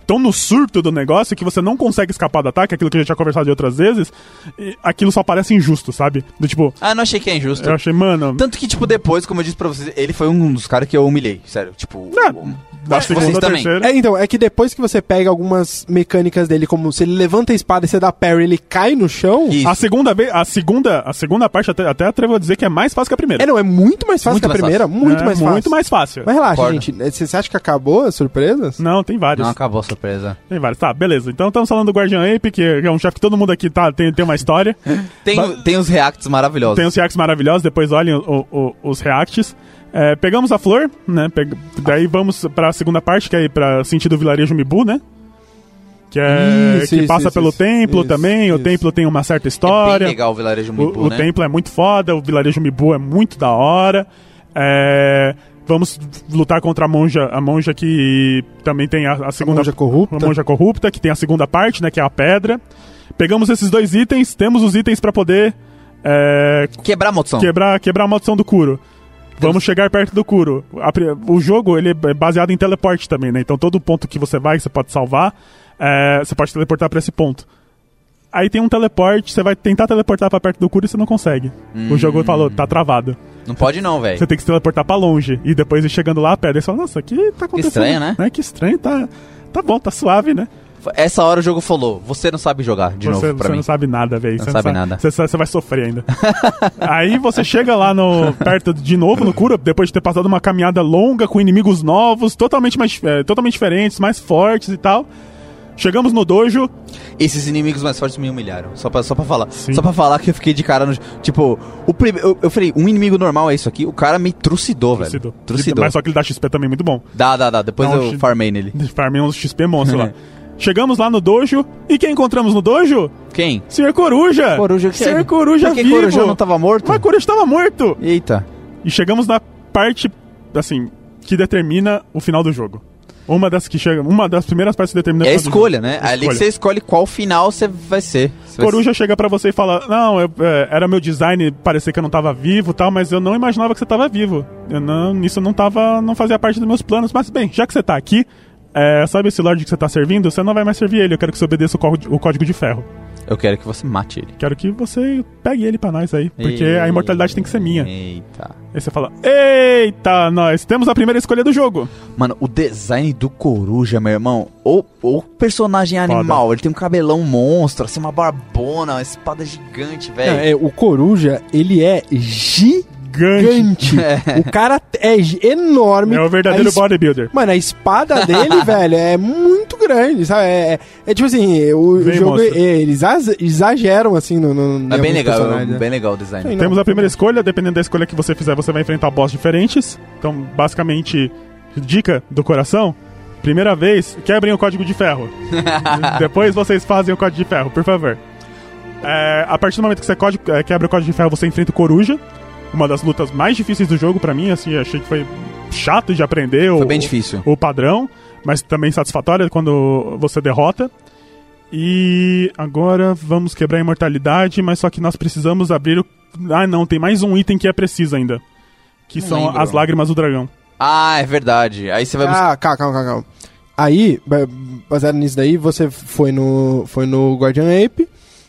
Speaker 4: tão no surto do negócio que você não consegue escapar do ataque, aquilo que a gente já conversado de outras vezes, e aquilo só parece injusto, sabe? Do tipo,
Speaker 5: Ah, não achei que é injusto.
Speaker 4: eu achei, mano.
Speaker 3: Então
Speaker 5: Tanto que, tipo, depois, como eu disse pra vocês, ele foi um dos caras que eu humilhei, sério. Tipo,
Speaker 4: Ah,
Speaker 5: um-
Speaker 4: Da
Speaker 5: Mas
Speaker 4: segunda,
Speaker 5: vocês também.
Speaker 4: terceira.
Speaker 3: É, então, é que depois que você pega algumas mecânicas dele, como se ele levanta a espada e você dá parry, ele cai no chão.
Speaker 5: Isso.
Speaker 4: A segunda vez, a segunda, a segunda parte até, até atrevo a dizer que é mais fácil que a primeira.
Speaker 3: É, não, é muito mais fácil
Speaker 5: Muito
Speaker 3: que a
Speaker 5: mais
Speaker 3: primeira, muito
Speaker 4: É
Speaker 3: mais fácil.
Speaker 4: Muito mais fácil.
Speaker 3: Mas relaxa,
Speaker 5: Concordo.
Speaker 3: gente. né, Você você acha que acabou as surpresas?
Speaker 4: Não, tem vários.
Speaker 2: Não acabou a surpresa.
Speaker 4: Tem vários. Tá, beleza. Então estamos falando do Guardian Ape, que é um chefe que todo mundo aqui tá, tem, tem uma história.
Speaker 2: Tem,
Speaker 4: Mas-
Speaker 2: tem os reacts maravilhosos.
Speaker 4: tem os reacts maravilhosos, depois olhem o- o- os reacts. É, pegamos a flor, né? Peg- Daí vamos pra segunda parte, que é ir pra sentido vilarejo Mibu, né? Que, é,
Speaker 3: Isso,
Speaker 4: que
Speaker 3: isso,
Speaker 4: passa
Speaker 3: isso,
Speaker 4: pelo
Speaker 3: isso.
Speaker 4: templo
Speaker 3: Isso,
Speaker 4: também. O
Speaker 3: isso.
Speaker 4: templo tem uma certa
Speaker 5: é
Speaker 4: história.
Speaker 5: bem legal o vilarejo
Speaker 4: O-
Speaker 5: Mibu,
Speaker 4: o
Speaker 5: né?
Speaker 4: templo é muito foda, o vilarejo Mibu é muito da hora. É, vamos lutar contra a monja, a monja que também tem a, a segunda
Speaker 3: monja corrupta.
Speaker 4: a monja corrupta, que tem a segunda parte, né, que é a pedra. Pegamos esses dois itens, temos os itens pra poder é,
Speaker 5: Quebrar a moção.
Speaker 4: quebrar, quebrar a maldição do Kuro. Vamos chegar perto do Kuro. A pri- O jogo ele é baseado em teleporte também, né? Então todo ponto que você vai, que você pode salvar, é, você pode teleportar pra esse ponto. Aí tem um teleporte, você vai tentar teleportar pra perto do Kuro e você não consegue. O
Speaker 5: Hum.
Speaker 4: jogo falou, tá travado.
Speaker 5: Não pode não, velho.
Speaker 4: Você tem que se teleportar pra longe. E depois chegando lá, a pedra. E você fala, nossa, que tá acontecendo?
Speaker 5: estranho, né?
Speaker 4: Que estranho, tá, tá bom, tá suave, né?
Speaker 5: Essa hora o jogo falou, você não sabe jogar, de
Speaker 4: você
Speaker 5: novo, pra
Speaker 4: você
Speaker 5: mim.
Speaker 4: não sabe nada, velho. Você
Speaker 5: sabe nada.
Speaker 4: Você, você vai sofrer ainda. Aí você chega lá no perto de novo no Kuro, depois de ter passado uma caminhada longa com inimigos novos, totalmente, mais, eh, totalmente diferentes, mais fortes e tal. Chegamos no dojo.
Speaker 5: Esses inimigos mais fortes me humilharam. Só pra, só pra falar.
Speaker 4: Sim.
Speaker 5: Só pra falar que eu fiquei de cara no. Tipo, o prime... eu, eu falei, um inimigo normal é isso aqui. O cara me trucidou,
Speaker 4: Trucidou.
Speaker 5: velho. Trucidou.
Speaker 4: Mas só que ele dá XP também muito bom.
Speaker 5: Dá, dá, dá. Depois
Speaker 4: Dá um
Speaker 5: eu
Speaker 4: chi-
Speaker 5: farmei nele.
Speaker 4: Farmei uns XP monstro lá. Chegamos lá no dojo. E quem encontramos no dojo?
Speaker 5: Quem?
Speaker 4: Senhor Coruja! Senhor Coruja
Speaker 5: Por que
Speaker 4: vivo!
Speaker 5: Corujão não tava morto?
Speaker 4: Mas Coruja estava morto!
Speaker 5: Eita.
Speaker 4: E chegamos na parte, assim, que determina o final do jogo. Uma das que chega, uma das primeiras partes que determina
Speaker 5: É a
Speaker 4: o final do
Speaker 5: escolha,
Speaker 4: jogo.
Speaker 5: né? Ali que
Speaker 4: Escolha.
Speaker 5: você escolhe qual final você vai ser. Você vai
Speaker 4: Coruja chega pra você e fala: Não, eu, é, era meu design parecer que eu não tava vivo e tal, mas eu não imaginava que você tava vivo. Eu não, isso não tava. não fazia parte dos meus planos. Mas bem, já que você tá aqui, é, sabe esse Lorde que você tá servindo? Você não vai mais servir ele, eu quero que você obedeça o, có- o código de ferro.
Speaker 5: ser- Eu quero que você mate ele.
Speaker 4: Quero que você pegue ele pra nós aí, porque
Speaker 5: Ei-
Speaker 4: a imortalidade tem que ser minha.
Speaker 5: Eita.
Speaker 4: Aí você fala: Eita, nós temos a primeira escolha do jogo.
Speaker 5: Mano, o design do Coruja, meu irmão. O, o personagem
Speaker 4: Foda.
Speaker 5: animal. Ele tem um cabelão monstro, assim, uma barbona, uma espada gigante,
Speaker 3: Não,
Speaker 5: velho.
Speaker 3: é, o Coruja, ele é gigante. o cara é gi- enorme.
Speaker 4: É o
Speaker 3: A
Speaker 4: verdadeiro
Speaker 3: es-
Speaker 4: bodybuilder.
Speaker 3: Mano, a espada dele, velho, é muito grande, sabe? É, é- é tipo assim, o
Speaker 4: Vem,
Speaker 3: jogo,
Speaker 4: monstro.
Speaker 3: é, eles exa- exageram, assim, no... no em
Speaker 5: É bem
Speaker 3: alguns
Speaker 5: legal,
Speaker 3: personagens, né?
Speaker 5: bem legal o design.
Speaker 3: Sim, não.
Speaker 4: Temos a primeira escolha, dependendo da escolha que você fizer, você vai enfrentar boss diferentes. Então, basicamente, dica do coração. Primeira vez, quebrem o código de ferro. Depois vocês fazem o código de ferro, por favor. É, a partir do momento que você código- é, quebra o código de ferro, você enfrenta o Coruja. Uma das lutas mais difíceis do jogo pra mim, assim, achei que foi chato de aprender.
Speaker 5: Foi
Speaker 4: o-
Speaker 5: bem difícil.
Speaker 4: o padrão, mas também satisfatória quando você derrota. E agora vamos quebrar a imortalidade, mas só que nós precisamos abrir o. Ah, não, tem mais um item que é preciso ainda. Que
Speaker 5: Não
Speaker 4: são
Speaker 5: lembro.
Speaker 4: as lágrimas do dragão.
Speaker 5: Ah, é verdade. Aí você vai buscar.
Speaker 3: Ah, calma, calma, calma, calma. Aí, ba- baseado nisso daí, você foi no, foi no Guardian Ape,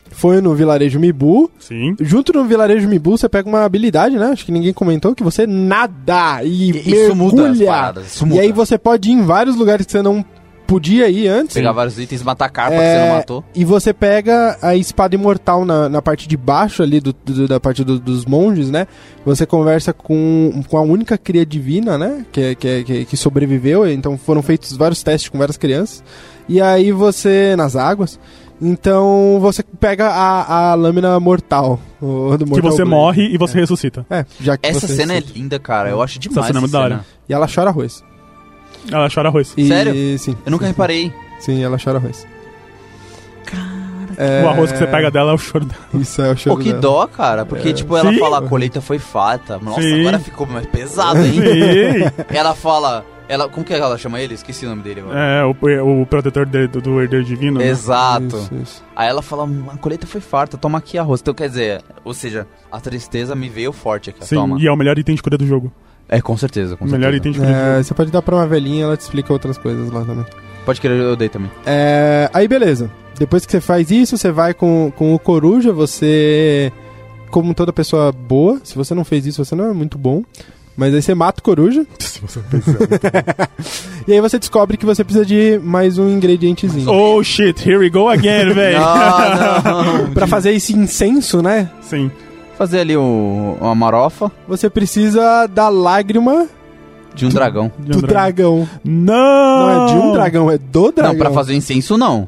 Speaker 3: foi no Vilarejo Mibu.
Speaker 4: Sim.
Speaker 3: Junto no Vilarejo Mibu, você pega uma habilidade, né? Acho que ninguém comentou, que você nada e
Speaker 5: E- Isso muda as
Speaker 3: mergulha.
Speaker 5: paradas. Isso
Speaker 3: E
Speaker 5: muda.
Speaker 3: aí você pode ir em vários lugares que você não podia ir antes.
Speaker 5: Pegar vários itens, matar a carpa que
Speaker 3: É,
Speaker 5: você não matou.
Speaker 3: E você pega a espada imortal na, na parte de baixo ali, do, do- da parte do- dos monges, né? Você conversa com, com a única cria divina, né? Que, é- que, é- que, é- que sobreviveu, então foram feitos vários testes com várias crianças. E aí você. nas águas. Então você pega a, a lâmina mortal. o- do
Speaker 4: que
Speaker 3: Mortal
Speaker 4: você
Speaker 3: Blade.
Speaker 4: morre e você ressuscita.
Speaker 3: É, já que
Speaker 2: Essa
Speaker 3: você-
Speaker 2: cena é linda, cara. Eu acho demais.
Speaker 4: cena é muito da hora.
Speaker 3: E ela chora arroz.
Speaker 4: Ela chora arroz.
Speaker 3: E-
Speaker 2: Sério?
Speaker 3: Sim.
Speaker 2: Eu nunca
Speaker 3: sim,
Speaker 2: reparei.
Speaker 3: Sim, ela chora arroz. É,
Speaker 4: O arroz que você pega dela é o choro dela.
Speaker 3: Isso é o
Speaker 2: Pô,
Speaker 3: choro
Speaker 2: que
Speaker 3: dela.
Speaker 2: dó, cara. Porque, tipo, ela
Speaker 4: É. Sim.
Speaker 2: fala, a colheita foi fata. Nossa,
Speaker 4: Sim.
Speaker 2: agora ficou mais pesado, hein?
Speaker 4: Sim.
Speaker 2: ela fala. Ela, como
Speaker 5: é
Speaker 2: que ela chama ele? Esqueci o nome dele agora.
Speaker 4: É, o, o protetor de- do, do herdeiro divino. né?
Speaker 2: Exato.
Speaker 3: Isso, isso.
Speaker 2: Aí ela fala, a colheita foi farta, toma aqui arroz. Então quer dizer, ou seja, a tristeza me veio forte aqui.
Speaker 4: Sim,
Speaker 2: toma.
Speaker 4: e é o melhor item de cura do jogo.
Speaker 2: É, com certeza, com
Speaker 4: O melhor
Speaker 2: certeza.
Speaker 4: item de cura do
Speaker 3: É,
Speaker 4: jogo.
Speaker 3: você pode dar pra uma velhinha, ela te explica outras coisas lá também.
Speaker 2: Pode querer, eu dei também.
Speaker 3: É, aí beleza. Depois que você faz isso, você vai com, com o coruja, você. Como toda pessoa boa, se você não fez isso, você não é muito bom. Mas aí você mata o coruja.
Speaker 4: Se você pensar.
Speaker 3: E aí você descobre que você precisa de mais um ingredientezinho.
Speaker 4: Oh shit, here we go again, velho.
Speaker 2: Não, não.
Speaker 3: Pra fazer esse incenso, né?
Speaker 4: Sim.
Speaker 2: Fazer ali o, uma marofa
Speaker 3: Você precisa da lágrima
Speaker 2: de um dragão.
Speaker 4: de
Speaker 3: do
Speaker 4: um
Speaker 3: dragão.
Speaker 4: Não!
Speaker 3: Não é de um dragão, é do dragão.
Speaker 2: Não, pra fazer o incenso não.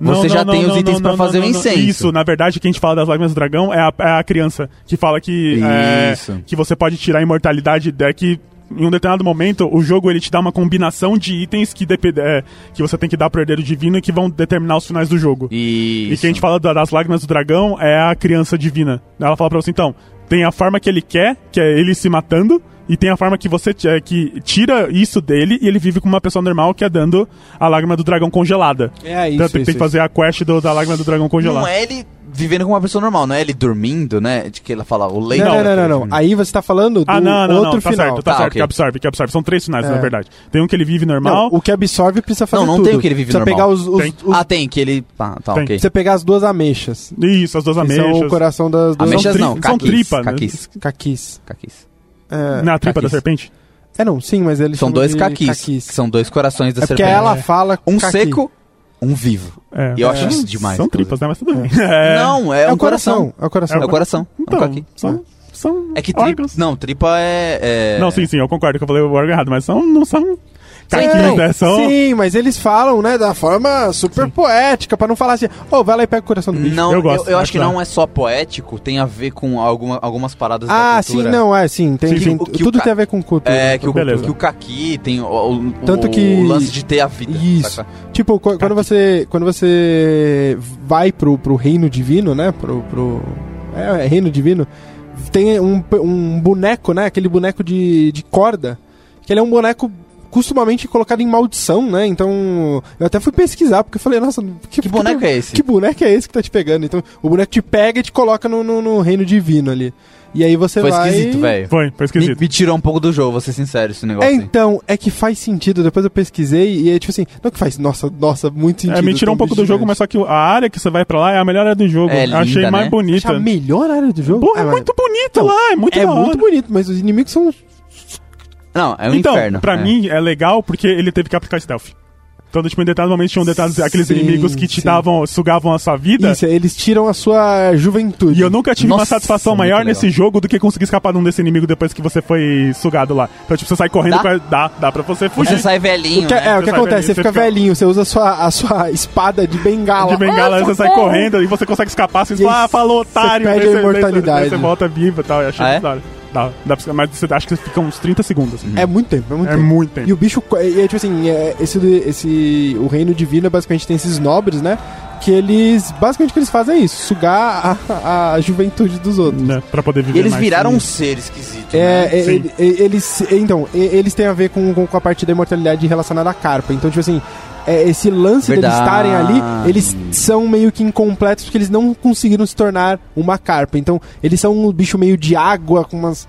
Speaker 4: Não,
Speaker 2: Você
Speaker 4: não,
Speaker 2: já
Speaker 4: não,
Speaker 2: tem
Speaker 4: não,
Speaker 2: os itens
Speaker 4: não,
Speaker 2: pra
Speaker 4: não,
Speaker 2: fazer
Speaker 4: não,
Speaker 2: o
Speaker 4: não.
Speaker 2: incenso.
Speaker 4: Isso, na verdade, quem a gente fala das lágrimas do dragão é a, é a criança, que fala que, é,
Speaker 2: Isso.
Speaker 4: que você pode tirar a imortalidade é que Em um determinado momento, o jogo ele te dá uma combinação de itens que, depende, é, que você tem que dar pro herdeiro divino e que vão determinar os finais do jogo.
Speaker 2: Isso.
Speaker 4: E quem a gente fala da- das lágrimas do dragão é a criança divina. Ela fala pra você, então, tem a forma que ele quer, que é ele se matando, e tem a forma que você ti- é, que tira isso dele e ele vive como uma pessoa normal, que é dando a lágrima do dragão congelada.
Speaker 3: É isso,
Speaker 4: então tem,
Speaker 3: isso,
Speaker 4: tem que fazer a quest do- da lágrima do dragão
Speaker 2: Não
Speaker 4: congelada.
Speaker 2: é ele vivendo como uma pessoa normal, não é ele dormindo, né? De que ela fala, o leite.
Speaker 3: Não, não, não, não, não. Aí você tá falando do
Speaker 4: Ah, não, não,
Speaker 3: outro
Speaker 4: não, tá
Speaker 3: final.
Speaker 4: certo, tá,
Speaker 2: Tá,
Speaker 4: certo,
Speaker 2: ok.
Speaker 4: que absorve, que absorve. São três finais,
Speaker 3: É.
Speaker 4: na verdade. Tem um que ele vive
Speaker 3: Não,
Speaker 4: normal,
Speaker 3: o que absorve precisa fazer
Speaker 2: Não, não
Speaker 3: tudo.
Speaker 2: tem o que ele vive
Speaker 3: precisa
Speaker 2: normal.
Speaker 3: pegar os, os-
Speaker 4: Tem.
Speaker 3: os-
Speaker 2: Ah, tem, que ele. Tá, tá
Speaker 4: Tem.
Speaker 2: ok.
Speaker 3: Você pegar as duas ameixas.
Speaker 4: isso, as duas
Speaker 3: que São o
Speaker 4: ameixas.
Speaker 3: coração das duas
Speaker 2: Ameixas
Speaker 4: tri-
Speaker 2: não,
Speaker 4: são
Speaker 2: caquis,
Speaker 4: tripa, né?
Speaker 2: caquis,
Speaker 3: caquis.
Speaker 2: caquis.
Speaker 3: É,
Speaker 4: na tripa da
Speaker 2: caquis.
Speaker 4: serpente.
Speaker 3: é, não, sim, mas eles
Speaker 2: São
Speaker 3: chamam
Speaker 2: dois
Speaker 3: de
Speaker 2: caquis,
Speaker 3: caquis.
Speaker 2: que São dois corações da
Speaker 3: É porque
Speaker 2: serpente.
Speaker 3: ela fala
Speaker 2: Um
Speaker 3: caqui.
Speaker 2: seco, um vivo.
Speaker 4: É.
Speaker 2: E eu acho
Speaker 4: É.
Speaker 2: isso demais,
Speaker 4: São
Speaker 2: inclusive.
Speaker 4: tripas, né? Mas tudo bem. É.
Speaker 2: Não, é,
Speaker 3: É,
Speaker 2: um
Speaker 3: o coração, é o coração.
Speaker 2: É o coração.
Speaker 4: Então,
Speaker 2: um caqui.
Speaker 4: são, são
Speaker 2: É que tripa.
Speaker 4: órgãos.
Speaker 2: Não, tripa é. é-
Speaker 4: Não, sim, sim, eu concordo que eu falei o órgão errado, mas são, não são caquinhos,
Speaker 2: então,
Speaker 3: Sim,
Speaker 4: né? São.
Speaker 3: Sim, mas eles falam, né, da forma super poética, pra não falar assim, ô, vai lá e pega o coração do bicho.
Speaker 2: Não,
Speaker 4: Eu
Speaker 2: eu,
Speaker 4: gosto,
Speaker 2: eu acho que
Speaker 3: tá.
Speaker 4: acho
Speaker 2: não é só poético, tem a ver com alguma, algumas paradas da
Speaker 3: Ah, sim,
Speaker 2: cultura.
Speaker 3: não, é, sim, tem,
Speaker 4: Sim,
Speaker 3: tem-
Speaker 2: o que o
Speaker 3: tudo
Speaker 2: ca-
Speaker 3: tem a ver com cultura. né,
Speaker 2: É, que o,
Speaker 4: Beleza.
Speaker 2: que o caqui tem o, o- o-
Speaker 3: Tanto que-
Speaker 2: o lance de ter a vida.
Speaker 3: Isso.
Speaker 2: saca? Tá.
Speaker 3: Tipo, qu- quando você, quando você vai pro, pro reino divino, né? Pro, pro, é, é reino divino. Tem um, pe- um boneco, né? Aquele boneco de, de corda. Que ele é um boneco costumamente colocado em maldição, né? Então, eu até fui pesquisar, porque eu falei, nossa,
Speaker 2: Que boneco é esse?
Speaker 3: que boneco é esse que tá te pegando? Então, o boneco te pega e te coloca no, no, no reino divino ali. E aí você
Speaker 2: Foi
Speaker 3: vai...
Speaker 2: esquisito, velho.
Speaker 4: Foi, foi
Speaker 2: Me,
Speaker 4: esquisito.
Speaker 2: me tirou um pouco do jogo, vou ser sincero, esse negócio.
Speaker 3: É,
Speaker 2: aí.
Speaker 3: então, é que faz sentido. Depois eu pesquisei e é tipo assim, não que faz, nossa, nossa, muito sentido.
Speaker 4: É, me tirou um
Speaker 3: tem
Speaker 4: pouco do
Speaker 3: bicho
Speaker 4: jogo,
Speaker 3: gigante.
Speaker 4: mas só que a área que você vai pra lá é a melhor área do jogo.
Speaker 2: É
Speaker 4: Eu Achei
Speaker 2: linda,
Speaker 4: mais
Speaker 2: né?
Speaker 4: bonita.
Speaker 3: Acho a melhor área do jogo.
Speaker 4: Porra, é
Speaker 3: Ah, mas-
Speaker 4: muito bonita
Speaker 3: Então,
Speaker 4: lá, é muito
Speaker 3: É
Speaker 4: da hora.
Speaker 3: muito bonito, mas os inimigos são.
Speaker 2: Não, é um
Speaker 4: então,
Speaker 2: inferno.
Speaker 4: pra
Speaker 2: é.
Speaker 4: mim é legal porque ele teve que aplicar stealth. Então, tipo, em determinado momento tinham detalhes, aqueles
Speaker 3: Sim,
Speaker 4: inimigos que te
Speaker 3: sim.
Speaker 4: davam, sugavam a sua vida.
Speaker 3: Isso, eles tiram a sua juventude.
Speaker 4: E eu nunca tive
Speaker 2: é
Speaker 4: uma
Speaker 2: Nossa,
Speaker 4: satisfação
Speaker 2: muito
Speaker 4: maior
Speaker 2: legal.
Speaker 4: nesse jogo do que conseguir escapar de um desse inimigo depois que você foi sugado lá. Então, tipo, você sai correndo
Speaker 2: Dá?
Speaker 4: pra. Dá, dá pra você fugir.
Speaker 2: Você sai velhinho.
Speaker 3: O que-
Speaker 2: né?
Speaker 3: é, o
Speaker 4: Você sai
Speaker 3: que
Speaker 4: velhinho,
Speaker 3: acontece?
Speaker 4: você
Speaker 3: Você fica
Speaker 4: fica-
Speaker 3: velhinho, você usa a sua, a sua espada de bengala.
Speaker 4: de bengala, você sai correndo e você consegue escapar, você
Speaker 3: E
Speaker 4: fala,
Speaker 3: aí
Speaker 4: ah, falou, otário.
Speaker 3: perde
Speaker 4: Daí
Speaker 3: a
Speaker 4: daí
Speaker 3: imortalidade.
Speaker 4: daí Você volta vivo e tal, eu achei
Speaker 2: Ah, é? Uhum.
Speaker 4: da hora. Dá, dá pra- mas você acha que fica uns 30 segundos. assim.
Speaker 3: É muito tempo, é muito
Speaker 4: É
Speaker 3: tempo.
Speaker 4: muito tempo.
Speaker 3: E o bicho. co- E é tipo assim, é, esse, esse. O reino divino é basicamente tem esses nobres, né? Que eles. Basicamente o que eles fazem é isso: sugar a, a juventude dos outros.
Speaker 4: Né, pra poder viver
Speaker 2: E eles
Speaker 4: mais.
Speaker 2: viraram um ser esquisito.
Speaker 3: É,
Speaker 2: né?
Speaker 3: é,
Speaker 4: Sim.
Speaker 3: ele- ele- eles. Então, e- eles têm a ver com, com- com a parte da imortalidade relacionada à carpa. Então, tipo assim, é, esse lance deles
Speaker 2: Verdade.
Speaker 3: estarem ali, eles são meio que incompletos porque eles não conseguiram se tornar uma carpa. Então, eles são um bicho meio de água, com umas
Speaker 4: Umas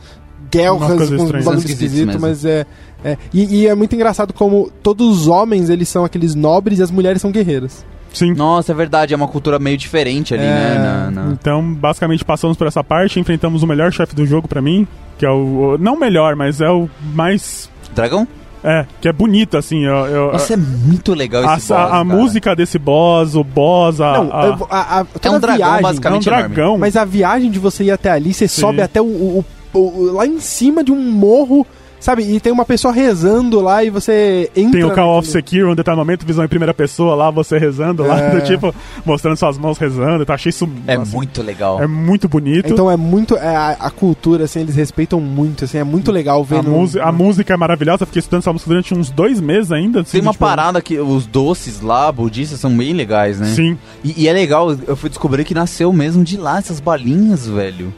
Speaker 3: guelras,
Speaker 4: coisas
Speaker 3: com uns
Speaker 4: estranhas.
Speaker 3: bagulho
Speaker 2: São esquisitos
Speaker 3: esquisito,
Speaker 2: mesmo.
Speaker 3: mas é. é. E, e é muito engraçado como todos os homens eles são aqueles nobres e as mulheres são guerreiras.
Speaker 4: Sim.
Speaker 2: Nossa, é verdade, é uma cultura meio diferente ali,
Speaker 3: É.
Speaker 2: né? na- na-
Speaker 4: Então, basicamente, passamos por essa parte, enfrentamos o melhor chefe do jogo pra mim, que é o. o- Não o melhor, mas é o mais.
Speaker 2: Dragão?
Speaker 4: É, que é bonito, assim. Eu, eu-
Speaker 2: Nossa, é muito legal
Speaker 4: a,
Speaker 2: esse boss,
Speaker 4: a- a
Speaker 2: cara.
Speaker 4: música desse boss, o boss, a.
Speaker 3: não,
Speaker 4: a-
Speaker 3: eu- a- a- toda
Speaker 2: um dragão,
Speaker 3: viagem,
Speaker 2: basicamente.
Speaker 4: é um
Speaker 2: enorme.
Speaker 4: dragão.
Speaker 3: Mas a viagem de você ir até ali, você sobe até o, o- o- o- lá em cima de um morro Sabe, e tem uma pessoa rezando lá e você entra.
Speaker 4: Tem o Call of
Speaker 3: naquilo.
Speaker 4: Secure, um detalhamento, visão em primeira pessoa lá, você rezando lá, do tipo, mostrando suas mãos rezando. Tá, achei isso
Speaker 2: É
Speaker 4: nossa,
Speaker 2: muito legal.
Speaker 4: é muito bonito.
Speaker 3: Então é muito. é, a, a cultura, assim, eles respeitam muito, assim, é muito legal ver
Speaker 4: Hum. a,
Speaker 3: no-
Speaker 4: musi- a música é maravilhosa, fiquei estudando essa música durante uns dois meses ainda. assim,
Speaker 2: Tem uma
Speaker 4: tipo,
Speaker 2: parada que os doces lá, budistas, são bem legais, né?
Speaker 4: Sim.
Speaker 2: E, e é legal, eu fui descobrir que nasceu mesmo de lá essas balinhas, velho.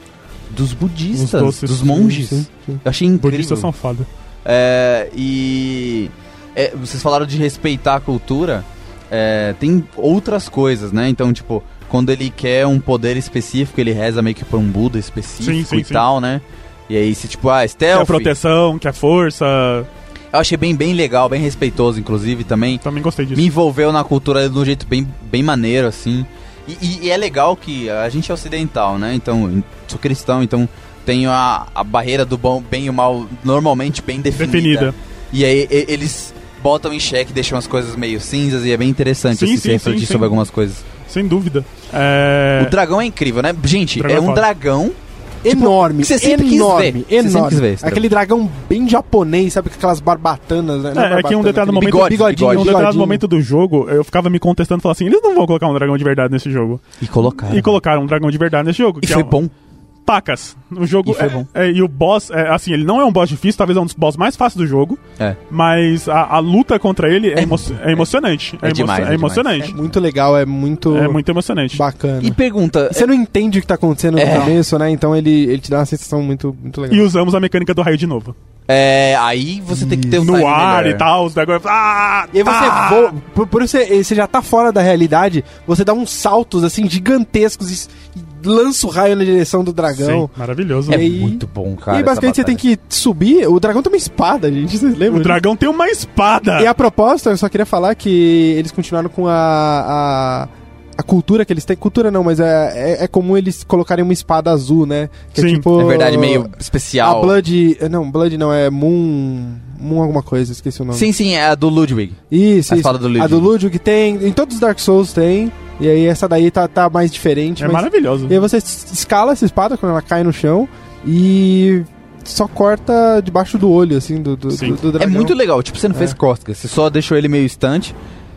Speaker 2: Dos budistas,
Speaker 4: Os doces,
Speaker 2: dos monges.
Speaker 3: Sim, sim.
Speaker 2: Eu achei incrível.
Speaker 4: Budistas são um foda.
Speaker 2: É, e é, vocês falaram de respeitar a cultura. é, tem outras coisas, né? Então, tipo, quando ele quer um poder específico, ele reza meio que pra um Buda específico
Speaker 4: Sim, sim,
Speaker 2: e
Speaker 4: sim. É
Speaker 2: tal, né? E aí, se tipo, ah,
Speaker 4: Quer
Speaker 2: stealth.
Speaker 4: proteção, quer força.
Speaker 2: Eu achei bem, bem legal, bem respeitoso, inclusive, também.
Speaker 4: Também gostei disso.
Speaker 2: Me envolveu na cultura de um jeito bem, bem maneiro, assim. E, e- e é legal que a gente é ocidental, né? Então, sou cristão, então tenho a, a barreira do bom, bem e o mal normalmente bem definida.
Speaker 4: Definida.
Speaker 2: E aí e- eles botam em xeque, deixam as coisas meio cinzas e é bem interessante
Speaker 4: Sim,
Speaker 2: assim,
Speaker 4: sim,
Speaker 2: se refletir
Speaker 4: sim, sim.
Speaker 2: sobre algumas coisas.
Speaker 4: Sem dúvida. É...
Speaker 2: O dragão é incrível, né? Gente,
Speaker 4: Dragão
Speaker 2: é
Speaker 4: é
Speaker 2: um
Speaker 4: foda.
Speaker 2: dragão.
Speaker 4: tipo,
Speaker 3: enorme,
Speaker 2: que você sempre quis
Speaker 3: enorme,
Speaker 2: ver, que você sempre
Speaker 3: enorme.
Speaker 2: quis ver esse
Speaker 3: Aquele dragão bem japonês, sabe? Com aquelas barbatanas, né? Não
Speaker 4: É, é que em um
Speaker 3: barbatana,
Speaker 4: determinado
Speaker 3: aquele
Speaker 4: momento-
Speaker 3: bigodinho,
Speaker 4: Em um determinado
Speaker 3: bigodinho.
Speaker 4: momento do jogo, eu ficava me contestando, falando assim, eles não vão colocar um dragão de verdade nesse jogo.
Speaker 2: E colocaram.
Speaker 4: E colocaram um dragão de verdade nesse jogo.
Speaker 2: E
Speaker 4: que é
Speaker 2: foi
Speaker 4: um-
Speaker 2: bom.
Speaker 4: Pacas. O jogo
Speaker 2: E foi
Speaker 4: é-
Speaker 2: bom.
Speaker 4: é- e o boss, é, assim, ele não é um boss difícil, talvez é um dos boss mais fáceis do jogo.
Speaker 2: É.
Speaker 4: Mas a, a luta contra ele
Speaker 2: É-
Speaker 4: é, emo- é emocionante.
Speaker 2: é
Speaker 4: emo-
Speaker 2: demais, é demais.
Speaker 3: É
Speaker 4: emocionante.
Speaker 3: muito legal, é muito,
Speaker 4: É muito emocionante.
Speaker 3: bacana.
Speaker 2: E
Speaker 3: E
Speaker 2: pergunta,
Speaker 3: Uhum. você não entende o que tá acontecendo
Speaker 2: É.
Speaker 3: no começo, né? Então ele, ele te dá uma sensação muito, muito legal.
Speaker 4: E usamos a mecânica do raio de novo.
Speaker 2: é, aí você tem que ter um
Speaker 4: No
Speaker 2: timing
Speaker 4: ar
Speaker 2: melhor.
Speaker 4: e tal, os dragões. Ah,
Speaker 3: E aí você
Speaker 4: ah!
Speaker 3: voa. Por, por isso você, você já tá fora da realidade, você dá uns saltos assim gigantescos e, s- e lança o raio na direção do dragão.
Speaker 4: Sim, maravilhoso.
Speaker 2: É
Speaker 3: E aí-
Speaker 2: muito bom, cara.
Speaker 3: e aí,
Speaker 2: essa
Speaker 3: basicamente, você tem
Speaker 2: batalha.
Speaker 3: que subir. O dragão tem uma espada, gente. Vocês lembram?
Speaker 4: O
Speaker 3: disso?
Speaker 4: dragão tem uma espada.
Speaker 3: E a proposta, eu só queria falar que eles continuaram com a. a... a cultura que eles têm, cultura não, mas é, é, é comum eles colocarem uma espada azul, né? Que
Speaker 4: Sim.
Speaker 3: tipo.
Speaker 2: É verdade, meio
Speaker 3: A
Speaker 2: especial.
Speaker 3: Blood. Não, Blood não, é Moon. Moon alguma coisa, esqueci o nome.
Speaker 2: Sim, sim, é a do Ludwig.
Speaker 3: Isso,
Speaker 2: A
Speaker 3: isso.
Speaker 2: espada do
Speaker 3: A
Speaker 2: Ludwig.
Speaker 3: do Ludwig tem. Em todos os Dark Souls tem. E aí essa daí tá, tá mais diferente.
Speaker 4: É
Speaker 3: mas-
Speaker 4: maravilhoso.
Speaker 3: E aí você s- escala essa espada quando ela cai no chão e só corta debaixo do olho, assim, do, do,
Speaker 4: Sim.
Speaker 3: do- do
Speaker 2: É
Speaker 3: dragão.
Speaker 2: muito legal. Tipo, você não
Speaker 3: É.
Speaker 2: fez cócegas, você só deixou ele meio estante.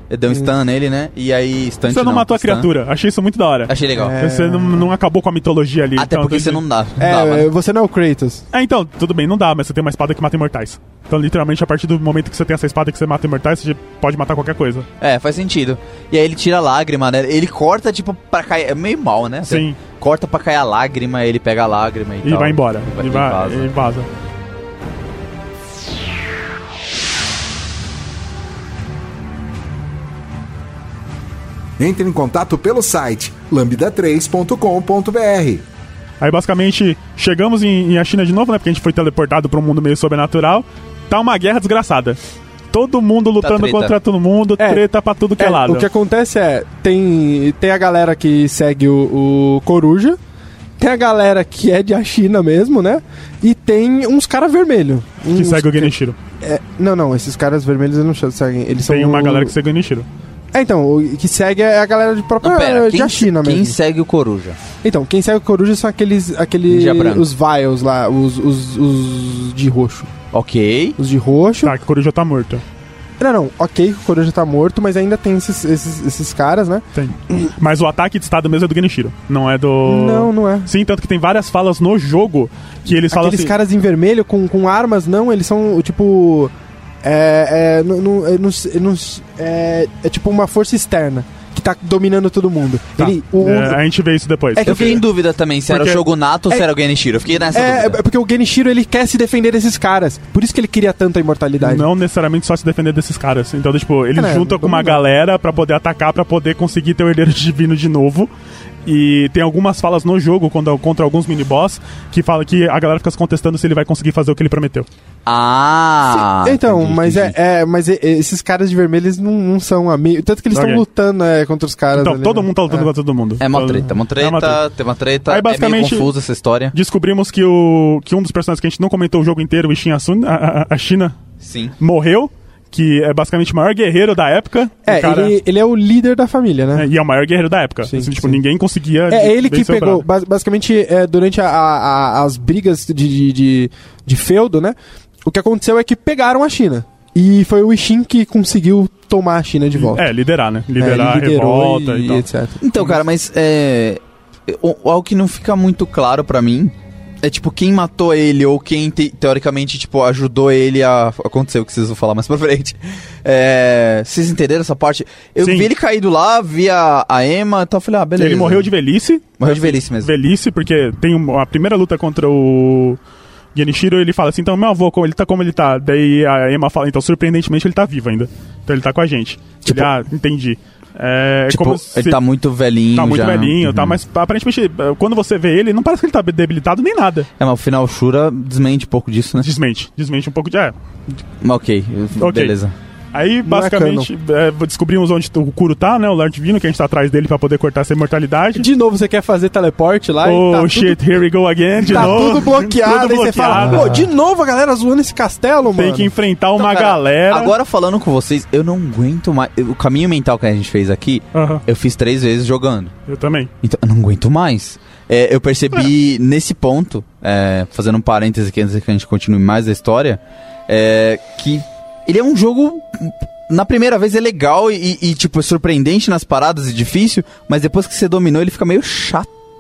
Speaker 2: Deu um
Speaker 3: Sim.
Speaker 2: stun nele, né? E aí, stun
Speaker 4: Você não, matou a criatura. Achei isso muito da hora.
Speaker 2: Achei legal.
Speaker 3: É.
Speaker 4: Você não, não acabou com a mitologia ali.
Speaker 2: Até
Speaker 4: então,
Speaker 2: porque
Speaker 4: desde-
Speaker 2: você não dá. Não
Speaker 3: É,
Speaker 2: dava, né?
Speaker 3: você não é o Kratos.
Speaker 4: Ah, então, tudo bem, não dá, mas você tem uma espada que mata imortais. Então, literalmente, a partir do momento que você tem essa espada que você mata imortais, você pode matar qualquer coisa.
Speaker 2: É, faz sentido. E aí ele tira a lágrima, né? Ele corta, tipo, pra cair. É meio mal, né? Você
Speaker 4: Sim.
Speaker 2: corta pra cair a lágrima, ele pega a lágrima e,
Speaker 4: E
Speaker 2: tal.
Speaker 4: vai embora.
Speaker 2: Então, Vai-
Speaker 4: E,
Speaker 2: e
Speaker 4: vai,
Speaker 2: vaza.
Speaker 4: e vaza.
Speaker 1: Entre em contato pelo site lambda3.com.br.
Speaker 4: Aí, basicamente, chegamos em, em a China de novo, né? Porque a gente foi teleportado pra um mundo meio sobrenatural. Tá uma guerra desgraçada. Todo mundo lutando
Speaker 2: Tá treta.
Speaker 4: contra todo mundo,
Speaker 3: É.
Speaker 4: treta pra tudo que é,
Speaker 3: É,
Speaker 4: lado.
Speaker 3: O que acontece é, tem, tem a galera que segue o, o Coruja, tem a galera que é de a China mesmo, né? E tem uns caras vermelhos.
Speaker 4: Que segue o Genichiro.
Speaker 3: é, Não, não, esses caras vermelhos eles não seguem. Eles são
Speaker 4: Tem uma galera que segue o Genichiro.
Speaker 3: É, então, o que segue é a galera de própria
Speaker 2: Não, pera.
Speaker 3: de a
Speaker 2: Quem,
Speaker 3: China
Speaker 2: quem
Speaker 3: é, mesmo.
Speaker 2: segue o Coruja?
Speaker 3: Então, quem segue o Coruja são aqueles. aqueles
Speaker 2: Ninja branco.
Speaker 3: os Vials lá, os, os, os de roxo.
Speaker 2: Ok.
Speaker 3: Os de roxo.
Speaker 4: Tá, que o Coruja tá morto.
Speaker 3: Não, não, ok, o Coruja tá morto, mas ainda tem esses, esses, esses caras, né?
Speaker 4: Tem. Mas o ataque de estado mesmo é do Genichiro. Não é do.
Speaker 3: Não, não é.
Speaker 4: Sim, tanto que tem várias falas no jogo que eles falam
Speaker 3: Aqueles
Speaker 4: assim.
Speaker 3: caras em vermelho com, com armas, não, eles são tipo. É. É, não- não- eu não sei- eu não sei- é, é tipo uma força externa que tá dominando todo mundo.
Speaker 4: Tá.
Speaker 3: Ele, o,
Speaker 4: É, a gente vê isso depois.
Speaker 3: É que
Speaker 2: Eu fiquei
Speaker 3: porque-
Speaker 2: em dúvida também se era o
Speaker 4: porque-
Speaker 2: Shogunato ou se
Speaker 3: É-
Speaker 2: era o Genichiro. Eu fiquei nessa
Speaker 3: é, é
Speaker 2: dúvida.
Speaker 3: porque o Genichiro ele quer se defender desses caras. Por isso que ele queria tanto a imortalidade.
Speaker 4: Não necessariamente só se defender desses caras. Então, tipo, eles
Speaker 3: É,
Speaker 4: juntam com uma
Speaker 3: dominar.
Speaker 4: galera pra poder atacar, pra poder conseguir ter o herdeiro divino de novo. E tem algumas falas no jogo quando, contra alguns miniboss que fala que a galera fica se contestando se ele vai conseguir fazer o que ele prometeu.
Speaker 2: Ah!
Speaker 3: Sim, então,
Speaker 2: entendi,
Speaker 3: mas é,
Speaker 2: entendi.
Speaker 3: é- mas e- esses caras de vermelho eles não, não são amigos. Tanto que eles estão
Speaker 4: Ok.
Speaker 3: lutando é, contra os caras.
Speaker 4: Então,
Speaker 3: ali,
Speaker 4: todo
Speaker 3: né?
Speaker 4: mundo tá lutando
Speaker 3: É.
Speaker 4: contra todo mundo.
Speaker 2: É uma
Speaker 4: Então,
Speaker 2: treta, uma treta,
Speaker 4: é uma treta.
Speaker 2: tem uma treta.
Speaker 4: Aí,
Speaker 2: É meio
Speaker 4: basicamente-
Speaker 2: confusa essa história.
Speaker 4: Descobrimos que, o, que um dos personagens que a gente não comentou o jogo inteiro, o Ishin Asun, a, a- a China,
Speaker 2: Sim.
Speaker 4: morreu, que é basicamente o maior guerreiro da época.
Speaker 3: É,
Speaker 4: O cara-
Speaker 3: ele, ele é o líder da família, né?
Speaker 4: É, e é o maior guerreiro da época.
Speaker 3: Sim,
Speaker 4: Assim, tipo,
Speaker 3: sim.
Speaker 4: ninguém conseguia.
Speaker 3: É ele que
Speaker 4: desdobrar.
Speaker 3: pegou, bas- basicamente, é, durante a- a- a- as brigas de, de, de- de feudo, né? O que aconteceu é que pegaram a China. E foi o Ishin que conseguiu tomar a China de volta.
Speaker 4: É, liderar, né?
Speaker 3: É, ele
Speaker 4: Liderar a
Speaker 3: liderou
Speaker 4: revolta e, tal.
Speaker 3: etc.
Speaker 2: Então, cara, mas é. o- Algo que não fica muito claro pra mim é tipo quem matou ele ou quem te- teoricamente tipo ajudou ele a acontecer o que vocês vão falar mais pra frente. É, vocês entenderam essa parte? Eu
Speaker 4: Sim.
Speaker 2: vi ele caído lá, vi a, a Emma e tal, falei, ah, beleza.
Speaker 4: Ele morreu de velhice.
Speaker 2: morreu de velhice mesmo.
Speaker 4: Velhice, porque tem uma- a primeira luta contra o Genichiro, ele fala assim, então meu avô, como ele tá como ele tá? Daí a Emma fala, então surpreendentemente ele tá vivo ainda. Então ele tá com a gente.
Speaker 2: Tipo-
Speaker 4: ele, ah, entendi. É
Speaker 2: tipo,
Speaker 4: como
Speaker 2: ele
Speaker 4: se-
Speaker 2: tá muito velhinho
Speaker 4: tá muito
Speaker 3: né?
Speaker 2: já.
Speaker 4: velhinho, tá?
Speaker 2: Uhum.
Speaker 4: Mas aparentemente, eh, quando você vê ele, não parece que ele tá debilitado nem nada.
Speaker 2: É, mas o final Shura desmente um pouco disso, né?
Speaker 4: Desmente, desmente um pouco de... É,
Speaker 2: Mas Ok,
Speaker 4: Ok.
Speaker 2: beleza.
Speaker 4: Aí, basicamente, é, descobrimos onde o Kuro tá, né? O Lord Divino, que a gente tá atrás dele pra poder cortar essa imortalidade.
Speaker 2: tá
Speaker 3: De novo, você quer fazer teleporte lá
Speaker 4: oh,
Speaker 3: e tá tudo-
Speaker 4: shit, here we go again, de
Speaker 3: tá
Speaker 4: novo.
Speaker 3: tudo bloqueado,
Speaker 4: Tudo
Speaker 3: aí você fala,
Speaker 4: bloqueado.
Speaker 3: pô, de novo a galera zoando esse castelo,
Speaker 4: Tem
Speaker 3: mano.
Speaker 4: que enfrentar
Speaker 2: Então,
Speaker 4: uma
Speaker 2: cara,
Speaker 4: galera.
Speaker 2: Agora falando com vocês, eu não aguento mais. O caminho mental que a gente fez aqui,
Speaker 4: Aham,
Speaker 2: eu fiz três vezes jogando.
Speaker 4: eu também.
Speaker 2: Então, eu não aguento mais. É, eu percebi nesse ponto, é, fazendo um parêntese aqui antes que a gente continue mais a história, é, que ele é um jogo. Na primeira vez é legal e, e, tipo, é surpreendente nas paradas e difícil, mas depois que você dominou ele fica meio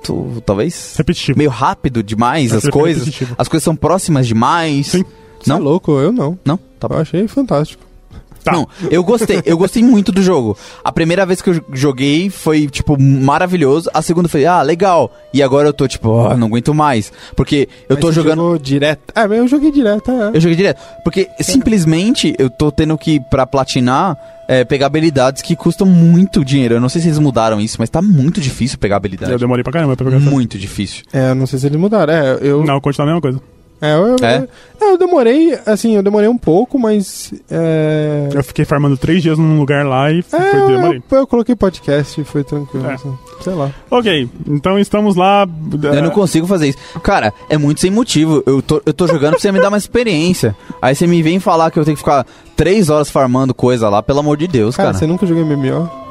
Speaker 2: chato, talvez.
Speaker 4: Repetitivo.
Speaker 2: Meio rápido demais
Speaker 4: Acho
Speaker 2: as
Speaker 4: que é
Speaker 2: coisas.
Speaker 4: repetitivo.
Speaker 2: As coisas são próximas demais.
Speaker 4: Sim.
Speaker 3: Você
Speaker 2: Não?
Speaker 3: é louco, eu não.
Speaker 2: Não? Tá
Speaker 3: Eu achei fantástico.
Speaker 4: Tá.
Speaker 2: Não, eu gostei, eu gostei muito do jogo. A primeira vez que eu joguei foi, tipo, maravilhoso. A segunda foi, ah, legal. E agora eu tô, tipo, "Ah, não aguento mais. Porque eu
Speaker 3: Mas
Speaker 2: tô
Speaker 3: você
Speaker 2: jogando.
Speaker 3: jogou direto. É, mas eu joguei direto, é.
Speaker 2: Eu joguei direto. Porque simplesmente eu tô tendo que, pra platinar, é, pegar habilidades que custam muito dinheiro. Eu não sei se eles mudaram isso, mas tá muito difícil pegar
Speaker 4: Eu
Speaker 2: habilidade.
Speaker 4: demorei pra caramba pra pegar essa.
Speaker 2: Muito difícil.
Speaker 3: É, eu não sei se eles mudaram. É, eu.
Speaker 4: Não, continua a mesma coisa.
Speaker 3: É, eu,
Speaker 2: É?
Speaker 3: eu- é, eu demorei, assim, eu demorei um pouco, mas. É.
Speaker 4: Eu fiquei farmando três dias num lugar lá e f-
Speaker 3: é,
Speaker 4: foi, demorei.
Speaker 3: eu, eu coloquei podcast e foi tranquilo.
Speaker 4: É.
Speaker 3: assim. Sei lá.
Speaker 4: Ok, então estamos lá.
Speaker 2: Eu não consigo fazer isso. Cara, é muito sem motivo. Eu tô, eu tô jogando pra você me dar uma experiência. Aí você me vem falar que eu tenho que ficar três horas farmando coisa lá, pelo amor de Deus,
Speaker 3: Cara,
Speaker 2: cara.
Speaker 3: você nunca jogou MMO?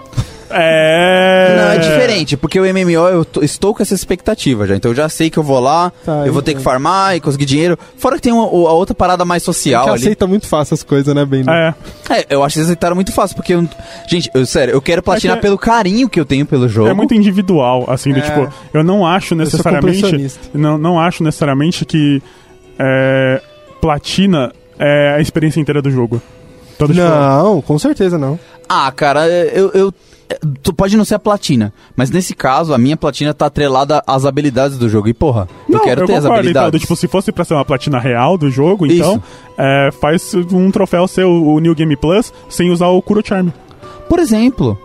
Speaker 4: É.
Speaker 2: Não, é diferente, porque o MMO eu tô- estou com essa expectativa já. Então eu já sei que eu vou lá,
Speaker 3: Tá,
Speaker 2: eu vou ter
Speaker 3: entendo.
Speaker 2: que farmar e conseguir dinheiro. Fora que tem uma- o- a outra parada mais
Speaker 3: A
Speaker 2: social
Speaker 3: gente
Speaker 2: ali.
Speaker 3: aceita muito fácil as coisas, né, Ben?
Speaker 4: É,
Speaker 2: É, eu acho que eles aceitaram muito fácil, porque. eu- gente, eu, sério, eu quero platinar
Speaker 4: que é-
Speaker 2: pelo carinho que eu tenho pelo jogo.
Speaker 4: é muito individual, assim, do
Speaker 3: É.
Speaker 4: tipo, eu não acho
Speaker 3: Eu sou
Speaker 4: necessariamente.
Speaker 3: compressionista.
Speaker 4: não, não acho necessariamente que é, platina é a experiência inteira do jogo. Então, tipo,
Speaker 3: Não, com certeza não.
Speaker 2: Ah, cara, eu. eu tu pode não ser a platina, mas nesse caso a minha platina tá atrelada às habilidades do jogo. E porra, eu
Speaker 4: não,
Speaker 2: quero ter as
Speaker 4: concordo, então,
Speaker 2: habilidades.
Speaker 4: do tipo, se fosse pra ser uma platina real do jogo,
Speaker 2: Isso.
Speaker 4: então é, faz um troféu seu, o New Game Plus, sem usar o Kuro Charm.
Speaker 2: Por exemplo.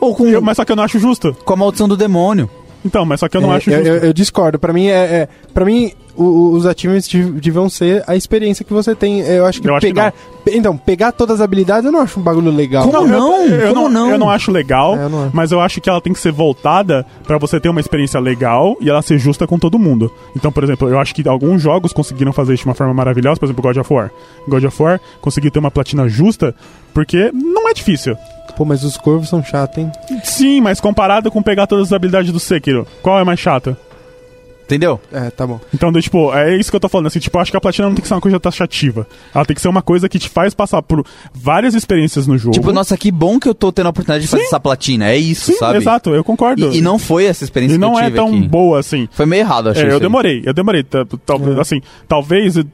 Speaker 2: Ou com,
Speaker 4: Eu- mas só que eu não acho justo.
Speaker 2: com a maldição do demônio.
Speaker 4: Então, mas só que eu não
Speaker 3: É,
Speaker 4: acho
Speaker 3: eu,
Speaker 4: justo.
Speaker 3: eu- eu discordo. Pra mim, é, é para mim o- o- os achievements dev- deviam ser a experiência que você tem. Eu acho que
Speaker 4: Eu acho que
Speaker 3: pegar. pe- então, pegar todas as habilidades eu não acho um bagulho legal.
Speaker 2: Como
Speaker 4: eu-
Speaker 2: não?
Speaker 4: Eu, eu
Speaker 2: Como não?
Speaker 4: Eu não acho legal,
Speaker 3: É, eu não acho.
Speaker 4: mas eu acho que ela tem que ser voltada pra você ter uma experiência legal e ela ser justa com todo mundo. Então, por exemplo, eu acho que alguns jogos conseguiram fazer isso de uma forma maravilhosa, por exemplo, God of War. God of War conseguiu ter uma platina justa porque não é difícil.
Speaker 3: Pô, mas os corvos são chatos, hein?
Speaker 4: Sim, mas comparado com pegar todas as habilidades do Sekiro, qual é mais chata?
Speaker 2: Entendeu?
Speaker 3: É, tá bom.
Speaker 4: Então, do- tipo, é isso que eu tô falando, assim, tipo, eu acho que a platina não tem que ser uma coisa taxativa. Ela tem que ser uma coisa que te faz passar por várias experiências no jogo.
Speaker 2: Tipo, nossa, que bom que eu tô tendo a oportunidade de fazer essa platina. É isso,
Speaker 4: Uhum. Sim,
Speaker 2: sabe?
Speaker 4: exato, eu concordo.
Speaker 2: E, e não foi essa experiência
Speaker 4: E
Speaker 2: que
Speaker 4: não
Speaker 2: eu
Speaker 4: é
Speaker 2: tive
Speaker 4: tão
Speaker 2: aqui.
Speaker 4: boa assim.
Speaker 2: Foi meio errado, eu achei.
Speaker 4: É,
Speaker 2: isso
Speaker 4: eu
Speaker 2: aí. É.
Speaker 4: demorei, eu demorei. ta- tal- Assim, talvez. eu-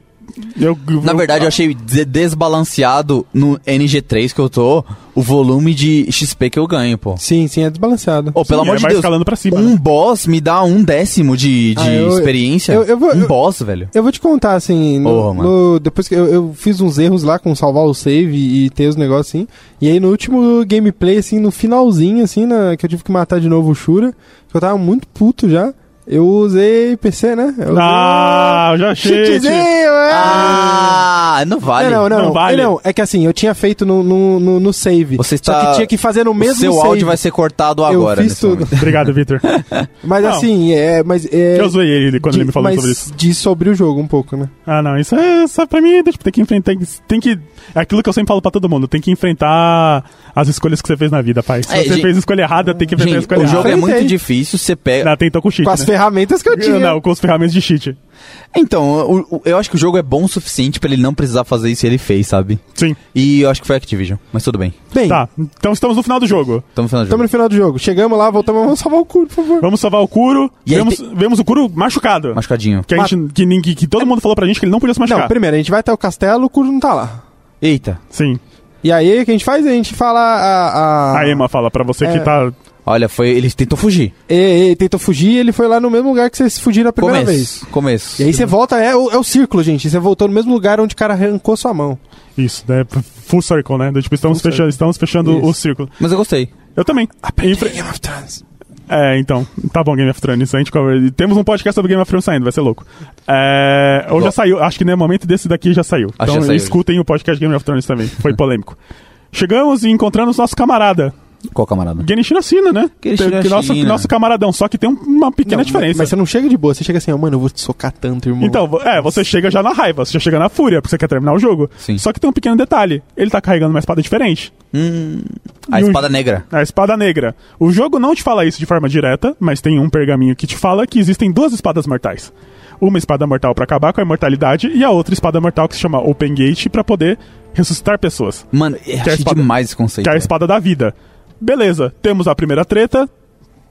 Speaker 4: Eu,
Speaker 2: Na verdade, eu achei de- desbalanceado no NG3 que eu tô o volume de XP que eu ganho, pô.
Speaker 3: Sim, sim, é desbalanceado.
Speaker 2: Ô, pelo
Speaker 4: Sim,
Speaker 2: amor
Speaker 4: é,
Speaker 2: de
Speaker 4: vai
Speaker 2: Deus.
Speaker 4: escalando pra cima,
Speaker 2: um
Speaker 4: né?
Speaker 2: boss me dá um décimo de, de
Speaker 3: Ah, eu-
Speaker 2: experiência.
Speaker 3: eu- eu vou-
Speaker 2: um
Speaker 3: eu-
Speaker 2: boss, velho.
Speaker 3: Eu vou te contar, assim, no,
Speaker 2: Porra, mano.
Speaker 3: no- depois que eu, eu fiz uns erros lá com salvar o save e, e ter os negócios, assim. E aí no último gameplay, assim, no finalzinho, assim, na- que eu tive que matar de novo o Shura, que eu tava muito puto já, eu usei PC, né?
Speaker 2: Um,
Speaker 3: Eu usei-
Speaker 4: Ah, eu já achei.
Speaker 3: Cheatzinho, é!
Speaker 2: Ah, não vale.
Speaker 3: Não, não,
Speaker 4: Não
Speaker 3: não.
Speaker 4: vale.
Speaker 3: É, não, é que assim, eu tinha feito no, no, no- no save.
Speaker 2: Você
Speaker 3: Só
Speaker 2: está-
Speaker 4: tá-
Speaker 3: que tinha que fazer no
Speaker 2: o
Speaker 3: mesmo
Speaker 2: seu
Speaker 3: save.
Speaker 2: áudio vai ser cortado
Speaker 3: Eu
Speaker 2: agora.
Speaker 3: fiz
Speaker 2: nesse
Speaker 3: tudo.
Speaker 2: momento.
Speaker 4: Obrigado, Victor.
Speaker 3: Mas
Speaker 4: Não.
Speaker 3: assim, é. Mas, é
Speaker 4: Eu zoei ele quando ele me falou
Speaker 3: mas
Speaker 4: sobre isso.
Speaker 3: Diz sobre o jogo um pouco, né?
Speaker 4: Ah, não, isso é só pra mim. Tipo, tem que enfrentar. Tem que. É aquilo que eu sempre falo pra todo mundo: tem que enfrentar as escolhas que você fez na vida, pai. Se
Speaker 2: É,
Speaker 4: você
Speaker 2: gente-
Speaker 4: fez escolha errada, tem que enfrentar a
Speaker 2: Gente,
Speaker 4: escolha
Speaker 2: o jogo
Speaker 4: errada.
Speaker 2: é
Speaker 3: Enfrentei.
Speaker 2: muito difícil. Você pega.
Speaker 4: Não, tentou com cheat.
Speaker 3: Com as
Speaker 4: né?
Speaker 3: ferramentas que eu tinha.
Speaker 4: Não, com as ferramentas de cheat.
Speaker 2: Então, o- o- eu acho que o jogo é bom o suficiente pra ele não precisar fazer isso e ele fez, sabe?
Speaker 4: Sim.
Speaker 2: E eu acho que foi Activision, mas tudo bem.
Speaker 3: Bem,
Speaker 4: Tá, então estamos no final do jogo.
Speaker 2: Tamo no final do jogo.
Speaker 3: estamos no final do jogo. Chegamos lá, voltamos, vamos salvar o cu, por favor.
Speaker 4: Vamos salvar o Kuro.
Speaker 2: E aí
Speaker 4: Vemos, vemos o Kuro machucado.
Speaker 2: Machucadinho.
Speaker 4: Que, a gente, que, nin- que- que todo mundo falou pra gente que ele não podia se
Speaker 3: Não,
Speaker 4: machucar.
Speaker 3: primeiro, a gente vai até o castelo, o cu não tá lá.
Speaker 2: Eita.
Speaker 4: Sim.
Speaker 3: E aí, o que a gente faz? A gente fala a... a...
Speaker 4: A Emma fala pra você
Speaker 3: Ah.
Speaker 4: que
Speaker 3: É.
Speaker 4: tá.
Speaker 2: Olha, foi. Ele tentou fugir.
Speaker 3: E, e, tentou fugir, ele foi lá no mesmo lugar que vocês fugiram a primeira
Speaker 2: Começo.
Speaker 3: vez.
Speaker 2: Começo.
Speaker 3: E aí você volta, é, o- é o círculo, gente. Você voltou no mesmo lugar onde o cara arrancou sua mão.
Speaker 4: Isso, né? Full circle, né? Do Tipo, estamos,
Speaker 3: Full
Speaker 4: fecha, estamos fechando
Speaker 3: Isso.
Speaker 4: o círculo.
Speaker 2: Mas eu gostei.
Speaker 4: Eu também. Infra-
Speaker 3: Game of Thrones.
Speaker 4: É, então. Tá bom, Game of Thrones. A gente cover... Temos um podcast sobre Game of Thrones saindo, vai ser louco. É... Ou já saiu, acho que no momento desse daqui já saiu.
Speaker 2: Acho que
Speaker 4: então
Speaker 2: já saiu.
Speaker 4: escutem o podcast Game of Thrones também, foi polêmico. Chegamos e encontramos nosso camarada.
Speaker 2: Qual camarada?
Speaker 4: Genichiro Assina, né?
Speaker 2: Genichiro
Speaker 4: Que nosso,
Speaker 2: Ashina.
Speaker 4: nosso camaradão, só que tem uma pequena
Speaker 3: Não,
Speaker 4: diferença.
Speaker 3: Mas você não chega de boa, você chega assim, ó, mano, eu vou te socar tanto, irmão.
Speaker 4: Então, vo- é, você chega já na raiva, você já chega na fúria, porque você quer terminar o jogo.
Speaker 2: Sim.
Speaker 4: Só que tem um pequeno detalhe: ele tá carregando uma espada diferente.
Speaker 2: Hum, a
Speaker 4: E um-
Speaker 2: espada negra.
Speaker 4: A espada negra. O jogo não te fala isso de forma direta, mas tem um pergaminho que te fala que existem duas espadas mortais. Uma espada mortal pra acabar com a imortalidade e a outra espada mortal que se chama Open Gate pra poder ressuscitar pessoas.
Speaker 2: Mano, eu
Speaker 4: a
Speaker 2: achei
Speaker 4: espada-
Speaker 2: demais esse conceito.
Speaker 4: Que é a
Speaker 2: velho.
Speaker 4: espada da vida. Beleza, temos a primeira treta.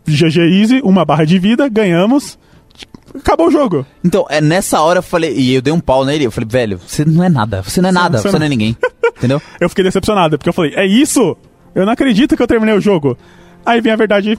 Speaker 4: GG Easy, uma barra de vida, ganhamos. Acabou o jogo.
Speaker 2: Então, é nessa hora eu falei, e eu dei um pau nele, eu falei, velho, você não é nada, você não é nada,
Speaker 4: você
Speaker 2: você,
Speaker 4: não-
Speaker 2: não é ninguém. Entendeu?
Speaker 4: Eu fiquei decepcionado, porque eu falei, é isso? Eu não acredito que eu terminei o jogo. Aí vem a verdade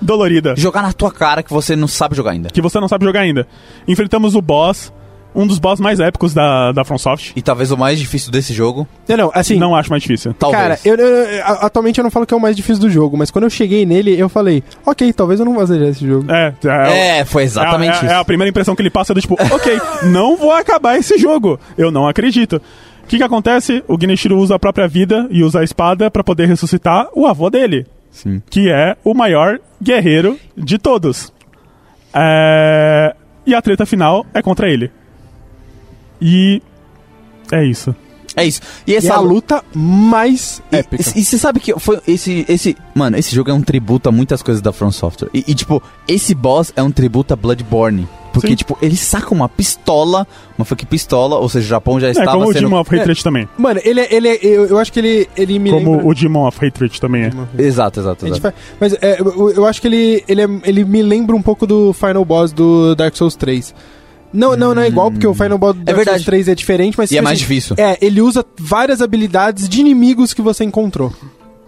Speaker 4: dolorida.
Speaker 2: Jogar na tua cara que você não sabe jogar ainda.
Speaker 4: que você não sabe jogar ainda. Enfrentamos o boss, um dos boss mais épicos da, da FromSoft.
Speaker 2: E talvez o mais difícil desse jogo,
Speaker 3: Não, não, assim,
Speaker 4: Não acho mais difícil.
Speaker 2: talvez.
Speaker 3: cara, eu, eu- eu- a- atualmente eu não falo que é o mais difícil do jogo, mas quando eu cheguei nele, eu falei, ok, talvez eu não vá zerar esse jogo.
Speaker 4: É, é,
Speaker 2: É, foi exatamente
Speaker 4: é a-
Speaker 2: isso.
Speaker 4: é a primeira impressão que ele passa é do tipo, ok, não vou acabar esse jogo. Eu não acredito. O que, que acontece? O Gneshiro usa a própria vida e usa a espada pra poder ressuscitar o avô dele.
Speaker 2: Sim.
Speaker 4: Que é o maior guerreiro de todos. É, E a treta final é contra ele. E. É isso.
Speaker 2: É isso. E
Speaker 3: E é
Speaker 2: essa
Speaker 3: a
Speaker 2: luta.
Speaker 3: luta mais épica.
Speaker 2: E você sabe que foi esse, esse. Mano, esse jogo é um tributo a muitas coisas da From Software. E, e, tipo, esse boss é um tributo a Bloodborne. Porque,
Speaker 4: Sim.
Speaker 2: tipo, ele saca uma pistola, uma fucking pistola, ou seja, o Japão já
Speaker 4: É
Speaker 2: estava
Speaker 4: como o
Speaker 2: sendo.
Speaker 4: Demon of Hatred também.
Speaker 3: Mano, ele, é- ele é- eu, eu acho que ele, ele me
Speaker 4: Como
Speaker 3: lembra...
Speaker 4: o Demon of Hatred também é.
Speaker 2: Exato, exato,
Speaker 3: A gente
Speaker 2: exato.
Speaker 3: faz- Mas é, eu, eu acho que ele, ele, é- ele me lembra um pouco do Final Boss do Dark Souls 3. Não, não, não é igual, porque o Final Boss do Dark Souls
Speaker 2: verdade.
Speaker 3: 3 é diferente, mas...
Speaker 2: E é
Speaker 3: assim,
Speaker 2: mais difícil.
Speaker 3: É, ele usa várias habilidades de inimigos que você encontrou.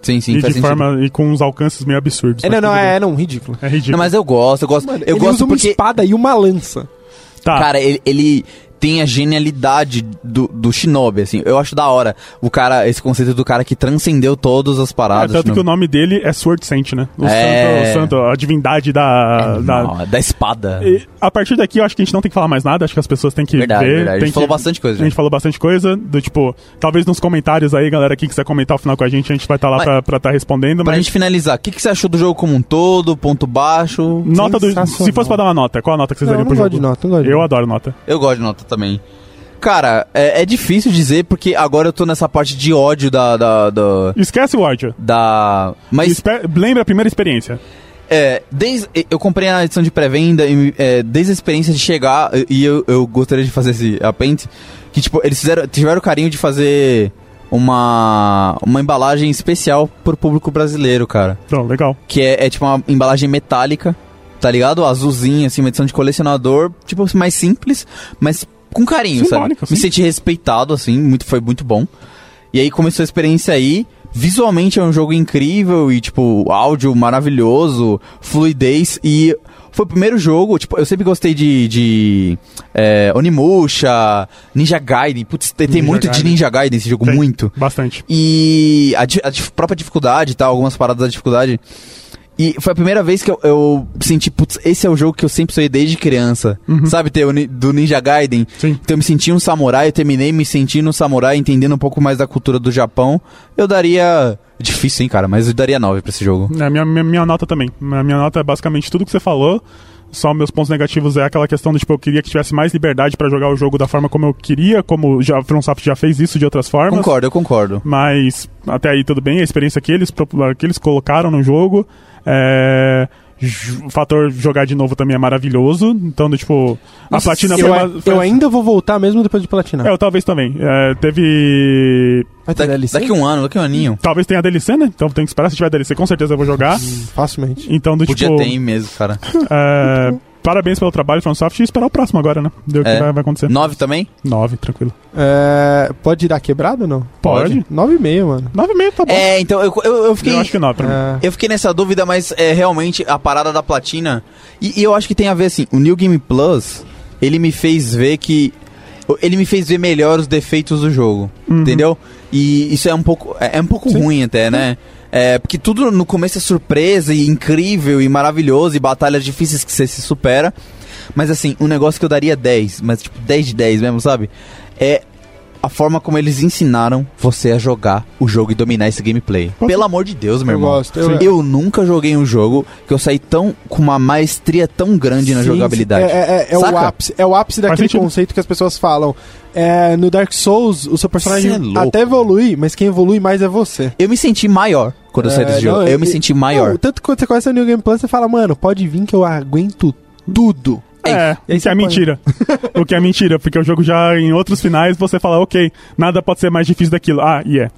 Speaker 2: Sim, sim,
Speaker 4: e
Speaker 2: faz
Speaker 4: de
Speaker 2: sentido.
Speaker 4: forma e com uns alcances meio absurdos.
Speaker 3: É,
Speaker 4: mas
Speaker 3: não, não,
Speaker 4: tudo bem.
Speaker 3: é, não, ridículo.
Speaker 4: É ridículo.
Speaker 2: Não, mas eu gosto, eu gosto. eu
Speaker 3: ele
Speaker 2: gosto
Speaker 3: usa uma
Speaker 2: porque.
Speaker 3: espada e uma lança.
Speaker 4: tá.
Speaker 2: Cara, ele, ele tem a genialidade do, do Shinobi, assim. Eu acho da hora o cara, esse conceito do cara que transcendeu todas as
Speaker 4: É,
Speaker 2: paradas. tipo,
Speaker 4: tanto que o
Speaker 2: Shinobi.
Speaker 4: nome dele é Sword Saint, né? O,
Speaker 2: É.
Speaker 4: santo, o santo, a divindade da.
Speaker 2: É,
Speaker 4: da-
Speaker 2: não, é da espada.
Speaker 4: E a partir daqui, eu acho que a gente não tem que falar mais nada, acho que as pessoas têm que
Speaker 2: Verdade,
Speaker 4: ver.
Speaker 2: verdade. A
Speaker 4: tem
Speaker 2: gente
Speaker 4: que-
Speaker 2: falou bastante coisa, né?
Speaker 4: A gente
Speaker 2: gente.
Speaker 4: falou bastante coisa, do tipo, talvez nos comentários aí, galera, quem quiser comentar o final com a gente, a gente vai estar lá
Speaker 2: Mas-
Speaker 4: pra estar respondendo,
Speaker 2: Pra
Speaker 4: mas
Speaker 2: gente finalizar, o que, que você achou do jogo como um todo? Ponto baixo?
Speaker 4: nota do.
Speaker 3: Sensacional.
Speaker 4: Se fosse pra dar uma nota, qual a nota que vocês
Speaker 3: Não, eu
Speaker 4: dariam
Speaker 3: não
Speaker 4: pro
Speaker 3: gosto
Speaker 4: jogo?
Speaker 3: de nota, não gosto de
Speaker 4: eu
Speaker 3: nota.
Speaker 4: adoro nota.
Speaker 2: Eu gosto de nota também. Cara, é, é difícil dizer porque agora eu tô nessa parte de ódio da. da. da.
Speaker 4: Esquece o ódio.
Speaker 2: da- mas,
Speaker 4: Espe- Lembra a primeira experiência.
Speaker 2: é, desde, eu comprei a edição de pré-venda, e, é, desde a experiência de chegar, e- e eu, eu gostaria de fazer esse apêndice, que tipo, eles fizeram, tiveram o carinho de fazer uma, uma embalagem especial pro público brasileiro, cara.
Speaker 4: Então, legal.
Speaker 2: Que é, é, tipo uma embalagem metálica, tá ligado? Azulzinha, assim, uma edição de colecionador, tipo, mais simples, mas com carinho,
Speaker 4: Simbólico,
Speaker 2: sabe? Me
Speaker 4: sim.
Speaker 2: senti respeitado, assim, muito, foi muito bom. E aí começou a experiência aí. Visualmente é um jogo incrível e, tipo, áudio maravilhoso, fluidez e. Foi o primeiro jogo, tipo, eu sempre gostei de. de é, Onimusha, Ninja Gaiden. Putz, tem, tem
Speaker 4: Ninja
Speaker 2: muito de
Speaker 4: Gaiden.
Speaker 2: Ninja Gaiden esse jogo,
Speaker 4: Tem.
Speaker 2: muito.
Speaker 4: Bastante.
Speaker 2: E a, di- a dif- própria dificuldade e tal, algumas paradas da dificuldade. E foi a primeira vez que eu, eu senti, putz, esse é o jogo que eu sempre sonhei desde criança. Sabe, ter o ni- do Ninja Gaiden?
Speaker 4: Uhum. Sim.
Speaker 2: Então eu me senti um samurai, eu terminei me sentindo um samurai, entendendo um pouco mais da cultura do Japão. Eu daria. Difícil, hein, cara, mas eu daria 9 pra esse jogo.
Speaker 4: A É, minha, minha, minha nota também. A minha nota é basicamente tudo que você falou. Só meus pontos negativos é aquela questão de, tipo, eu queria que tivesse mais liberdade pra jogar o jogo da forma como eu queria, como já, a FromSoft já fez isso de outras formas.
Speaker 2: Concordo, eu concordo.
Speaker 4: Mas até aí tudo bem, a experiência que eles, pro- que eles colocaram no jogo. É, j- o fator jogar de novo também é maravilhoso. Então, do, tipo, a platina
Speaker 3: eu,
Speaker 4: uma- assim.
Speaker 3: a- eu ainda vou voltar mesmo depois de platinar.
Speaker 4: É, talvez também. É, teve.
Speaker 3: Vai ter
Speaker 2: Da-
Speaker 3: DLC?
Speaker 2: daqui um ano, daqui um aninho.
Speaker 4: Talvez tenha DLC, né? Então tem que esperar. Se tiver DLC, com certeza eu vou jogar.
Speaker 3: Facilmente.
Speaker 4: Então, do
Speaker 2: Podia
Speaker 4: tipo.
Speaker 2: ter mesmo, cara.
Speaker 4: é, parabéns pelo trabalho, FromSoft, e esperar o próximo agora, né? Deu o que
Speaker 2: É.
Speaker 4: vai, vai acontecer.
Speaker 2: Nove também?
Speaker 4: Nove, tranquilo.
Speaker 3: É, pode dar quebrado ou não?
Speaker 4: Pode.
Speaker 3: 9,5, mano.
Speaker 4: Nove e meio, tá bom.
Speaker 2: É, então eu, eu, eu fiquei.
Speaker 4: Eu acho que nove pra mim.
Speaker 3: É.
Speaker 2: Eu fiquei nessa dúvida, mas é realmente a parada da platina. E, e eu acho que tem a ver assim, o New Game Plus, ele me fez ver que. Ele me fez ver melhor os defeitos do jogo.
Speaker 4: Uhum.
Speaker 2: Entendeu? E isso é um pouco. É, é um pouco
Speaker 4: Sim.
Speaker 2: ruim até, né? É, porque tudo no começo é surpresa e incrível e maravilhoso e batalhas difíceis que você se supera. Mas assim, um negócio que eu daria 10, mas tipo 10 de 10 mesmo, sabe? É a forma como eles ensinaram você a jogar o jogo e dominar esse gameplay.
Speaker 4: Posso-
Speaker 2: Pelo amor de Deus, meu
Speaker 3: Eu
Speaker 2: irmão.
Speaker 3: gosto. Eu,
Speaker 2: Eu nunca joguei um jogo que eu saí tão com uma maestria tão grande na
Speaker 3: Sim,
Speaker 2: jogabilidade.
Speaker 3: É, é- é- é o
Speaker 2: Saca?
Speaker 3: ápice, é o ápice daquele
Speaker 4: sentido.
Speaker 3: conceito que as pessoas falam. É, no Dark Souls, o seu personagem
Speaker 2: Cê é louco,
Speaker 3: até evolui, mas quem evolui mais é você.
Speaker 2: Eu me senti maior quando eu saí
Speaker 3: É,
Speaker 2: desse
Speaker 3: não,
Speaker 2: jogo.
Speaker 3: eu-
Speaker 2: Eu me senti maior.
Speaker 3: Não, tanto que quando você conhece o New Game Plus, você fala, mano, pode vir que eu aguento tudo.
Speaker 4: É,
Speaker 3: E aí
Speaker 4: o que
Speaker 3: você
Speaker 4: é
Speaker 3: põe.
Speaker 4: mentira. o que é mentira, porque o jogo já em outros finais você fala, ok, nada pode ser mais difícil daquilo. Ah, e é.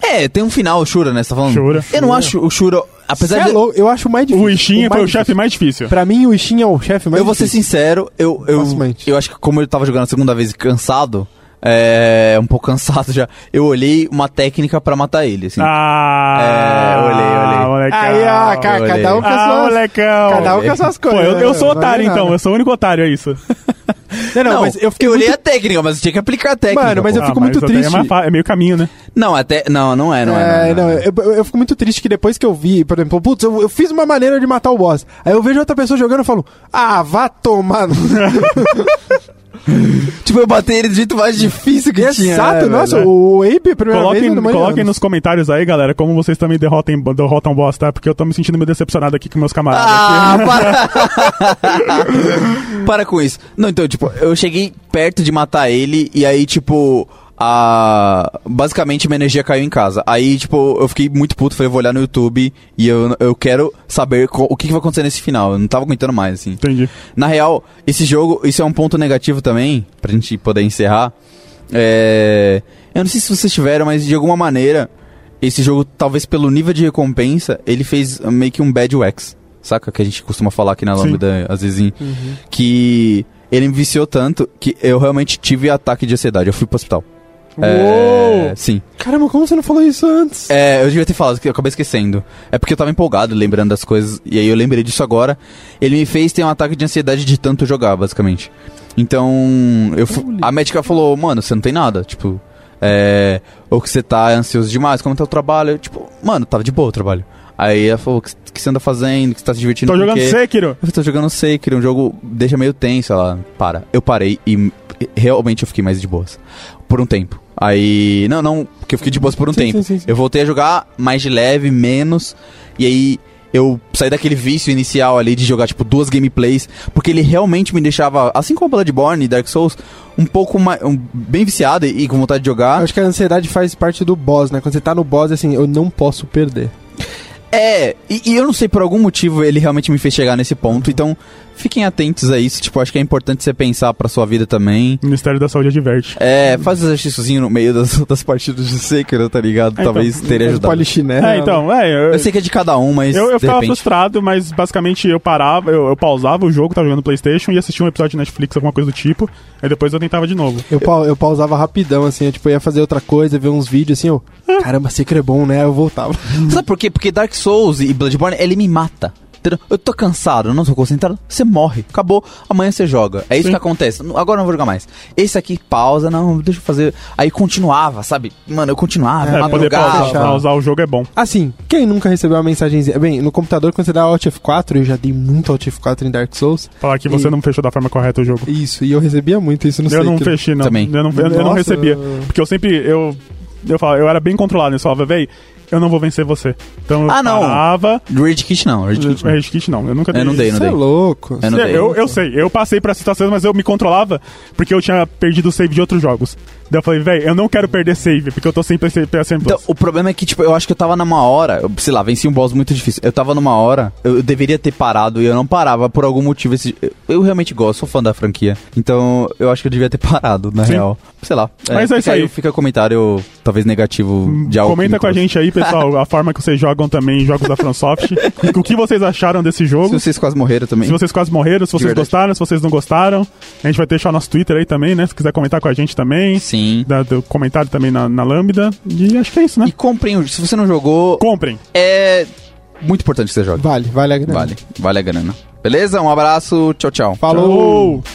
Speaker 2: É, tem um final, o Shura, né? Você tá falando?
Speaker 4: Shura.
Speaker 2: Eu não acho o Shura, apesar
Speaker 3: Cê é
Speaker 2: de.
Speaker 3: louco, eu acho o mais difícil.
Speaker 4: O Ishin foi
Speaker 3: mais
Speaker 4: o chefe mais difícil.
Speaker 3: Pra mim, o Ishin é o chefe mais
Speaker 2: eu vou ser
Speaker 3: difícil.
Speaker 2: sincero, eu, eu,
Speaker 3: Facilmente.
Speaker 2: eu acho que como eu tava jogando a segunda vez e cansado, é. um pouco cansado já, eu olhei uma técnica pra matar ele, assim.
Speaker 4: Ah,
Speaker 2: É, olhei, olhei.
Speaker 4: molecão.
Speaker 3: Aí, ó, ca-
Speaker 2: Olha
Speaker 3: cada um
Speaker 2: aí.
Speaker 3: com as
Speaker 4: Ah,
Speaker 3: suas...
Speaker 4: molecão.
Speaker 3: Cada um com as suas
Speaker 4: Pô,
Speaker 3: coisas.
Speaker 4: eu, eu sou
Speaker 3: né? Não vale
Speaker 4: otário então,
Speaker 3: nada.
Speaker 4: eu sou o único otário, é isso.
Speaker 3: Não, não, mas eu fiquei
Speaker 2: olhei
Speaker 3: muito...
Speaker 2: a técnica, mas eu tinha que aplicar a técnica.
Speaker 3: Mano, mas
Speaker 2: pô.
Speaker 3: eu fico
Speaker 4: mas
Speaker 3: muito
Speaker 4: até
Speaker 3: triste.
Speaker 4: É, mais fa- é meio caminho, né?
Speaker 2: Não, até. Não, não é, não é.
Speaker 3: É,
Speaker 2: não,
Speaker 3: não,
Speaker 2: é.
Speaker 3: eu, eu- eu fico muito triste que depois que eu vi, por exemplo, putz, eu, eu fiz uma maneira de matar o boss. Aí eu vejo outra pessoa jogando e falo, ah, vá tomar. no-
Speaker 2: Tipo, eu bati ele do jeito mais difícil que tinha. né,
Speaker 3: Exato,
Speaker 2: velho?
Speaker 3: nossa, o Ape, a primeira vez,
Speaker 4: Coloquem,
Speaker 3: eu não manjo.
Speaker 4: coloquem nos comentários aí, galera, como vocês também derrotem, derrotam boss, tá? Porque eu tô me sentindo meio decepcionado aqui com meus camaradas.
Speaker 2: Ah, para! para com isso. Não, então, tipo, eu cheguei perto de matar ele e aí, tipo. A... Basicamente, minha energia caiu em casa. Aí, tipo, eu fiquei muito puto. Falei, vou olhar no YouTube e eu, eu quero saber co- o que, que vai acontecer nesse final. Eu não tava aguentando mais, assim.
Speaker 4: Entendi.
Speaker 2: Na real, esse jogo, isso é um ponto negativo também, pra gente poder encerrar. É... Eu não sei se vocês tiveram, mas de alguma maneira, esse jogo, talvez pelo nível de recompensa, ele fez meio que um bad wax. Saca? Que a gente costuma falar aqui na
Speaker 4: Sim.
Speaker 2: Lambda, às vezes, em-
Speaker 3: Uhum.
Speaker 2: que ele me viciou tanto que eu realmente tive ataque de ansiedade. Eu fui pro hospital. É,
Speaker 3: Uou!
Speaker 2: Sim.
Speaker 3: Caramba, como você não falou isso antes?
Speaker 2: É, eu devia ter falado, que eu acabei esquecendo. É porque eu tava empolgado, lembrando das coisas, e aí eu lembrei disso agora. Ele me fez ter um ataque de ansiedade de tanto jogar, basicamente. Então, eu fu- a médica falou, mano, você não tem nada, tipo, é, ou que você tá ansioso demais, como tá o trabalho? Eu, tipo, mano, tava de boa o trabalho. Aí ela falou, o que, c- que você anda fazendo, que você tá se divertindo
Speaker 4: Tô
Speaker 2: com o
Speaker 4: jogando
Speaker 2: quê?"
Speaker 4: Sekiro.
Speaker 2: Eu tô jogando Sekiro, um jogo deixa meio tenso, ela para. Eu parei e m- realmente eu fiquei mais de boas. Por um tempo. Aí. Não, não, porque eu fiquei de boas por um
Speaker 3: Sim,
Speaker 2: tempo.
Speaker 3: sim, sim, sim.
Speaker 2: Eu voltei a jogar mais de leve, menos. E aí eu saí daquele vício inicial ali de jogar, tipo, duas gameplays. Porque ele realmente me deixava, assim como Bloodborne e Dark Souls, um pouco mais. um- bem viciado e, e com vontade de jogar.
Speaker 3: Acho que a ansiedade faz parte do boss, né? Quando você tá no boss, é assim, eu não posso perder.
Speaker 2: É, e, e eu não sei por algum motivo ele realmente me fez chegar nesse ponto, então fiquem atentos a isso, tipo, acho que é importante você pensar pra sua vida também.
Speaker 4: Ministério da Saúde adverte.
Speaker 2: É, faz exercíciozinho no meio das, das partidas de Sekiro, tá ligado?
Speaker 4: então,
Speaker 2: Talvez teria
Speaker 3: Mas
Speaker 2: ajudado.
Speaker 3: polichinelo.
Speaker 4: É, então, é. Eu,
Speaker 2: Eu sei que é de cada um, mas
Speaker 4: eu, eu
Speaker 2: de
Speaker 4: ficava
Speaker 2: repente...
Speaker 4: frustrado, mas basicamente eu parava, eu, eu pausava o jogo, tava jogando PlayStation e assistia um episódio de Netflix, alguma coisa do tipo. Aí depois eu tentava de novo.
Speaker 3: Eu, pau- eu pausava rapidão, assim, eu, tipo, ia fazer outra coisa, ver uns vídeos, assim, eu... Caramba, Secret é bom, né? Eu voltava.
Speaker 2: Sabe por quê? Porque Dark Souls e Bloodborne, ele me mata. entendeu? Eu tô cansado, eu não tô concentrado. Você morre, acabou, amanhã você joga. É isso que acontece. N- Agora eu não vou jogar mais. Esse aqui, pausa, não, deixa eu fazer. Aí continuava, sabe? Mano, eu continuava,
Speaker 4: É, poder
Speaker 2: madrugava.
Speaker 4: pausar,
Speaker 3: fechar.
Speaker 4: pausar o jogo é bom.
Speaker 3: Assim, quem nunca recebeu uma mensagenzinha? Bem, no computador, quando você dá Alt F4, eu já dei muito Alt F4 em Dark Souls.
Speaker 4: Falar que você
Speaker 3: E-
Speaker 4: não fechou da forma correta o jogo.
Speaker 3: Isso, e eu recebia muito isso, não sei.
Speaker 4: eu não
Speaker 3: que-
Speaker 4: fechei, não.
Speaker 2: Também.
Speaker 4: Eu não, eu, eu não
Speaker 3: Nossa.
Speaker 4: recebia. Porque eu sempre. Eu, eu, falava, eu era bem controlado nisso. Eu falava, véi, eu não vou vencer você. Então eu
Speaker 2: Ah, não.
Speaker 4: parava.
Speaker 2: Red Kit não, Red Kit não.
Speaker 4: Rage Kit não, eu nunca
Speaker 2: Eu não dei, não
Speaker 3: Você é
Speaker 2: dei.
Speaker 3: louco.
Speaker 2: Eu não
Speaker 4: É,
Speaker 2: dei.
Speaker 4: Eu, eu sei, eu passei por essa situação, mas eu me controlava porque eu tinha perdido o save de outros jogos. Daí eu falei, velho, eu não quero perder save, porque eu tô sem PC, PS Plus.
Speaker 2: Então, o problema é que, tipo, eu acho que eu tava numa hora, eu, sei lá, venci um boss muito difícil. Eu tava numa hora, eu, eu deveria ter parado e eu não parava por algum motivo. Esse, eu, eu realmente gosto, sou fã da franquia. Então, eu acho que eu devia ter parado, na
Speaker 4: Sim.
Speaker 2: real. Sei lá.
Speaker 4: Mas é
Speaker 2: fica
Speaker 4: isso aí. Hum,
Speaker 2: Fica comentário, talvez negativo de algo. que
Speaker 4: Comenta
Speaker 2: me
Speaker 4: com a
Speaker 2: trouxe.
Speaker 4: gente aí, pessoal, a forma que vocês jogam também jogos da Fransoft. o que vocês acharam desse
Speaker 2: Se
Speaker 4: jogo?
Speaker 2: vocês quase morreram também.
Speaker 4: Se vocês quase morreram, se vocês
Speaker 2: verdade.
Speaker 4: gostaram, se vocês não gostaram. A gente vai deixar o nosso Twitter aí também, né? Se quiser comentar com a gente também.
Speaker 2: Sim.
Speaker 4: Da, do comentário também na, na Lambda. E acho que é isso, né?
Speaker 2: E comprem, o- se você não jogou,
Speaker 4: Comprem.
Speaker 2: é muito importante que você jogue.
Speaker 3: Vale, vale a grana.
Speaker 2: Vale, vale a grana. Beleza? Um abraço, tchau, tchau.
Speaker 3: Falou!
Speaker 4: Tchau.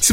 Speaker 1: Se